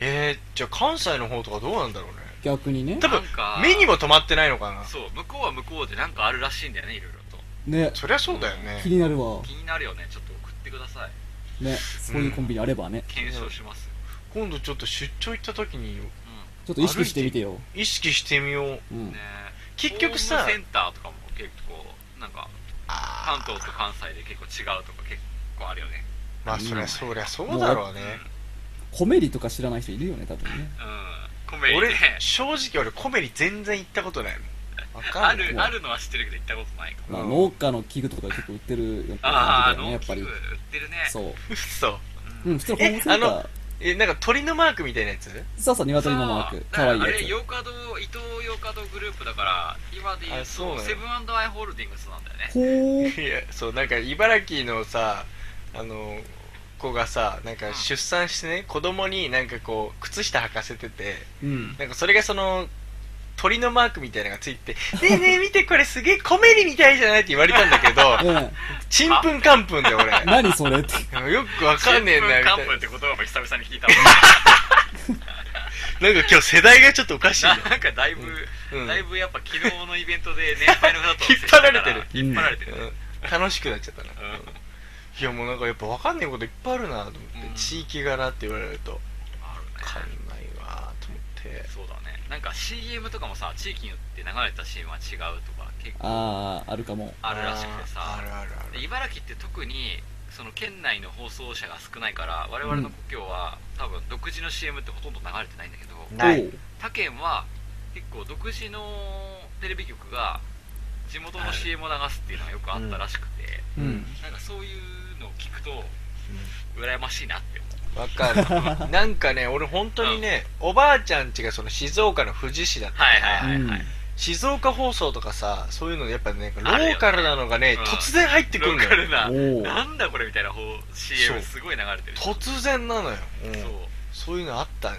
Speaker 4: えー、じゃあ関西の方とかどうなんだろうね
Speaker 5: 逆にね
Speaker 4: 多。分
Speaker 3: なんか
Speaker 4: 目にも止まってないのかな
Speaker 3: そう向こうは向こうでなんかあるらしいんだよねいろいろと
Speaker 5: ね。
Speaker 4: そりゃそうだよね
Speaker 5: 気になるわ。
Speaker 3: 気になるよねちょっと送ってください
Speaker 5: ね。そういうコンビニあればね。
Speaker 3: 検証しますよ
Speaker 4: 今度ちょっと出張行った時に
Speaker 5: ちょっと意識してみてよ。
Speaker 4: 意識してみよう
Speaker 5: う
Speaker 3: うんんね。
Speaker 4: 結局
Speaker 3: ホ
Speaker 4: さ
Speaker 3: ームセンターとかも結構なんか関東と関西で結構違うとか結構あるよね
Speaker 4: まあそりゃそりゃそうだろうね
Speaker 5: コメリとか知らない人いるよね、多分ね。
Speaker 3: うんコメディ
Speaker 4: 俺
Speaker 3: ね
Speaker 4: 正直俺コメリ全然行ったことないもんわか
Speaker 3: あ
Speaker 4: んない
Speaker 3: るあるのは知ってるけど行ったことないかも
Speaker 5: まあ、
Speaker 4: うん
Speaker 5: 農家の器具とか結構売ってるような
Speaker 3: あ
Speaker 5: 感
Speaker 3: あ
Speaker 5: じだよね、
Speaker 3: 農
Speaker 5: やっぱ
Speaker 3: 機具
Speaker 5: り
Speaker 3: 売っ。てるね
Speaker 5: そう。
Speaker 4: 嘘
Speaker 5: うん、普通のホームセン
Speaker 4: え
Speaker 5: タ
Speaker 4: あの
Speaker 5: ー。
Speaker 4: えなんか鳥のマークみたいなやつ
Speaker 5: そうそう、鶏のマーク。かわいい
Speaker 3: あれ
Speaker 5: や
Speaker 3: ヨーカドー伊藤ヨーカドーグループだから今で言
Speaker 4: あそ
Speaker 3: う
Speaker 4: うなの
Speaker 3: とセブンアイ・ホールディングスなんだよね
Speaker 5: つ。ほー。
Speaker 4: いやそうなんか茨城のさあの子がさなんか出産してね子供になんかこう靴下履かせてて
Speaker 5: うん。
Speaker 4: なんかそれがその鳥のマークみたいなのがついてて「ねえねえ見てこれすげえコメリみたいじゃない?」って言われたんだけど
Speaker 5: うん。
Speaker 4: ちんぷんかんぷんで俺
Speaker 5: 何それって。
Speaker 4: よくわかんねえん
Speaker 3: チンプ
Speaker 4: だ
Speaker 3: ンカ
Speaker 4: よ
Speaker 3: ンプ
Speaker 4: みた
Speaker 3: ンっ
Speaker 4: い
Speaker 3: て言葉も久々に聞いたも
Speaker 6: なんか今日世代がちょっとおかしいなん
Speaker 3: なんかだいぶ、
Speaker 4: うん
Speaker 3: だいぶやっぱ昨日のイベント で年配の方と
Speaker 4: 引っ張られてる
Speaker 3: 引っ張られてる、
Speaker 4: な、うん、楽しくなっちゃったな、
Speaker 3: ん
Speaker 4: いやもうなんかやっぱわかんねえこといっぱいあるなと思って、
Speaker 3: うん
Speaker 4: 地域柄って言われるとわ
Speaker 3: あるね
Speaker 4: かんないわと思って
Speaker 3: そうだねなんか CM とかもさ地域によって流れたシーンは違うとか結構
Speaker 5: あー、あるかも。
Speaker 3: あるらしくて
Speaker 4: あーあ
Speaker 3: さ
Speaker 4: るあるあ
Speaker 3: で
Speaker 4: る
Speaker 3: 茨城って特にその県内の放送者が少ないから我々の故郷は、多分独自の CM ってほとんど流れてないんだけど
Speaker 4: ない
Speaker 5: おう
Speaker 3: 他県は結構独自のテレビ局が地元の CM を流すっていうのがよくあったらしくて、
Speaker 5: うん。
Speaker 3: なんかそういうのを聞くと、羨ましいなって思う
Speaker 4: わかるなんかね俺本当にね、おばあちゃんちがその静岡の富士市だったから、
Speaker 3: はいはいはい
Speaker 4: 静岡放送とかさそういうのやっぱねロ
Speaker 3: あるよね
Speaker 4: ーカルなのがね
Speaker 3: うん
Speaker 4: 突然入ってくる
Speaker 3: ロ
Speaker 4: の
Speaker 3: ーカ
Speaker 4: よ
Speaker 3: ルな
Speaker 5: おう
Speaker 3: なんだこれみたいな方
Speaker 4: そう
Speaker 3: CM すごい流れてるし
Speaker 4: 突然なのよ、うん
Speaker 3: そう
Speaker 4: そういうのあったね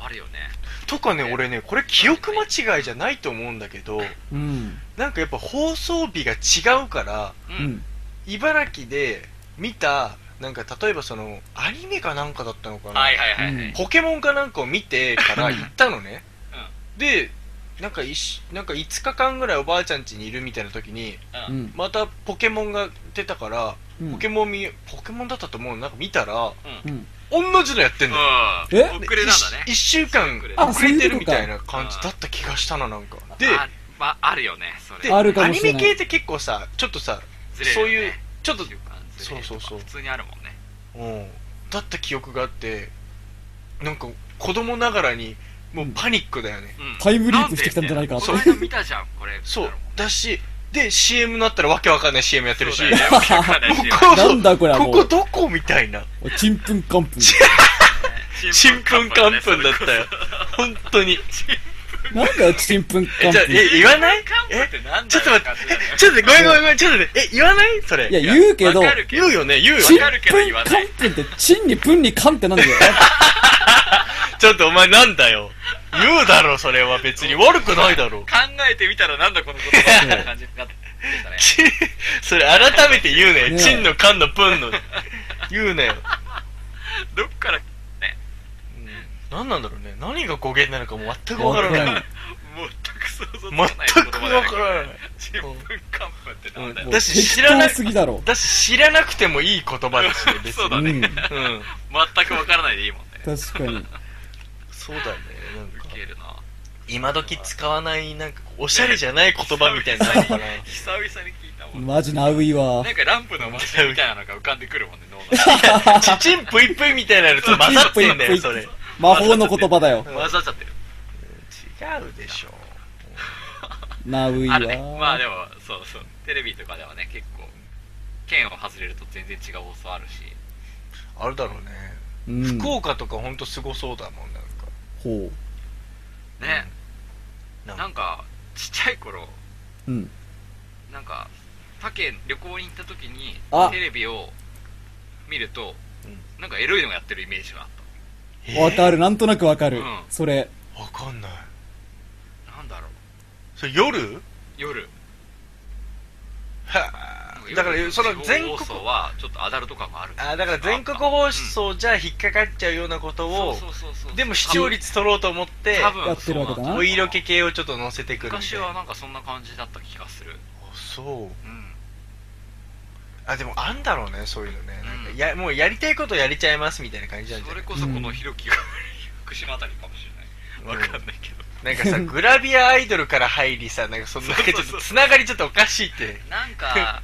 Speaker 3: あるよね
Speaker 4: とかね俺ねこれ記憶間違いじゃないと思うんだけど
Speaker 5: うん。
Speaker 4: なんかやっぱ放送日が違うから
Speaker 3: う
Speaker 5: うんん。
Speaker 4: 茨城で見たなんか例えばそのアニメかなんかだったのかな、
Speaker 3: はいはいはいはい、
Speaker 5: うん
Speaker 4: ポケモンかなんかを見てから行ったのね、でなんか一しなんか5日間ぐらいおばあちゃん家にいるみたいな時に
Speaker 5: う
Speaker 3: うん
Speaker 5: ん。
Speaker 4: またポケモンが出たから
Speaker 5: うん
Speaker 4: ポケモン見ポケモンだったと思うのなんか見たら
Speaker 5: うん。
Speaker 4: 同じのやってんのよ
Speaker 3: うん
Speaker 5: え
Speaker 3: 遅れなんだね
Speaker 4: 1, 週間
Speaker 3: 遅れ
Speaker 5: あ
Speaker 4: 遅れ
Speaker 5: そうい
Speaker 4: て
Speaker 5: うこ
Speaker 4: る
Speaker 5: とか
Speaker 4: みたいな感じだった気がしたななんかで
Speaker 3: あまああるよねそれ
Speaker 4: で
Speaker 5: あるか
Speaker 4: ア
Speaker 5: も
Speaker 4: ニ
Speaker 5: しれな
Speaker 4: メ
Speaker 5: い
Speaker 4: 系って結構さちょっとさ
Speaker 3: ずれる
Speaker 4: そう
Speaker 3: よね
Speaker 4: いうちょっと
Speaker 3: 習慣ずれるとか
Speaker 4: そうそうそう
Speaker 3: 普通にあるもんね
Speaker 4: うん、だった記憶があってなんか子供ながらにもうパニックだよね、
Speaker 3: うん
Speaker 5: タイムリープしてきたんじゃないか
Speaker 3: なんで
Speaker 5: そう
Speaker 3: この間見たじゃんこれ
Speaker 4: そう
Speaker 3: み
Speaker 4: だしで CM になったらわけわかんない CM やったて
Speaker 3: いな
Speaker 4: る
Speaker 3: もん
Speaker 4: し、
Speaker 3: そうだ
Speaker 5: な
Speaker 3: よねわけわかんないし
Speaker 4: こ
Speaker 5: んだこれはも
Speaker 4: こ
Speaker 5: う
Speaker 4: こどこみたいな
Speaker 5: おいちんぷんかんぷん。
Speaker 4: ちんぷんかんぷんだったよ
Speaker 3: ちん
Speaker 4: 本当に
Speaker 5: なんだよ、ちんぷんか
Speaker 4: え
Speaker 5: ん
Speaker 4: じゃあ
Speaker 5: ぷん。い
Speaker 4: え言わない
Speaker 3: ぷんかんぷんってなんだよ
Speaker 4: ちょっと待って
Speaker 3: 感じだよね
Speaker 4: ちょっとごめんごめんごめんちょっとねえ言わないそれ
Speaker 5: や、言うけど、
Speaker 3: わかるけ
Speaker 4: 言うよね言うよ
Speaker 5: ちん
Speaker 4: ね
Speaker 5: ぷ
Speaker 3: わかるけど
Speaker 5: ん
Speaker 3: 言わ
Speaker 5: か
Speaker 3: なんい
Speaker 5: ぷんって、ちんにぷんにかんってなんだよ。
Speaker 4: ちょっとお前なんだよ言うだろそれは別に悪くないだろ
Speaker 3: 考えてみたらなんだこの言葉みたいな感じになってたね
Speaker 4: ち それ改めて言うね
Speaker 5: ねえ
Speaker 4: チンのカンのプンの言うねよ
Speaker 3: どっからね
Speaker 4: 何なんだろうね何が語源なのかもう全くわからない
Speaker 3: 全く想像つかない
Speaker 4: 全くわ
Speaker 3: な
Speaker 4: か
Speaker 3: い
Speaker 4: らない
Speaker 3: ちんぷんかんぷんってなんだよ
Speaker 4: う
Speaker 5: も
Speaker 4: ん
Speaker 5: う
Speaker 4: だし知らな
Speaker 5: 適当すぎだろ。
Speaker 4: だし知らなくてもいい言葉です ね別に
Speaker 3: そうだ
Speaker 5: う
Speaker 3: ね
Speaker 5: ん。
Speaker 4: うん
Speaker 3: 全くわからないでいいもんね
Speaker 5: 確かに。
Speaker 4: そうだねなん
Speaker 3: ウ
Speaker 4: か
Speaker 3: ケるな
Speaker 4: 今時使わないなんかおしゃれじゃない言葉みた いなの
Speaker 3: 久
Speaker 4: か
Speaker 3: 々
Speaker 4: な
Speaker 3: に久々に聞いたもん
Speaker 5: マジナウイは
Speaker 3: なん。かランプのマシンみたいなのが浮かんでくるもんね脳内
Speaker 4: ちちんぷいぷいみたいなやつ混ざってんだよそれ違う
Speaker 5: 魔法の言葉だよ。
Speaker 3: に混ざっちゃってる
Speaker 4: でしょ
Speaker 5: ナウイ
Speaker 3: あるねまあ
Speaker 5: は。
Speaker 3: でもそうそうテレビとかではね結構県を外れると全然違う放送あるし
Speaker 4: あれだろうね
Speaker 5: うん。
Speaker 4: 福岡とかほんとすごそうだもんなんか
Speaker 5: ほ
Speaker 3: ね
Speaker 4: うん
Speaker 3: なんかちっちゃい頃
Speaker 5: う。うん。
Speaker 3: なんか他県旅行に行った時に
Speaker 5: あ
Speaker 3: テレビを見ると
Speaker 4: う
Speaker 3: なんかエロいのがやってるイメージがあっ
Speaker 5: わかる、なんとなくわかる
Speaker 3: うん。
Speaker 5: それ。
Speaker 4: わかんない
Speaker 3: たなんだろう
Speaker 4: それ夜
Speaker 3: 夜なん
Speaker 4: はあ だからその全
Speaker 3: 地
Speaker 4: 国
Speaker 3: 方放送はちょっとアダルト感がある
Speaker 4: あだから全国放送じゃ引っかかっちゃうようなこと
Speaker 3: を
Speaker 4: をでも視聴率取ろうと思って
Speaker 3: 多分
Speaker 5: やってるわけだな
Speaker 4: お色気系をちょっと載せてくるみた
Speaker 3: 昔
Speaker 4: い
Speaker 3: は
Speaker 4: な
Speaker 3: なんかそんな感じだった気がする
Speaker 4: あそう
Speaker 3: うん
Speaker 4: あでもあんだろうねそういうのねなんか
Speaker 3: うん
Speaker 4: やもうやりたいことやりちゃいますみたいな感じなんじ
Speaker 3: そ
Speaker 4: ゃな
Speaker 3: れ
Speaker 4: い
Speaker 3: こそこのひろきが 福島あたりかもしれないわかんないけど
Speaker 4: なん かさグラビアアイドルから入りさなんかそのなんかちょっとつながりちょっとおかしいって
Speaker 3: なん か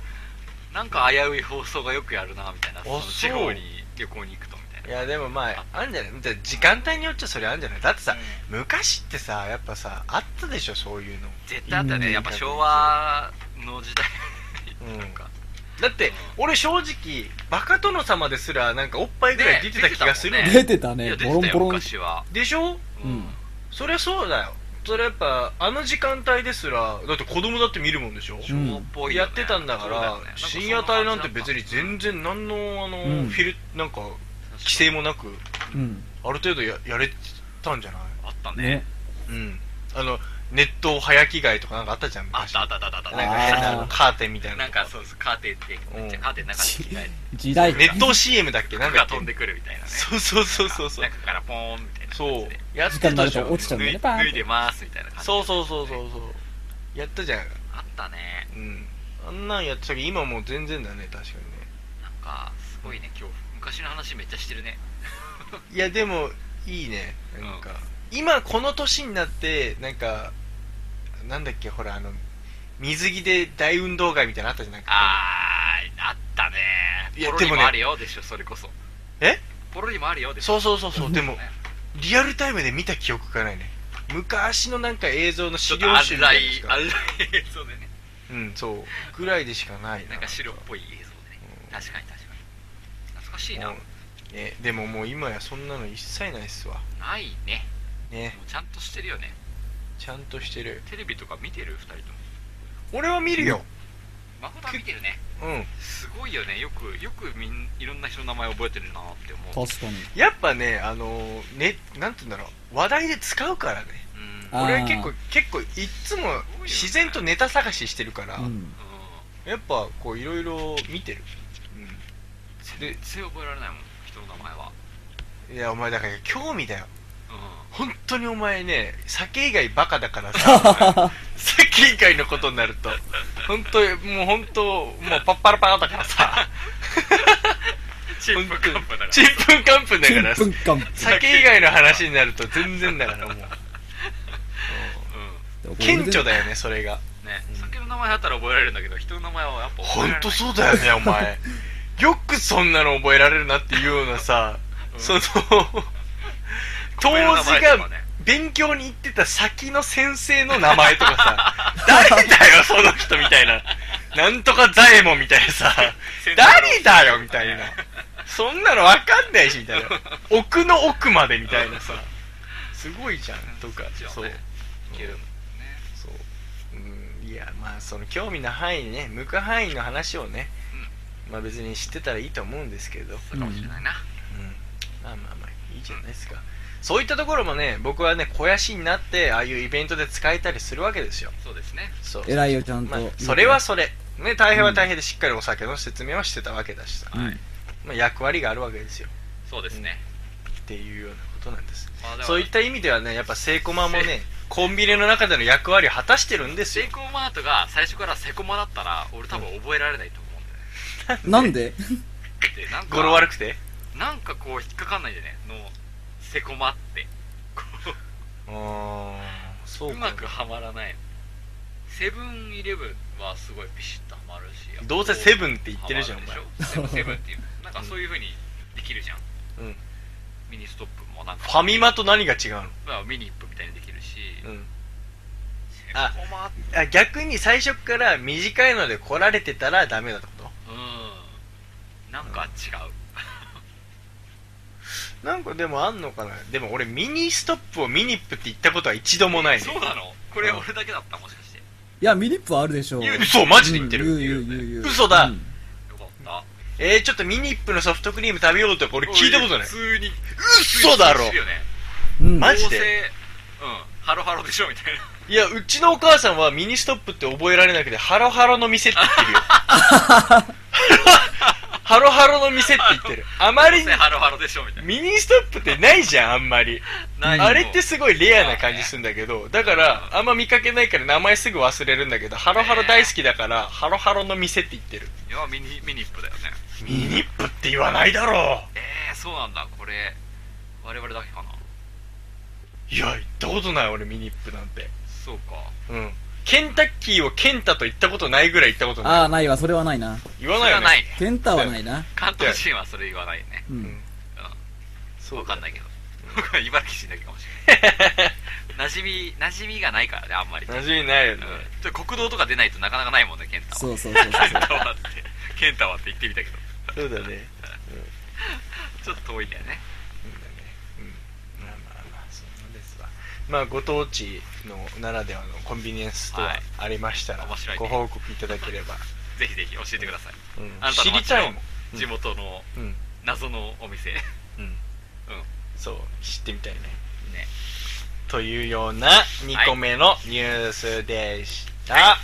Speaker 3: なんか危うい放送がよくやるなみたいなその
Speaker 4: そう
Speaker 3: 地方に旅行に行くとみたい
Speaker 4: い
Speaker 3: な
Speaker 4: やでもまああんじゃないだって時間帯によっちゃそれあんじゃないだってさ昔ってさやっぱさあったでしょそういうの
Speaker 3: 絶対あったよ
Speaker 5: う
Speaker 3: ね
Speaker 5: ん
Speaker 3: やっぱ昭和の時代
Speaker 4: うん
Speaker 3: なんか
Speaker 4: だって、俺正直バカ殿様ですらなんかおっぱいぐらい出てた気がする、
Speaker 3: ね
Speaker 5: 出てた
Speaker 3: い
Speaker 5: ね
Speaker 3: や。出
Speaker 5: ボロ
Speaker 3: て
Speaker 5: ン
Speaker 3: た
Speaker 5: ボ
Speaker 3: よ
Speaker 5: ロン。
Speaker 3: 昔は
Speaker 4: でしょ
Speaker 5: うん。
Speaker 4: そりゃそうだよそれやっぱあの時間帯ですらだって子供だって見るもんでし
Speaker 5: う
Speaker 4: ょ
Speaker 5: ん
Speaker 3: 昭和っぽいよ
Speaker 4: や
Speaker 3: ね
Speaker 4: ってたんだから
Speaker 3: そうよね
Speaker 4: 深夜帯なんて別に全然何のあの、
Speaker 5: うん
Speaker 4: フィルなんか規制もなく
Speaker 5: うん。
Speaker 4: ある程度ややれたんじゃない
Speaker 3: あったね
Speaker 5: ね。
Speaker 4: うんあのネット早着替えとかなんかあったじゃん
Speaker 3: あっ
Speaker 4: 昔
Speaker 3: たあったあったあった
Speaker 4: なん
Speaker 3: なん
Speaker 4: か
Speaker 3: か
Speaker 4: 変
Speaker 3: 変
Speaker 4: な
Speaker 3: な
Speaker 4: あの
Speaker 3: の
Speaker 4: カーテンみたいな
Speaker 3: なんかそうですカーテンってめっちゃカーテンの中に着替えて
Speaker 5: 時代
Speaker 4: ネット CM だっけなん
Speaker 3: 服
Speaker 4: か
Speaker 3: が飛んでくるみたいなね
Speaker 4: そうそうそうそうそう
Speaker 3: 中からポーンみたいな
Speaker 4: そ
Speaker 3: 感じで
Speaker 4: うやっ
Speaker 5: 時間
Speaker 4: て
Speaker 5: にな
Speaker 4: た
Speaker 5: る
Speaker 4: じゃん
Speaker 5: と落ちちゃうんだよね、パーン
Speaker 3: 脱いでますみたいな感じ
Speaker 4: そうそうそうそうそうやったじゃん
Speaker 3: あったね
Speaker 4: うんあんなんやってたけど今もう全然だね確かにね
Speaker 3: なんかすごいね今日昔の話めっちゃしてるね
Speaker 4: いやでもいいねなんか、今この年になってなんかなんだっけほらあの水着で大運動会みたいなのあったじゃんないか
Speaker 3: あーあったね
Speaker 4: いや
Speaker 3: ポロリ
Speaker 4: でも
Speaker 3: も
Speaker 4: ね
Speaker 3: あるよでしょそれこそ
Speaker 4: え
Speaker 3: ポロリもあるよでしょ
Speaker 4: そうそうそうそうでも
Speaker 3: ね
Speaker 4: リアルタイムで見た記憶がないね昔のなんか映像の
Speaker 3: ちょ
Speaker 4: 資
Speaker 3: っ
Speaker 4: 料
Speaker 3: とあ
Speaker 4: 集み
Speaker 3: ら
Speaker 4: た
Speaker 3: い
Speaker 4: いなのし
Speaker 3: あ
Speaker 4: から
Speaker 3: い映像でね
Speaker 4: うんそうぐらいでしかないな
Speaker 3: なんか白っぽい映像でね確かに確かに懐かしいな
Speaker 4: うんねでももう今やそんなの一切ないっすわ
Speaker 3: ないね
Speaker 4: ね
Speaker 3: もうちゃんとしてるよね
Speaker 4: ちゃんとしてる
Speaker 3: テレビとか見てる2人とも
Speaker 4: 俺は見るよ
Speaker 3: 誠は見てるね
Speaker 4: うん
Speaker 3: すごいよねよくよくみんいろんな人の名前覚えてるなって思う
Speaker 5: 確かに。
Speaker 4: やっぱねあのねなんて言うんだろう話題で使うからね
Speaker 3: うん
Speaker 5: あー
Speaker 4: 俺は結構結構いっつも自然とネタ探ししてるから、
Speaker 5: うん。
Speaker 3: う
Speaker 4: やっぱこういろいろ見てる、
Speaker 3: ん全然覚えられないもん人の名前は
Speaker 4: うん、いやお前だから興味だよ
Speaker 3: う
Speaker 4: 本当にお前ね酒以外バカだか らさ酒以外のことになると本当にもう本当もうパッパラパラだからさ
Speaker 3: んチームカンプだから
Speaker 4: ちんぷんかんぷんだか
Speaker 5: 10
Speaker 4: ら
Speaker 5: 分間。
Speaker 4: 酒以外の話になると全然だから もう
Speaker 3: う
Speaker 4: 顕著だよねそれが
Speaker 3: んね酒の名前だったら覚えられるんだけど人の名前はやっぱ覚え
Speaker 4: 本
Speaker 3: られな
Speaker 4: 当
Speaker 3: い
Speaker 4: そうだよ ねお前よくそんなの覚えられるなっていうようなさ、そ の当
Speaker 3: 米の名
Speaker 4: 時
Speaker 3: 前と
Speaker 4: が
Speaker 3: かね
Speaker 4: 勉強に行ってた先の先生の名前とか さ誰だよその人みたいななんとか左衛門みたいなさ誰だよみたいなそんなのわかんないしみた いな奥の奥までみたいなさすごいじゃんとか
Speaker 3: そ
Speaker 4: そうう
Speaker 3: ねいけるもんね
Speaker 4: そううんいやまあその興味の範囲にね向く範囲の話をね、まあ別に知ってたらいいと思うんですけど、
Speaker 3: そうかもしれないな
Speaker 4: まあまあまあいいじゃないですか、そういったところもね僕はね肥やしになってああいうイベントで使えたりするわけですよ
Speaker 3: そうですね
Speaker 4: そう
Speaker 5: 偉いよ、ちゃんと
Speaker 4: まあ。それはそれね大変は大変でしっかりお酒の説明はしてたわけだしさ、
Speaker 5: はい。
Speaker 4: まあ、役割があるわけですよ
Speaker 3: そうですね
Speaker 4: っていうようなことなんです
Speaker 3: まあだから
Speaker 4: そういった意味ではねやっぱセイコマもねコンビニの中での役割を果たしてるんです
Speaker 3: セ
Speaker 4: よ
Speaker 3: イコーマートが最初からセコマだったら俺多分覚えられないと思うんだよね
Speaker 5: なんで
Speaker 3: でなんか
Speaker 4: 語呂悪くて
Speaker 3: なんかこう引っかかんないでねのセコマってこ
Speaker 4: ああそうう
Speaker 3: うまくはまらないセブンイレブンはすごいピシッとはまるし
Speaker 4: どうせセブンって言ってるじゃん
Speaker 3: は
Speaker 4: お
Speaker 3: ま
Speaker 4: 前
Speaker 3: るでしょでもセブン っていうなんかそういうふうにできるじゃん、
Speaker 4: うん
Speaker 3: ミニストップもなんか
Speaker 4: ファミマと何が違うの
Speaker 3: まあミニップみたいにできるし、
Speaker 4: ん
Speaker 3: セ
Speaker 4: あ
Speaker 3: コマって
Speaker 4: あ逆に最初から短いので来られてたらダメだってこ
Speaker 3: うんなんか違う、
Speaker 4: となんかでもあんのかなでも俺ミニストップをミニップって言ったことは一度もないね
Speaker 3: そうなのこれ俺だけだったもしかしてよ
Speaker 5: いや、ミニップはあるでしょう。
Speaker 4: 言う嘘マジで言ってる
Speaker 5: うん言う言う言う
Speaker 4: 嘘だ
Speaker 5: うん
Speaker 3: かった
Speaker 4: えー、ちょっとミニップのソフトクリーム食べようとか俺聞いたことない
Speaker 3: 普通に
Speaker 4: 嘘だろ
Speaker 3: 普通に美味しいよね
Speaker 5: うん。
Speaker 4: マジで
Speaker 3: どうせうんハロハロでしょみたいない
Speaker 4: やうちのお母さんはミニストップって覚えられなくてハロハロの店って言ってる よハロハロの店って言ってる あまり
Speaker 3: どうせハロハロでしょみたいな
Speaker 4: ミニストップってないじゃんあんまり
Speaker 3: ない
Speaker 4: あれってすごいレアな感じするんだけど、だから、あんま見かけないから名前すぐ忘れるんだけど、ハロハロ大好きだから、ハロハロの店って言ってる。
Speaker 3: いやミニミニップだよね
Speaker 4: ミニップって言わないだろ
Speaker 3: えー、そうなんだこれ我々だけかな
Speaker 4: う。いや、行ったことない俺ミニップなんて。
Speaker 3: そうか
Speaker 4: うん。ケンタッキーをケンタと言ったことないぐらい行ったことない。
Speaker 5: ああ、ないわ、それはないな。
Speaker 4: 言わ
Speaker 3: そ
Speaker 4: ない
Speaker 3: れ
Speaker 4: よ
Speaker 3: は
Speaker 4: ね。
Speaker 3: ないね
Speaker 5: ケンタはないな。
Speaker 3: 関東人はそれ言わないよね
Speaker 5: う
Speaker 4: うんん。。そう。
Speaker 3: 分かんないいけど僕は茨城人だけかもしれない馴 染み馴染みがないからねあんまり、うん、
Speaker 4: 馴染みないよね。
Speaker 3: ちょっと国道とか出ないとなかなかないもんねケンタは
Speaker 5: そうそうそう
Speaker 3: ケン
Speaker 5: そう。
Speaker 3: タはってケンタはって言ってみたけど
Speaker 4: そうだね。
Speaker 3: ちょっと遠いんだよね
Speaker 4: うんまあまあまあ、そんなですわ。まあ、ご当地のならではのコンビニエンスストア
Speaker 3: はい
Speaker 4: ありましたら、
Speaker 3: 面白い
Speaker 4: ご
Speaker 3: ね
Speaker 4: 報告いただければ、
Speaker 3: ぜひぜひ教えてください
Speaker 4: うん
Speaker 3: あなた
Speaker 4: 知
Speaker 3: の
Speaker 4: り
Speaker 3: 街
Speaker 4: たい
Speaker 3: の
Speaker 4: もん、
Speaker 3: 地元の
Speaker 4: うん
Speaker 3: 謎のお店ね
Speaker 4: うんそう知ってみたいね
Speaker 3: ね
Speaker 4: というような2個目のニュースでした、
Speaker 3: じゃあ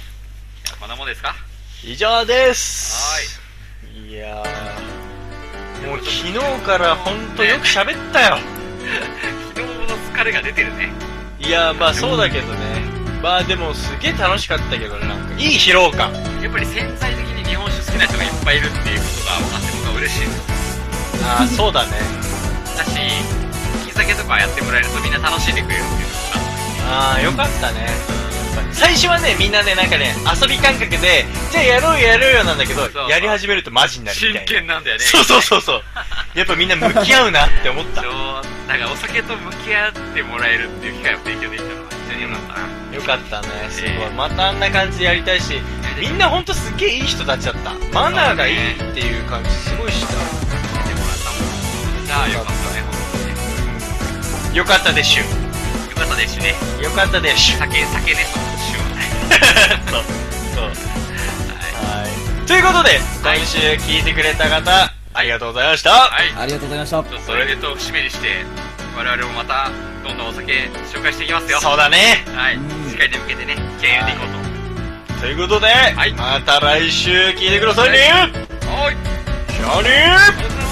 Speaker 3: こんなもんですか
Speaker 4: 以上ですいやーもう昨日から本当よく喋ったよ
Speaker 3: 昨日の疲れが出てるね
Speaker 4: いやーまあそうだけどねまあでもすげえ楽しかったけどねなんかいい疲労感
Speaker 3: やっぱり潜在的に日本酒好きな人がいっぱいいるっていうことが分かって僕は嬉しいです
Speaker 4: ああそうだね
Speaker 3: だし引き酒とかやってもらえるとみんな楽しんでくれるっていうのが
Speaker 4: ああよかったねやっぱり最初はねみんなねなんかね遊び感覚でじゃあやろうよやろうよなんだけど
Speaker 3: そうそう
Speaker 4: やり始めるとマジになるみたいな
Speaker 3: 真剣なんだよね
Speaker 4: そうそうそう そうやっぱみんな向き合うなって思った
Speaker 3: そうだからお酒と向き合ってもらえるっていう機会を提供できたのは非常に良かったな
Speaker 4: よかったねすごい、
Speaker 3: ええ
Speaker 4: またあんな感じでやりたいしみんなほんとすっげえいい人たちだったマナーがいいっていう感じすごいした
Speaker 3: やってもらったもんじゃあよかったね本当にね
Speaker 4: よかったでしゅ
Speaker 3: よかったですしね
Speaker 4: よかったでしゅ
Speaker 3: 酒酒ねとしようね
Speaker 4: そう そうはいということで今週聞いてくれた方ありがとうございました、
Speaker 3: はい
Speaker 5: ありがとうございました。
Speaker 3: ちょっとそれでと締めにして我々もまたどんどんお酒紹介していきますよ
Speaker 4: そうだね
Speaker 3: はい次回に向けてね気合い入れていこうと
Speaker 4: ということで、
Speaker 3: い
Speaker 4: また来週聞いてくださいね、
Speaker 3: はい
Speaker 4: じゃあね
Speaker 3: うん